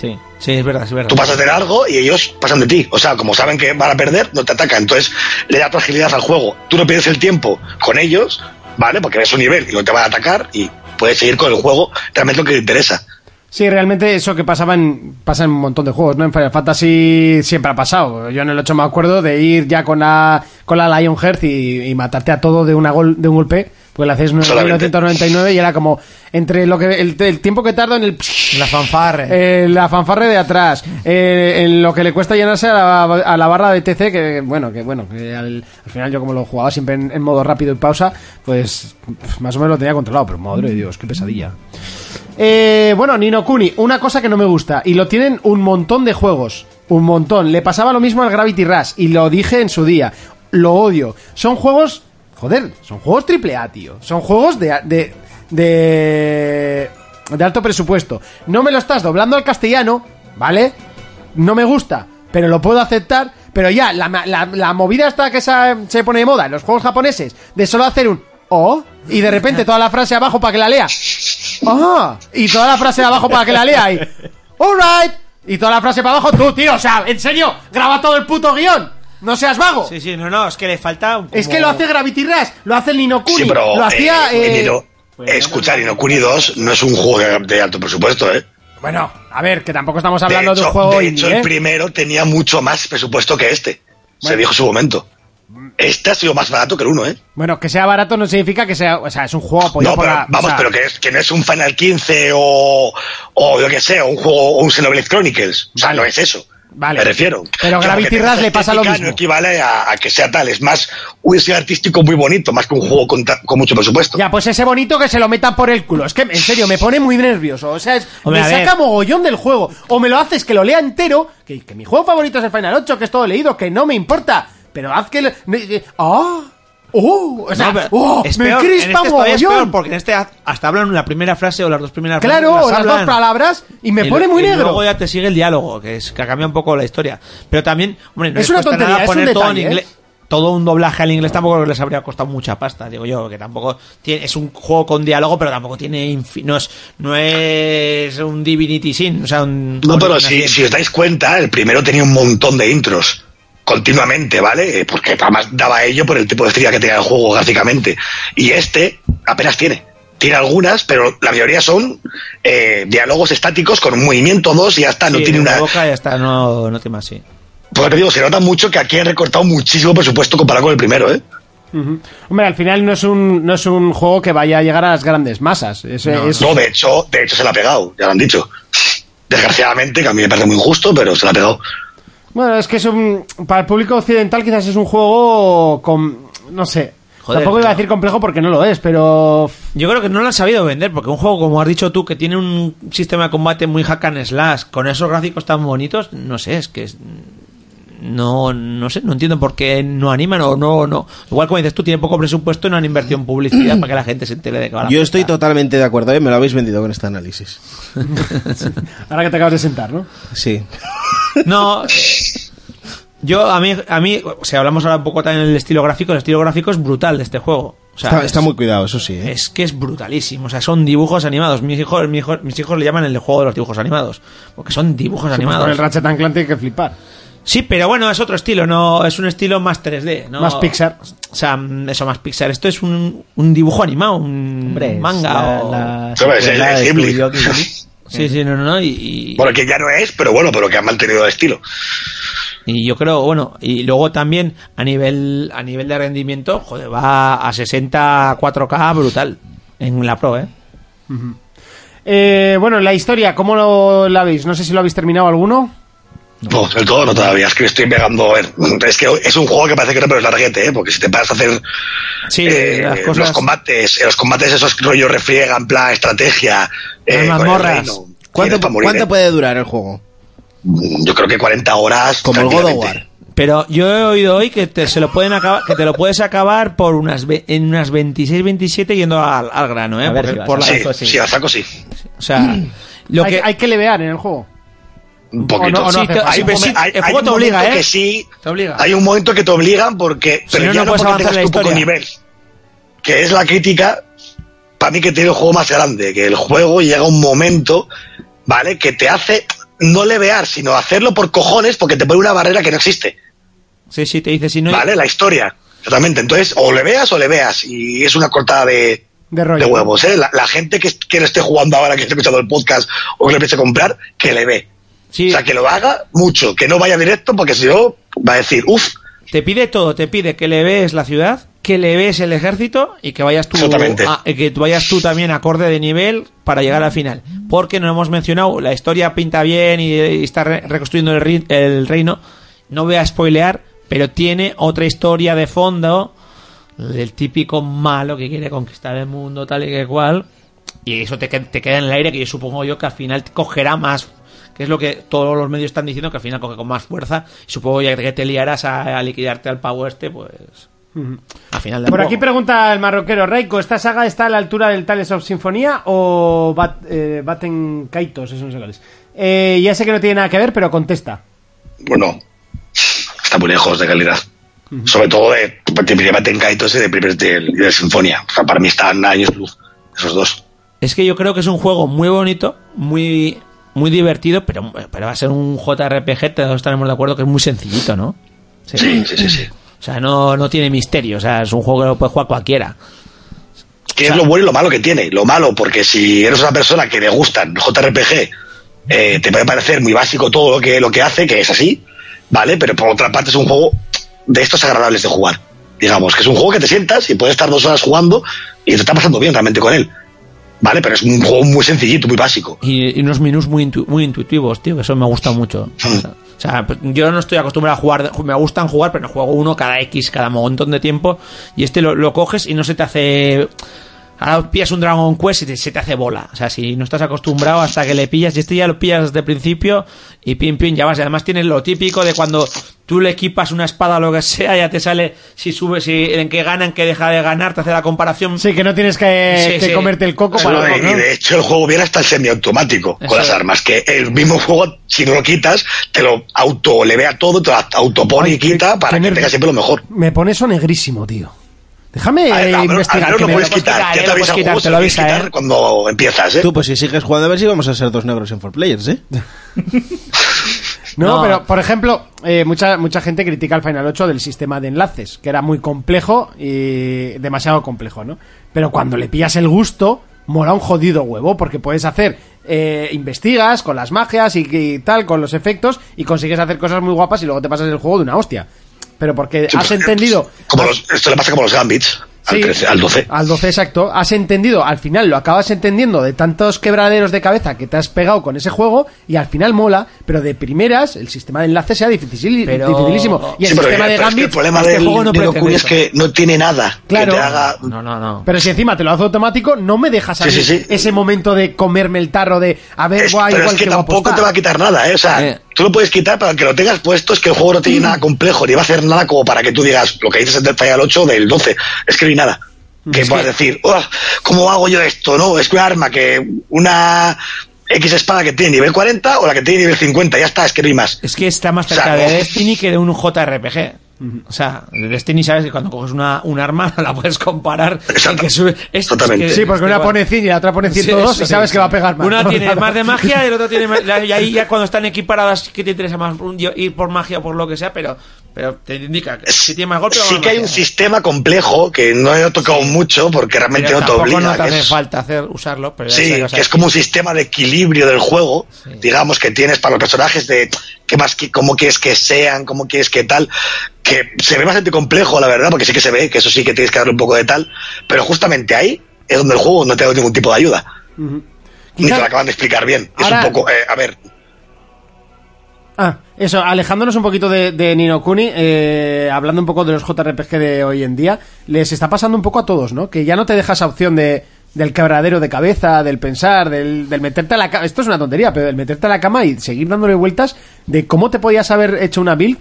Sí.
Sí, es verdad, es verdad.
Tú pasas de largo y ellos pasan de ti. O sea, como saben que van a perder, no te atacan. Entonces, le da tu agilidad al juego. Tú no pierdes el tiempo con ellos, ¿vale? Porque ves un nivel y no te van a atacar y puedes seguir con el juego realmente lo que te interesa.
Sí, realmente eso que pasaba en, pasa en un montón de juegos, ¿no? En Final Fantasy siempre ha pasado. Yo en el 8 me acuerdo de ir ya con la, con la Lion Hearth y, y matarte a todo de, una gol, de un golpe, pues lo hacéis en
Solamente.
1999 y era como entre lo que el, el tiempo que tardo en el...
La fanfarre.
Eh, la fanfarre de atrás, eh, en lo que le cuesta llenarse a la, a la barra de TC, que bueno, que bueno, que al, al final yo como lo jugaba siempre en, en modo rápido y pausa, pues más o menos lo tenía controlado, pero madre de Dios, qué pesadilla. Eh, bueno, Nino Kuni, una cosa que no me gusta, y lo tienen un montón de juegos, un montón. Le pasaba lo mismo al Gravity Rush, y lo dije en su día, lo odio. Son juegos, joder, son juegos triple A, tío. Son juegos de... de, de de alto presupuesto. No me lo estás doblando al castellano, ¿vale? No me gusta, pero lo puedo aceptar. Pero ya, la, ma- la- la movida esta que se, se pone de moda en los juegos japoneses, de solo hacer un... Oh, Y de repente toda la frase abajo para que la lea. Ah, y toda la frase de abajo para que la lea. Y, alright. Y toda la frase para abajo, tú, tío, o sea, en serio, graba todo el puto guión. No seas vago.
Sí, sí, no, no, es que le falta un
Es
como-
que lo hace Gravity Rush, lo hace el Nino Kuni,
Sí, pero
lo hacía.
eh,
eh,
Nino, escuchar Inokuni 2 no es un juego de- de alto presupuesto, ¿eh?
Bueno, a ver, que tampoco estamos
De
hablando de,
hecho,
un juego
de
indie,
hecho, el
¿eh?
primero tenía mucho más presupuesto que este. Se dijo en su momento. Este ha sido más barato que el uno, ¿eh?
Bueno, que sea barato no significa que sea. O sea, es un juego apoyado
No,
pues por
pero,
la- o
vamos,
sea,
pero que, es, que no es un Final 15 o, o lo que sea, un juego o un Xenoblade Chronicles. O sea,
Vale.
no es eso.
Vale.
Me refiero.
Pero
Que
Gravity
aunque
Rush
tenga
le pasa lo
estética,
mismo.
No equivale a, a que sea tal. Es más un estilo artístico muy bonito, más que un juego con, ta- con mucho presupuesto.
Ya, pues ese bonito que se lo metan por el culo. Es que, en serio, me pone muy nervioso. O sea, es-
Hombre,
me
a ver.
saca mogollón del juego. O me lo haces que lo lea entero, que, que mi juego favorito es el Final 8, que es todo leído, que no me importa. Pero haz que... lo- ne- eh, ¡Ah! ¡Oh! O sea,
No, pero
¡oh!
es
¡Me
peor, en este
crispa
todavía es peor
mogollón!
porque en este ha- hasta hablan la primera frase o las dos primeras
Claro,
frases.
las dos
hablan.
palabras y me
Y
pone
lo-
muy
y
negro.
Luego ya te sigue el diálogo, que es que cambia un poco la historia. Pero también, hombre, no
Es
les
una
cuesta
tontería,
nada
es un
poner todo en
detalle,
inglés-
¿eh?
Todo un doblaje al inglés tampoco les habría costado mucha pasta, digo yo, que tampoco tiene- es un juego con diálogo, pero tampoco tiene infin- no es, no es un Divinity Sin, o sea, un-
No, pero
una
si,
serie.
si os dais cuenta, el primero tenía un montón de intros. Continuamente, ¿vale? Eh, Porque además daba ello por el tipo de estrella que tenía el juego gráficamente. Y este apenas tiene. Tiene algunas, pero la mayoría son eh, diálogos estáticos con un movimiento dos y ya está. no
Sí,
tiene
la
una.
boca ya está, no, no tiene más, sí.
Por lo que digo, se nota mucho que aquí han recortado muchísimo presupuesto comparado con el primero, ¿eh?
Hombre, al final no es, un, no es un juego que vaya a llegar a las grandes masas. Es, es-
No, de hecho, de hecho se la ha pegado, ya lo han dicho. Desgraciadamente, que a mí me parece muy injusto, pero se la ha pegado.
Bueno, es que es un, para el público occidental quizás es un juego con... No sé.
Joder,
Tampoco iba a
tío.
decir complejo porque no lo es, pero...
Yo creo que no lo han sabido vender, porque un juego, como has dicho tú, que tiene un sistema de combate muy hack and slash, con esos gráficos tan bonitos, no sé, es que es- no, no sé, no entiendo por qué no animan o no, no. Igual como dices tú, tiene poco presupuesto y no han invertido en publicidad para que la gente se entere de que va la
Yo estoy
puta.
totalmente de acuerdo, ¿eh? me lo habéis vendido con este análisis.
Ahora que te acabas de sentar, ¿no?
Sí.
No. eh, Yo, a mí, a mí, o sea, hablamos ahora un poco también del estilo gráfico, el estilo gráfico es brutal de este juego. O sea,
está,
es-
está muy cuidado, eso sí. ¿eh?
Es que es brutalísimo. O sea, son dibujos animados. Mis hijos, mis hijos, mis hijos le llaman el juego de los dibujos animados. Porque son dibujos
Con el
animados.
Ratchet and Clank tiene que flipar.
Sí, pero bueno, es otro estilo, no es un estilo más 3D, ¿no?
Más Pixar.
O sea, mm, eso, más Pixar. Esto es un, un dibujo animado, un
Hombre, es
manga
la-
o...
la
Hombre, es
secuela
el
de
Ghibli.
Studio Ghibli.
Sí, sí, no, no, no. Y, y-
Bueno, que ya no es, pero bueno, pero que han mantenido el estilo.
Y yo creo, bueno, y luego también a nivel a nivel de rendimiento, joder, va a 60 4K brutal en la Pro, ¿eh?
Eh, bueno, la historia, ¿cómo lo, la veis? No sé si lo habéis terminado alguno.
No, del todo no todavía, es que estoy pegando. A ver, es que es un juego que parece que no, pero es larguete, ¿eh? porque si te paras a hacer
Sí,
eh,
las
los
cosas...
combates, eh, los combates esos rollos refriega, en plan estrategia, eh,
Las
con el
mazmorras.
reino,
¿Cuánto,
tienes pa' morir,
cuánto
eh.
puede durar el juego?
Mm, Yo creo que 40 horas.
Como el God of
tranquilamente.
War.
Pero yo he oído hoy que te, se lo pueden acabar, que te lo puedes acabar por unas ve- en unas 26, 27 yendo al, al grano, ¿eh?
A ver si vas
Porque- por
a
la-
ver.
Sí,
Eso sí.
sí, a saco sí.
o sea, lo
hay,
que
hay que levear en el juego.
Un poquito.
o no
sí,
hace
te-
falta.
sí,
Hay un
pues sí,
momen- hay-
el
hay
juego
un
te obliga,
momento
¿eh?
que sí,
Te obliga.
Hay un momento que te obligan porque. Pero
no,
ya
no
no,
puedes
porque
avanzar
tengas
en la
tu poco
historia.
nivel. Que es la crítica. Para mí que tiene el juego más grande. Que el juego llega un momento, ¿vale? Que te hace no levear, sino hacerlo por cojones porque te pone una barrera que no existe.
Sí, sí, te dice si no
¿Vale? La historia. Exactamente. Entonces, o le veas o le veas. Y es una cortada de,
De rollo.
de huevos, ¿eh? La, la gente que, que lo esté jugando ahora, que esté escuchando el podcast o que lo empiece a comprar, que le ve.
Sí.
O sea, que lo haga mucho, que no vaya directo, porque si no, va a decir, uff,
Te pide todo, te pide que le vees la ciudad, que le vees el ejército y que vayas tú
Exactamente.
a- que tú vayas tú también acorde de nivel para llegar al final. Porque no hemos mencionado, la historia pinta bien y, y está re- reconstruyendo el, ri- el reino. No voy a spoilear, pero tiene otra historia de fondo del típico malo que quiere conquistar el mundo tal y que cual. Y eso te, que- te queda en el aire que yo supongo yo que al final te cogerá más. Que es lo que todos los medios están diciendo que al final coge con más fuerza. Y supongo ya que te liarás a, a liquidarte al pavo este, pues. Al final del
Por aquí
juego.
pregunta el marroquero Reiko, ¿esta saga está a la altura del Tales of Sinfonía o Bat- eh, Batten Kaitos? Eso no sé cuál es. Eh, ya sé que no tiene nada que ver, pero contesta.
bueno, está muy lejos de calidad. Sobre todo de, de Batenka y todo ese de, primer- del- del Sinfonia. O sea, para mí están a años luz, esos dos.
Es que yo creo que es un juego muy bonito, muy, muy divertido, pero, pero va a ser un JRPG, todos estaremos de acuerdo que es muy sencillito, ¿no?
Sí, sí, sí, sí.
O sea, no, no tiene misterio, o sea, es un juego que lo puede jugar cualquiera.
que es lo bueno y lo malo que tiene. Lo malo, porque si eres una persona que le gustan JRPG, eh, te puede parecer muy básico todo lo que, lo que hace, que es así, ¿vale? Pero por otra parte es un juego de estos agradables de jugar. Digamos, que es un juego que te sientas y puedes estar dos horas jugando y te está pasando bien realmente con él. ¿Vale? Pero es un juego muy sencillito, muy básico.
Y, y unos menús muy, intu- muy intuitivos, tío, que eso me gusta mucho. O sea, o sea, pues, yo no estoy acostumbrado a jugar, me gustan jugar, pero juego uno cada X, cada montón de tiempo, y este lo, lo coges y no se te hace... Ahora pillas un Dragon Quest y te- se te hace bola. O sea, si no estás acostumbrado hasta que le pillas, y este ya lo pillas desde el principio y pim pim ya vas. Y además tienes lo típico de cuando tú le equipas una espada o lo que sea, ya te sale si sube, si en qué gana, en qué deja de ganar, te hace la comparación.
Sí, que no tienes que,
Sí,
que
sí.
comerte el coco
Bueno,
para...
y- y de hecho el juego viene hasta el semiautomático
Eso
con las
es.
armas, que el mismo juego, si no lo quitas, te lo auto le vea todo, te lo autopone
Ay,
y
qué-
quita para
qué
que
nervio.
tenga siempre lo mejor.
Me pone eso negrísimo, tío. Déjame
A ver,
eh, pues,
a ver,
investigar.
a ver,
que
lo
me-
ah, puedes
puedes
quitar,
quitar,
ya
eh,
te avisa
lo puedes quitar,
Google,
te
se
lo
lo puedes
avisa,
quitar
eh.
cuando empiezas, ¿eh?
Tú, pues si sigues jugando, a ver si vamos a ser dos negros en 4Players, ¿eh?
No,
No.
pero por ejemplo, eh, mucha, mucha gente critica el Final 8 del sistema de enlaces, que era muy complejo y demasiado complejo, ¿no? Pero cuando le pillas el gusto, mola un jodido huevo, porque puedes hacer, eh, investigas con las magias y, y tal, con los efectos, y consigues hacer cosas muy guapas y luego te pasas el juego de una hostia. Pero porque
Sí,
has
pero- eh,
entendido...
Como
has-
los- esto le pasa como los Gambits, al,
Sí. Ah,
13, al 12.
Al 12, exacto. Has entendido, al final lo acabas entendiendo de tantos quebraderos de cabeza que te has pegado con ese juego y al final mola, pero de primeras el sistema de enlace sea difícil,
Pero-
dificilísimo. Y el
Sí, pero-
sistema de
pero es que
Gambit,
el problema
este
del,
juego no
del
pretende
Okuni es
eso.
que no tiene nada
Claro.
que te haga...
No, no, no.
Pero si encima te lo hace automático, no me dejas a
Sí,
mí
sí, sí.
ese momento de comerme el tarro de a ver,
es-
guay,
pero
igual
es que
que
tampoco te va a quitar nada, ¿eh? O sea,
Eh.
tú lo puedes quitar, pero que lo tengas puesto es que el juego no
Mm.
tiene nada complejo, ni va a hacer nada como para que tú digas lo que dices del Final 8 del 12. Es que no hay nada.
Mm.
Que puedas decir, "Uah, ¿cómo hago yo esto? No, es que un arma que una X espada que tiene nivel 40 o la que tiene nivel 50, ya está, es que no hay más.
Es que está más
O sea,
cerca de
no.
Destiny que de un JRPG. O sea, de Destiny sabes que cuando coges una, un arma la puedes comparar.
Exacto.
que sube- es- es
Totalmente.
que-
Sí, porque
es
una
que
pone 100 y la otra pone
Sí,
102
sí,
y sabes
sí.
que va a pegar más.
Una
¿no?
tiene más de magia y el otro tiene más. la- Y ahí ya cuando están equiparadas, que te interesa más Un- ir por magia o por lo que sea, pero, pero te indica que si tiene más golpe.
sí
más
que hay un
magia.
sistema complejo que no he tocado mucho porque realmente
Pero
no te
tampoco
obliga.
no te
que
hace
es-
falta hacer, usarlo, pero ya
Sí,
sabes, o sea,
que es como un sistema de equilibrio del juego, digamos, que tienes para los personajes de qué más, que- cómo quieres que sean, cómo quieres que tal, que se ve bastante complejo, la verdad, porque sí que se ve, que eso sí que tienes que darle un poco de tal, pero justamente ahí es donde el juego no te da ningún tipo de ayuda. Ni te
Quizá-
lo acaban de explicar bien.
Ahora-
es un poco, eh, a ver,
Ah, eso, alejándonos un poquito de, de Nino Kuni, eh, hablando un poco de los JRPG de hoy en día, les está pasando un poco a todos, ¿no? Que ya no te deja esa opción de, del quebradero de cabeza, del pensar, del, del meterte a la cama. Esto es una tontería, pero del meterte a la cama y seguir dándole vueltas de cómo te podías haber hecho una build.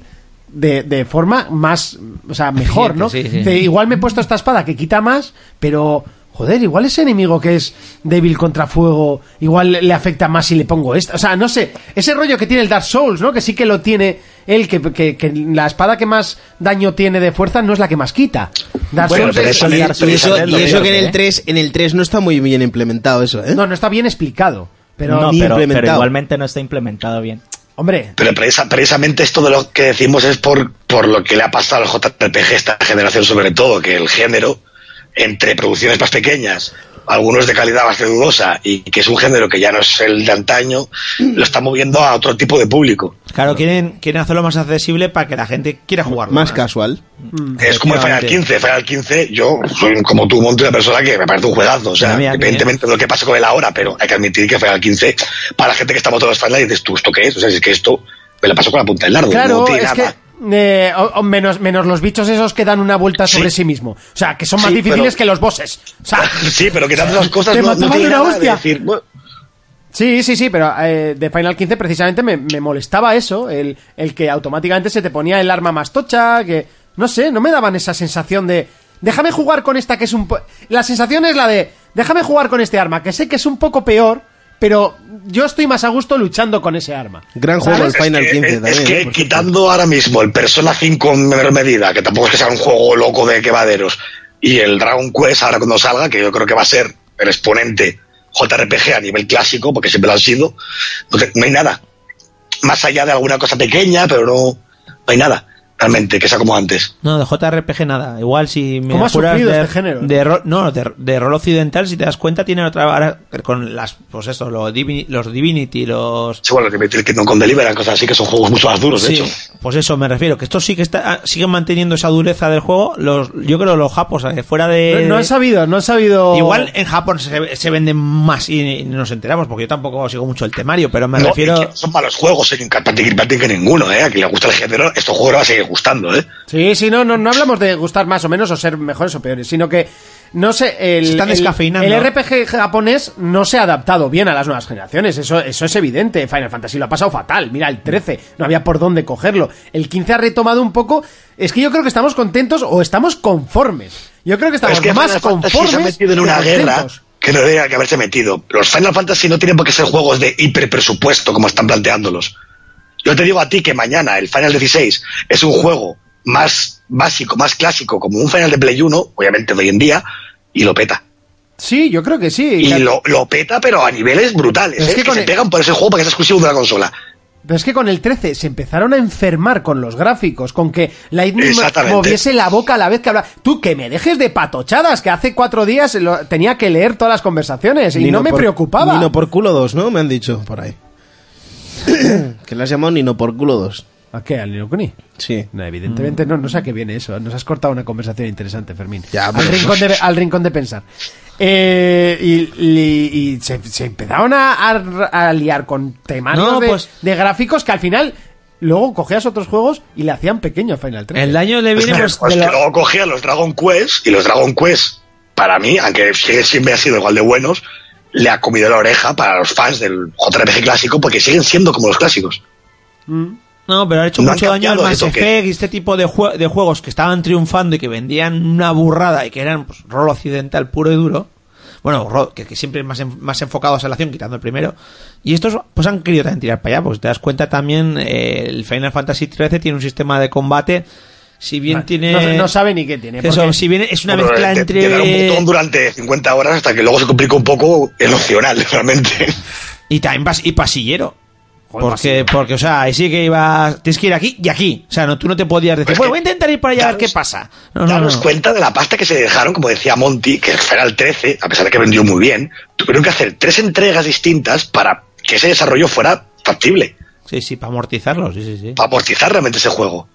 De, de forma más, o sea, mejor, ¿no?
Sí, sí.
De, igual me he puesto esta espada que quita más, pero joder, igual ese enemigo que es débil contra fuego, igual le- le afecta más si le pongo esta. O sea, no sé, ese rollo que tiene el Dark Souls, ¿no? Que sí que lo tiene él, que, que- que la espada que más daño tiene de fuerza no es la que más quita. Dark
Bueno,
Souls
pero
es-
eso le-
Y,
Dark
y
Souls
eso,
también
y
lo
eso
digo,
que en
¿eh?
el 3 en el 3 no está muy bien implementado eso, ¿eh?
No, no está bien explicado. Pero,
no,
ni
pero, pero
implementado.
igualmente no está implementado bien.
hombre,
pero precisa- precisamente esto de lo que decimos es por, por lo que le ha pasado al JRPG esta generación sobre todo, que el género, entre producciones más pequeñas, algunos de calidad bastante dudosa, y que es un género que ya no es el de antaño, lo está moviendo a otro tipo de público.
Claro, quieren, quieren hacerlo más accesible para que la gente quiera jugarlo.
Más casual.
Es como el Final 15. Final 15, yo soy como tú, Monte, una persona que me parece un juegazo. O sea,
Mira, mira,
independientemente de lo que pasa con él ahora, pero hay que admitir que Final 15, para la gente que estamos todos los Final, dices tú, ¿esto qué es? O sea, es que esto me la paso con la punta del largo.
Claro,
no tiene
es
nada.
que eh, o- o menos, menos los bichos esos que dan una vuelta sobre sí,
Sí.
mismo. O sea, que son más
Sí,
difíciles
pero-
que los bosses. O sea,
Sí, pero que tantas cosas
Te
no, no
mataban
tiene
de una
nada
hostia.
de decir, bueno,
Sí, sí, sí, pero eh, de Final 15 precisamente me, me molestaba eso, el, el que automáticamente se te ponía el arma más tocha, que no sé, no me daban esa sensación de déjame jugar con esta que es un po-". la sensación es la de déjame jugar con este arma que sé que es un poco peor, pero yo estoy más a gusto luchando con ese arma.
Gran juego el Final
que-
15
es
también.
que
¿eh? Por
quitando ahora mismo el Persona 5 en menor medida, que tampoco es que sea un juego loco de quevaderos, y el Dragon Quest ahora cuando salga, que yo creo que va a ser el exponente JRPG a nivel clásico, porque siempre lo han sido, no, te- no hay nada. Más allá de alguna cosa pequeña, pero no, no hay nada, realmente, que sea como antes.
No, de JRPG nada. Igual si me
¿Cómo ha
apuras
sufrido
de,
este género?
de ro- no, de, de rol occidental, si te das cuenta, tiene otra vara con las, pues eso, los, Divi- los Divinity, los...
Sí, bueno, el Kingdom con Deliverance, cosas así, que son juegos mucho más duros, de
Sí,
hecho.
pues eso me refiero, que estos sí que está, ah, siguen manteniendo esa dureza del juego, los, yo creo los japos, eh, fuera de...
No, no he sabido, no he sabido.
Igual en Japón se, se venden más y, no nos enteramos, porque yo tampoco sigo mucho el temario, pero me
No,
refiero...
y que son malos juegos, eh, que prácticamente que ninguno, ¿eh? A quien le gusta el género, estos juegos le va a seguir gustando, ¿eh?
Sí, sí, no, no, no hablamos de gustar más o menos o ser mejores o peores, sino que no sé, el,
Se están
el-
descafeinando.
el, RPG japonés no se ha adaptado bien a las nuevas generaciones, eso, eso es evidente. Final Fantasy lo ha pasado fatal, mira, el 13, no había por dónde cogerlo. El 15 ha retomado un poco, es que yo creo que estamos contentos o estamos conformes. Yo creo que estamos
es que
más
Final Fantasy
conformes.
se ha metido en
que
una guerra
contentos.
que no debería que haberse metido. Los Final Fantasy no tienen por qué ser juegos de hiper presupuesto como están planteándolos. Yo te digo a ti que mañana el Final 16 es un juego más básico, más clásico, como un Final de Play 1, obviamente de hoy en día, y lo peta.
Sí, yo creo que sí.
Y
que-
lo, lo peta, pero a niveles brutales.
Es
¿eh?
que
que
con
se
el-
pegan por ese juego para que sea exclusivo de una consola.
Pero es que con el 13 se empezaron a enfermar con los gráficos, con que Lightning
Exactamente.
moviese la boca a la vez que hablaba. Tú que me dejes de patochadas, que hace cuatro días lo- tenía que leer todas las conversaciones y
Nino
no me
por-
preocupaba.
Nino por culo 2, ¿no? Me han dicho por ahí. que le has llamado Nino por culo 2.
¿A qué? ¿Al Nino Kuni?
Sí.
No, evidentemente no, no sé a qué viene eso. Nos has cortado una conversación interesante, Fermín.
Ya,
al,
pero-
rincón de, al rincón de pensar. Eh, y, y- y se, se empezaron a, a- a liar con temarios
No,
de,
pues-
de gráficos que al final luego cogías otros juegos y le hacían pequeño a Final 13.
El daño le viene pues,
Pues
de
que
lo-
luego cogía los Dragon Quest y los Dragon Quest, para mí, aunque sí- siempre ha sido igual de buenos, le ha comido la oreja para los fans del JRPG clásico porque siguen siendo como los clásicos.
No, pero ha hecho
No han
mucho daño al
cambiado
Mass
eso, ¿qué?
Effect y este tipo de, jue- de juegos que estaban triunfando y que vendían una burrada y que eran pues, rol occidental puro y duro. Bueno, ro- que, que siempre más, en- más enfocados a la acción, quitando el primero. Y estos pues han querido también tirar para allá, porque te das cuenta también eh, el Final Fantasy XIII tiene un sistema de combate, si bien tiene...
no, no sabe ni qué tiene.
Eso,
porque-
si bien es una
Bueno,
mezcla
de- de-
entre...
de dar un botón durante 50 horas hasta que luego se complica un poco el opcional, realmente.
Y también pas- y pasillero.
Joder,
porque, porque, o sea, ahí sí que ibas. Tienes que ir aquí y aquí. O sea, no, tú no te podías decir,
Pues
bueno,
que-
voy a intentar ir para allá a ver
daros-
qué pasa. No, no, no.
Daros cuenta de la pasta que se dejaron, como decía Monty, que fuera el 13, a pesar de que vendió muy bien, tuvieron que hacer tres entregas distintas para que ese desarrollo fuera factible.
Sí, sí, para amortizarlo, sí, sí, sí.
para amortizar realmente ese juego.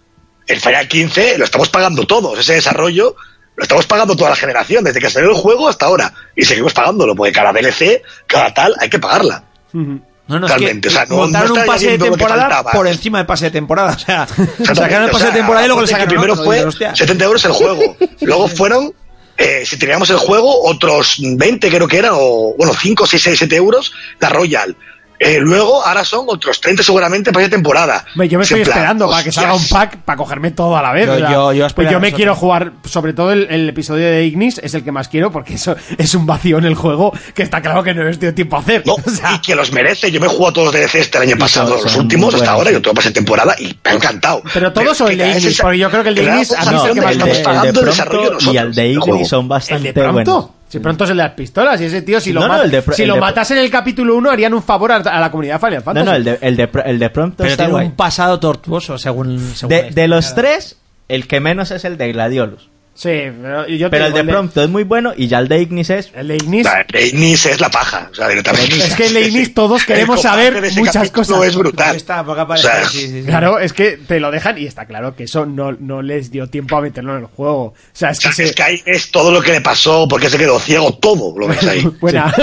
El Final 15 lo estamos pagando todos, ese desarrollo lo estamos pagando toda la generación, desde que salió el juego hasta ahora. Y seguimos pagándolo, porque cada DLC, cada tal, hay que pagarla.
No, no, es que
Totalmente, o sea, no-
montaron
no
un
está
pase de
yendo lo que
temporada
faltaba.
por encima del pase de temporada. O sea, sacaron el
Exactamente,
pase
o sea,
de temporada y luego le
aparte que
sacaron
Primero
otro, y
fue
dices, hostia.
70 euros el juego. Luego fueron, eh, si teníamos el juego, otros 20 creo que era, o bueno, 5, 6, 6, 7 euros, la Royal. Eh, luego, ahora son otros 30 seguramente para esa temporada.
Hombre, yo me
Es en
estoy
plan,
esperando para que salga un
hostias.
pack para cogerme todo a la vez.
Yo-
o sea,
yo- yo
pues
espero
me
eso
quiero
también.
jugar, sobre todo el, el episodio de Ignis, es el que más quiero porque eso es un vacío en el juego que está claro que no he tenido tiempo a hacer.
No,
O sea,
y que los merece. Yo me he jugado todos los DLC este año pasado,
son
los últimos
buenos,
hasta ahora.
sí.
Yo tengo pasé temporada y me ha encantado.
Pero todos o el de
es
Ignis,
esa-
porque yo creo que el de
te da la
Ignis, a mí es
No,
el que más
el
me
de,
estamos
gusta.
el de
pagando el desarrollo
pronto y
nosotros
el de
del
Igni
juego.
son
el de
bastante
pronto.
buenos.
Si pronto es el de las pistolas, y ese tío, si lo,
No, no,
mat-
el de pr-
si
el
lo
de pr-
matas en el capítulo 1, harían un favor a, a la comunidad Final
No,
Fantasy.
no, el de, el de, pr- el de pronto
Pero
está
tiene
guay.
un pasado tortuoso, según. según este.
De,
esto.
de los tres, el que menos es el de Gladiolus.
Sí, pero, yo te
Pero el
digo,
de pronto es muy bueno y ya el de Ignis es...
El de Ignis.
O sea, el de Ignis es la paja. O sea, directamente.
Es que el de Ignis todos
El
queremos
combate
saber
de ese
muchas
capítulo
cosas.
es brutal.
Ahí está, porque
O
aparece.
sea,
sí, sí, sí.
Claro, es que te lo dejan y está claro que eso no, no les dio tiempo a meterlo en el juego. O sea, es que se...
Sky es todo lo que le pasó, porque se quedó ciego, todo lo ves ahí.
Buena.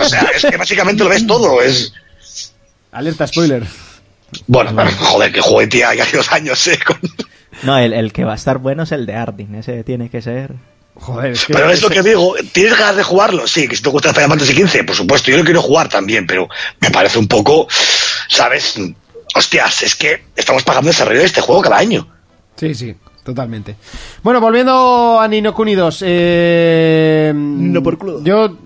O sea, es que básicamente lo ves todo. Es
Alerta spoiler.
bueno, joder, que jugué tía ya hace dos años. eh, con-
No, el, el que va a estar bueno es el de Ardyn. Ese tiene que ser...
Joder, es que...
Pero es lo que digo, ¿tienes ganas de jugarlo? Sí, que si te gusta Final Fantasy XV, por supuesto, yo lo quiero jugar también, pero me parece un poco, ¿sabes? Hostias, es que estamos pagando el desarrollo de este juego cada año.
Sí, sí, totalmente. Bueno, volviendo a Nino Kuni 2. Eh...
Nino por culo.
Yo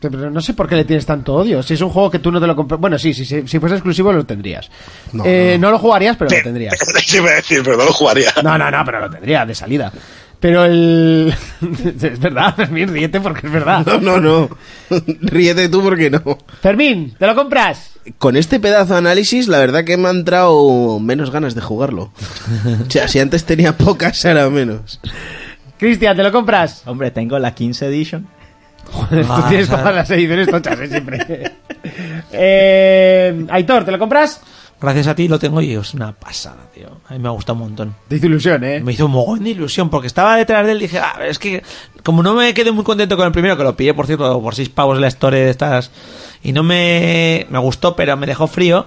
Pero no sé por qué le tienes tanto odio. Si es un juego que tú no te lo compras. Bueno, sí, sí, sí, si fuese exclusivo lo tendrías.
No,
Eh, no lo jugarías, pero lo tendrías.
Sí, iba a decir, pero no lo jugaría.
No, no, no, pero lo tendría de salida. Pero el. es verdad, Fermín, ríete porque es verdad.
No, no, no. Ríete tú porque no.
Fermín, ¿te lo compras?
Con este pedazo de análisis, la verdad que me han entrado menos ganas de jugarlo. O sea, si antes tenía pocas, ahora menos.
Cristian, ¿te lo compras?
Hombre, tengo la 15 edition.
Joder, tú tienes todas las ediciones tochas, ¿eh? siempre. eh, Aitor, ¿te lo compras?
Gracias a ti lo tengo y es una pasada, tío. A mí me ha gustado un montón.
Te hizo ilusión, ¿eh?
Me hizo un mogollón de ilusión porque estaba detrás de él y dije, ah, es que como no me quedé muy contento con el primero, que lo pillé por cierto por seis pavos en la historia de estas, y no me, me gustó, pero me dejó frío.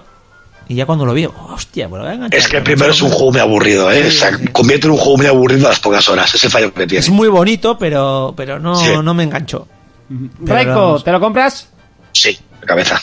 Y ya cuando lo vi, hostia, me lo voy a enganchar.
Es que el
Me
primero es
gustó
un
mucho.
juego muy aburrido, ¿eh? O sea, convierte en un juego muy aburrido a las pocas horas. Es el fallo que
Es
tiene.
muy bonito, pero, pero no,
Sí.
no me enganchó. Pero
Raiko,
vamos.
¿te lo compras?
Sí, de cabeza.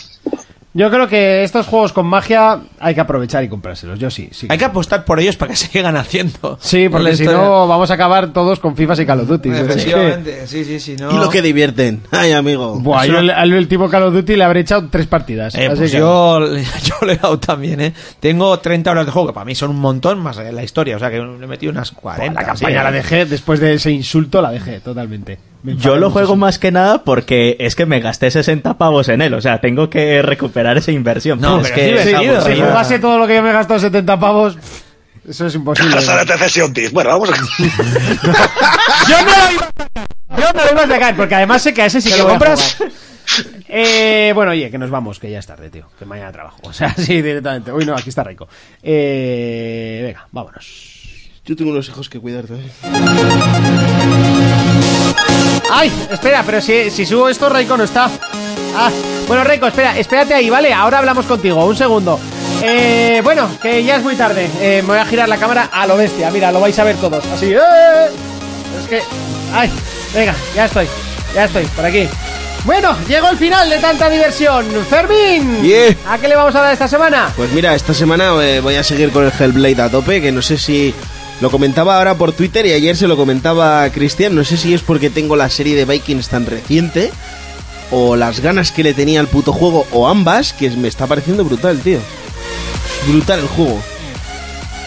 Yo creo que estos juegos con magia hay que aprovechar y comprárselos. Yo sí, sí.
Hay que apostar por ellos para que sigan haciendo.
Sí, porque
La
si
historia.
no vamos a acabar todos con FIFAs y Call of Duty.
Efectivamente, sí, sí, sí. No.
Y lo que divierten. Ay, amigo.
Buah, yo al al último Call of Duty le habré echado tres partidas.
Eh,
así
pues
que-
yo, yo le he dado también, ¿eh? Tengo 30 horas de juego, que para mí son un montón más eh, la historia, o sea que le he metido unas 40.
Pues La campaña
sí.
la dejé, después de ese insulto la dejé totalmente. Me
Yo
enfadé
lo juego
muchísimo.
más que nada porque es que me gasté 60 pavos en él. O sea, tengo que recuperar esa inversión.
No,
Pues
pero
que
es
Sí,
divertido,
si
o sea.
jugase todo lo que yo me he gastado 70 pavos, eso es imposible.
Pasar a TC Siontis. Bueno, vamos a.
Yo no lo iba a sacar. Yo no lo iba a sacar, porque además sé que a ese sí que
lo
voy a
compras?
jugar. Eh, bueno, oye, que nos vamos, que ya es tarde, tío. Que mañana trabajo. O sea, sí, directamente. Uy, no, aquí está rico. Eh, venga, vámonos.
Yo tengo unos hijos que cuidar también.
¡Ay! Espera, pero si, si subo esto, Reiko no está. Ah, bueno, Reiko, espera, espérate ahí, ¿vale? Ahora hablamos contigo, un segundo. Eh, bueno, que ya es muy tarde. Eh, me voy a girar la cámara a lo bestia. Mira, lo vais a ver todos. Así. ¡eh! Es que. ¡Ay! Venga, ya estoy. Ya estoy, por aquí. Bueno, llegó el final de tanta diversión. Fermín,
Yeah.
¿a qué le vamos a dar esta semana?
Pues mira, esta semana eh, voy a seguir con el Hellblade a tope, que no sé si lo comentaba ahora por Twitter y ayer se lo comentaba a Cristian, no sé si es porque tengo la serie de Vikings tan reciente o las ganas que le tenía al puto juego o ambas, que me está pareciendo brutal, tío. Brutal el juego.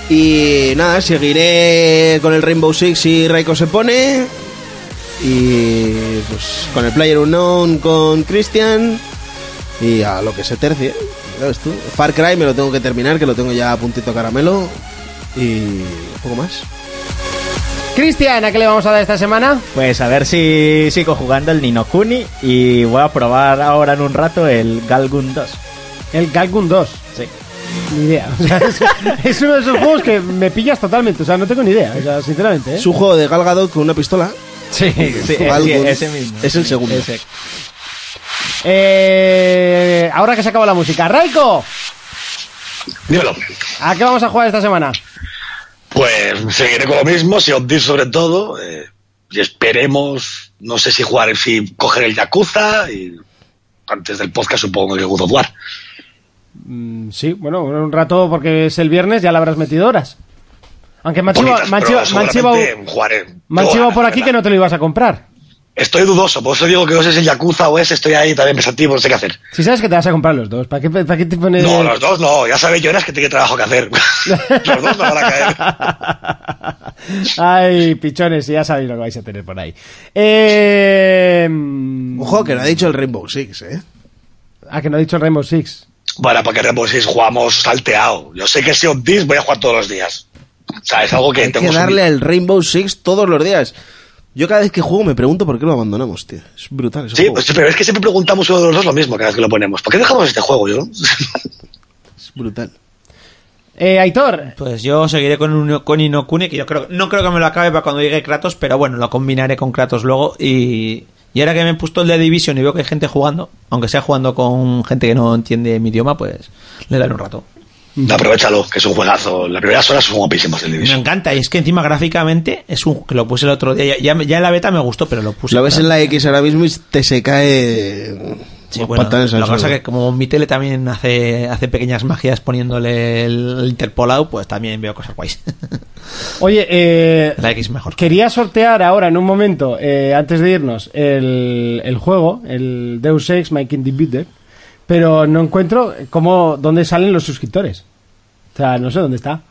Y nada, seguiré con el Rainbow Six si Raiko se pone. Y pues con el Player Unknown con Christian. Y a lo que se tercie, ¿sabes tú? Far Cry me lo tengo que terminar, que lo tengo ya a puntito caramelo. Y poco más. ¿eh?
Cristian, ¿a qué le vamos a dar esta semana?
Pues a ver si sigo jugando el Ninokuni y voy a probar ahora en un rato el Galgun 2.
El Calcun 2.
Sí.
Ni idea. O sea, es, es uno de esos juegos que me pillas totalmente. O sea, no tengo ni idea. O sea, sinceramente. ¿eh?
Es un juego de Gal Gadot con una pistola.
Sí.
Sí,
O algo.
sí, ese mismo.
Es el segundo.
Ese.
Eh, ahora que se acaba la música. Raiko,
Dímelo.
¿a qué vamos a jugar esta semana?
Pues seguiré con lo mismo, Siontis sobre todo. eh, y esperemos, no sé si jugar, si coger el Yakuza. Y antes del podcast, supongo que God of War.
Sí, bueno, un rato porque es el viernes, ya le habrás metido horas. Aunque me han chivado-
Poquitas,
me han
pero
chivado- me han chivado-
seguramente jugaré.
me han
Yo,
chivado
la
por aquí
verdad.
que no te lo ibas a comprar.
Estoy dudoso, por eso digo que no sé si el Yakuza o ese, estoy ahí también pensativo, no sé qué hacer.
Si sabes que te vas a comprar los dos, ¿para qué, para qué te pones.?
No, los dos no, ya sabéis yo eras que tengo trabajo que hacer. los dos no van a caer.
Ay, pichones, ya sabéis lo que vais a tener por ahí. Eh,
Ojo, que lo ha dicho el Rainbow Six, ¿eh?
Ah, que no ha dicho el Rainbow Six.
Bueno, para que Rainbow Six jugamos salteado. Yo sé que si on voy a jugar todos los días. O sea, es algo que
Hay que
tengo
darle
subido.
al Rainbow Six todos los días. Yo cada vez que juego me pregunto por qué lo abandonamos, tío. Es brutal ese
Sí,
juego.
pues, pero es que siempre preguntamos uno de los dos lo mismo cada vez que lo ponemos. ¿Por qué dejamos este juego yo?
Es brutal.
Eh, Aitor,
Pues yo seguiré con, un, con Inokuni, que yo creo, no creo que me lo acabe para cuando llegue Kratos, pero bueno, lo combinaré con Kratos luego. Y, y ahora que me he puesto el de Division y veo que hay gente jugando, aunque sea jugando con gente que no entiende mi idioma, pues le daré un rato.
Aprovechalo, que es un juegazo. Las primeras horas son guapísimas del
Me
Division.
encanta, y es que encima gráficamente es un que lo puse el otro día. Ya, ya, me- ya en la beta me gustó, pero
Pues
lo puse.
Lo ves en la X ahora mismo y te se cae.
Sí,
los
bueno,
pantalones al
lo que pasa
suelo.
es que como mi tele también hace, hace pequeñas magias poniéndole el, el interpolado, pues también veo cosas guays.
Oye, eh,
La X mejor.
quería sortear ahora en un momento, eh, antes de irnos, el, el juego, el Deus Ex Making the Beater, pero no encuentro cómo, dónde salen los suscriptores. O sea, no sé dónde está.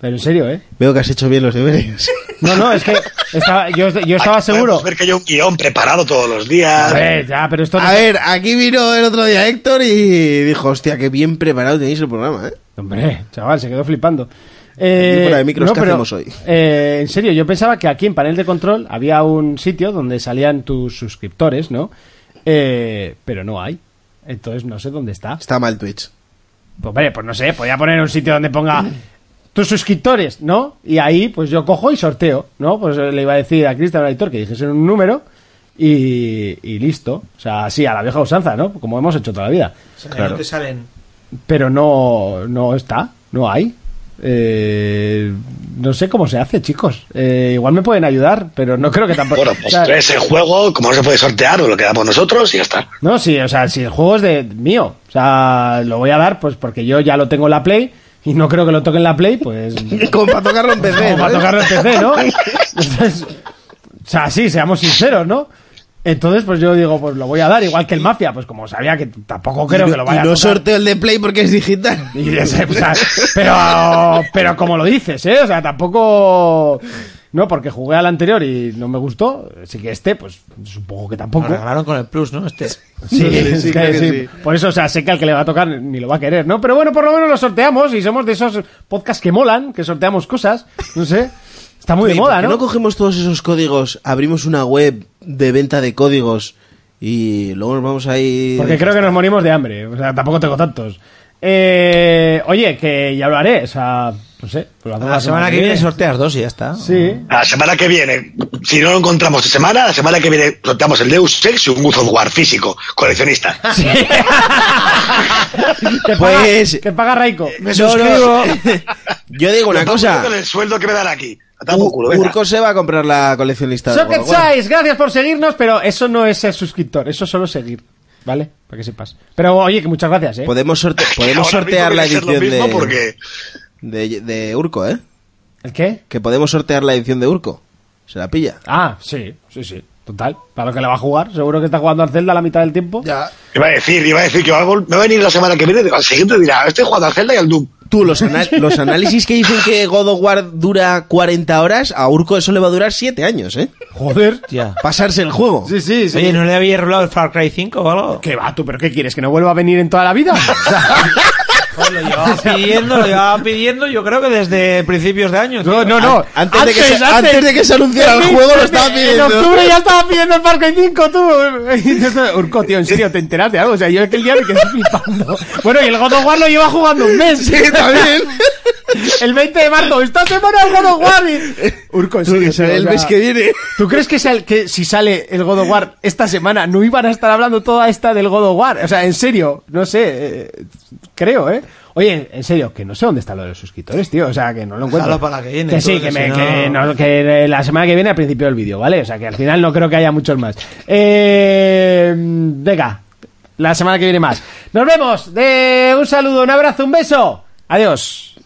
Pero en serio, ¿eh?
Veo que has hecho bien los deberes.
No, no, es que estaba, yo, yo estaba
Aquí
seguro.
podemos ver que hay un guión preparado todos los días.
A ver, ya, pero esto no
A ver, aquí vino el otro día Héctor y dijo, hostia, qué bien preparado tenéis el programa, ¿eh?
Hombre, chaval, se quedó flipando. Eh,
fuera de micros, ¿qué hacemos hoy?
eh, en serio, yo pensaba que aquí en panel de control había un sitio donde salían tus suscriptores, ¿no? Eh, pero no hay. Entonces no sé dónde está.
Está mal Twitch.
Pues, hombre, pues no sé, podía poner un sitio donde ponga tus suscriptores, ¿no? Y ahí, pues yo cojo y sorteo, ¿no? Pues eh, le iba a decir a Cristian al editor que dijese un número y, y listo. O sea, así a la vieja usanza, ¿no? Como hemos hecho toda la vida.
Claro. te salen.
pero no, no está, no hay. Eh, no sé cómo se hace, chicos. Eh, igual me pueden ayudar, pero no creo que tampoco.
Bueno, pues
o sea,
tres el juego, como no se puede sortear, pues lo quedamos nosotros y ya está.
No, sí, o sea, si el juego es de mío, o sea, lo voy a dar, pues porque yo ya lo tengo en la Play y no creo que lo toque en la Play, pues.
Como para tocarlo en PC,
Como
¿no?
para tocarlo en PC, ¿no? Entonces, o sea, sí, seamos sinceros, ¿no? Entonces, pues yo digo, pues lo voy a dar, igual que el Mafia, pues como sabía que tampoco creo
Y no-
que lo vaya
y
a
no
tocar.
sorteo el de Play porque es digital.
Y de ese, o sea, pero, pero como lo dices, ¿eh? O sea, tampoco... No, porque jugué al anterior y no me gustó. Así que este, pues supongo que
Lo
tampoco.
regalaron con el Plus, ¿no? Este.
Sí,
Sí, sí,
es que
creo que
sí.
sí.
Por eso, o sea, sé que al que le va a tocar ni lo va a querer, ¿no? Pero bueno, por lo menos lo sorteamos y somos de esos podcasts que molan, que sorteamos cosas. No sé. Está muy
Oye,
de
¿por
moda,
qué
¿no?
no cogemos todos esos códigos, abrimos una web de venta de códigos y luego nos vamos ahí...
Porque creo que nos morimos de hambre. O sea, tampoco tengo tantos. Eh, oye, que ya lo haré. O sea, no sé. pues lo hacemos
La semana que viene sorteas dos y ya está.
Sí.
La semana que viene, si no lo encontramos esta semana, la semana que viene sorteamos el Deus Ex y un God of War físico, coleccionista.
Que paga,
Pues-
que paga Raiko.
Me suscribo. Yo digo una
Lo pago
cosa.
yo Con el sueldo que me dan aquí. A tomar por culo, venga.
Urco se va a comprar la coleccionista de
Socket
World of War.
Size, gracias por seguirnos, pero eso no es ser suscriptor, eso es solo seguir, ¿vale? Para que sepas. Pero oye, que muchas gracias, ¿eh?
Podemos, sorte-
Ahora
podemos
mismo
sortear la
tiene que ser lo
edición de,
mismo porque
de, de Urco, ¿eh?
¿El qué?
Que podemos sortear la edición de Urco. Se la pilla.
Ah, sí, sí, sí, total. Para lo que le va a jugar, seguro que está jugando al Zelda la mitad del tiempo.
iba a decir, iba a decir que va a vol- me va a venir la semana que viene, al siguiente dirá, estoy jugando al Zelda y al Doom.
Tú, los, ana- los análisis que dicen que God of War dura 40 horas, a Urco eso le va a durar 7 años, ¿eh?
Joder.
Ya.
Pasarse el juego.
Sí, sí, sí.
Oye, ¿no le había rolado el Far Cry 5 o algo?
¿Qué va tú? ¿Pero qué quieres? ¿Que no vuelva a venir en toda la vida? O sea,
Lo llevaba pidiendo, lo llevaba pidiendo, yo creo que desde principios de año.
no,
tío.
no, no.
Antes, de que se, antes de que se anunciara el
Sí,
juego lo
sí,
estaba
En
pidiendo.
octubre ya estaba pidiendo el Far Cry 5, tú. Urco, tío, en serio, ¿te enteraste de algo? O sea, yo aquel día me quedé flipando. Bueno, y el God of War lo lleva jugando un mes.
Sí, también.
El 20 de marzo, esta semana el God of War. y- Urco, en
Tú,
serio,
que sale
tío, o
el
sea,
mes que viene.
¿Tú crees que, sal- que si sale el God of War esta semana no iban a estar hablando toda esta del God of War? O sea, en serio, no sé, eh, creo, ¿eh? Oye, en- en serio, que no sé dónde está lo de los suscriptores, tío. O sea, que no lo encuentro.
Déjalo para la que viene,
Que sí,
tú,
que,
que
me-
si no-
que no- que la semana que viene al principio del vídeo, ¿vale? O sea, que al final no creo que haya muchos más. Eh, venga, la semana que viene más. Nos vemos. De un saludo, un abrazo, un beso. Adiós.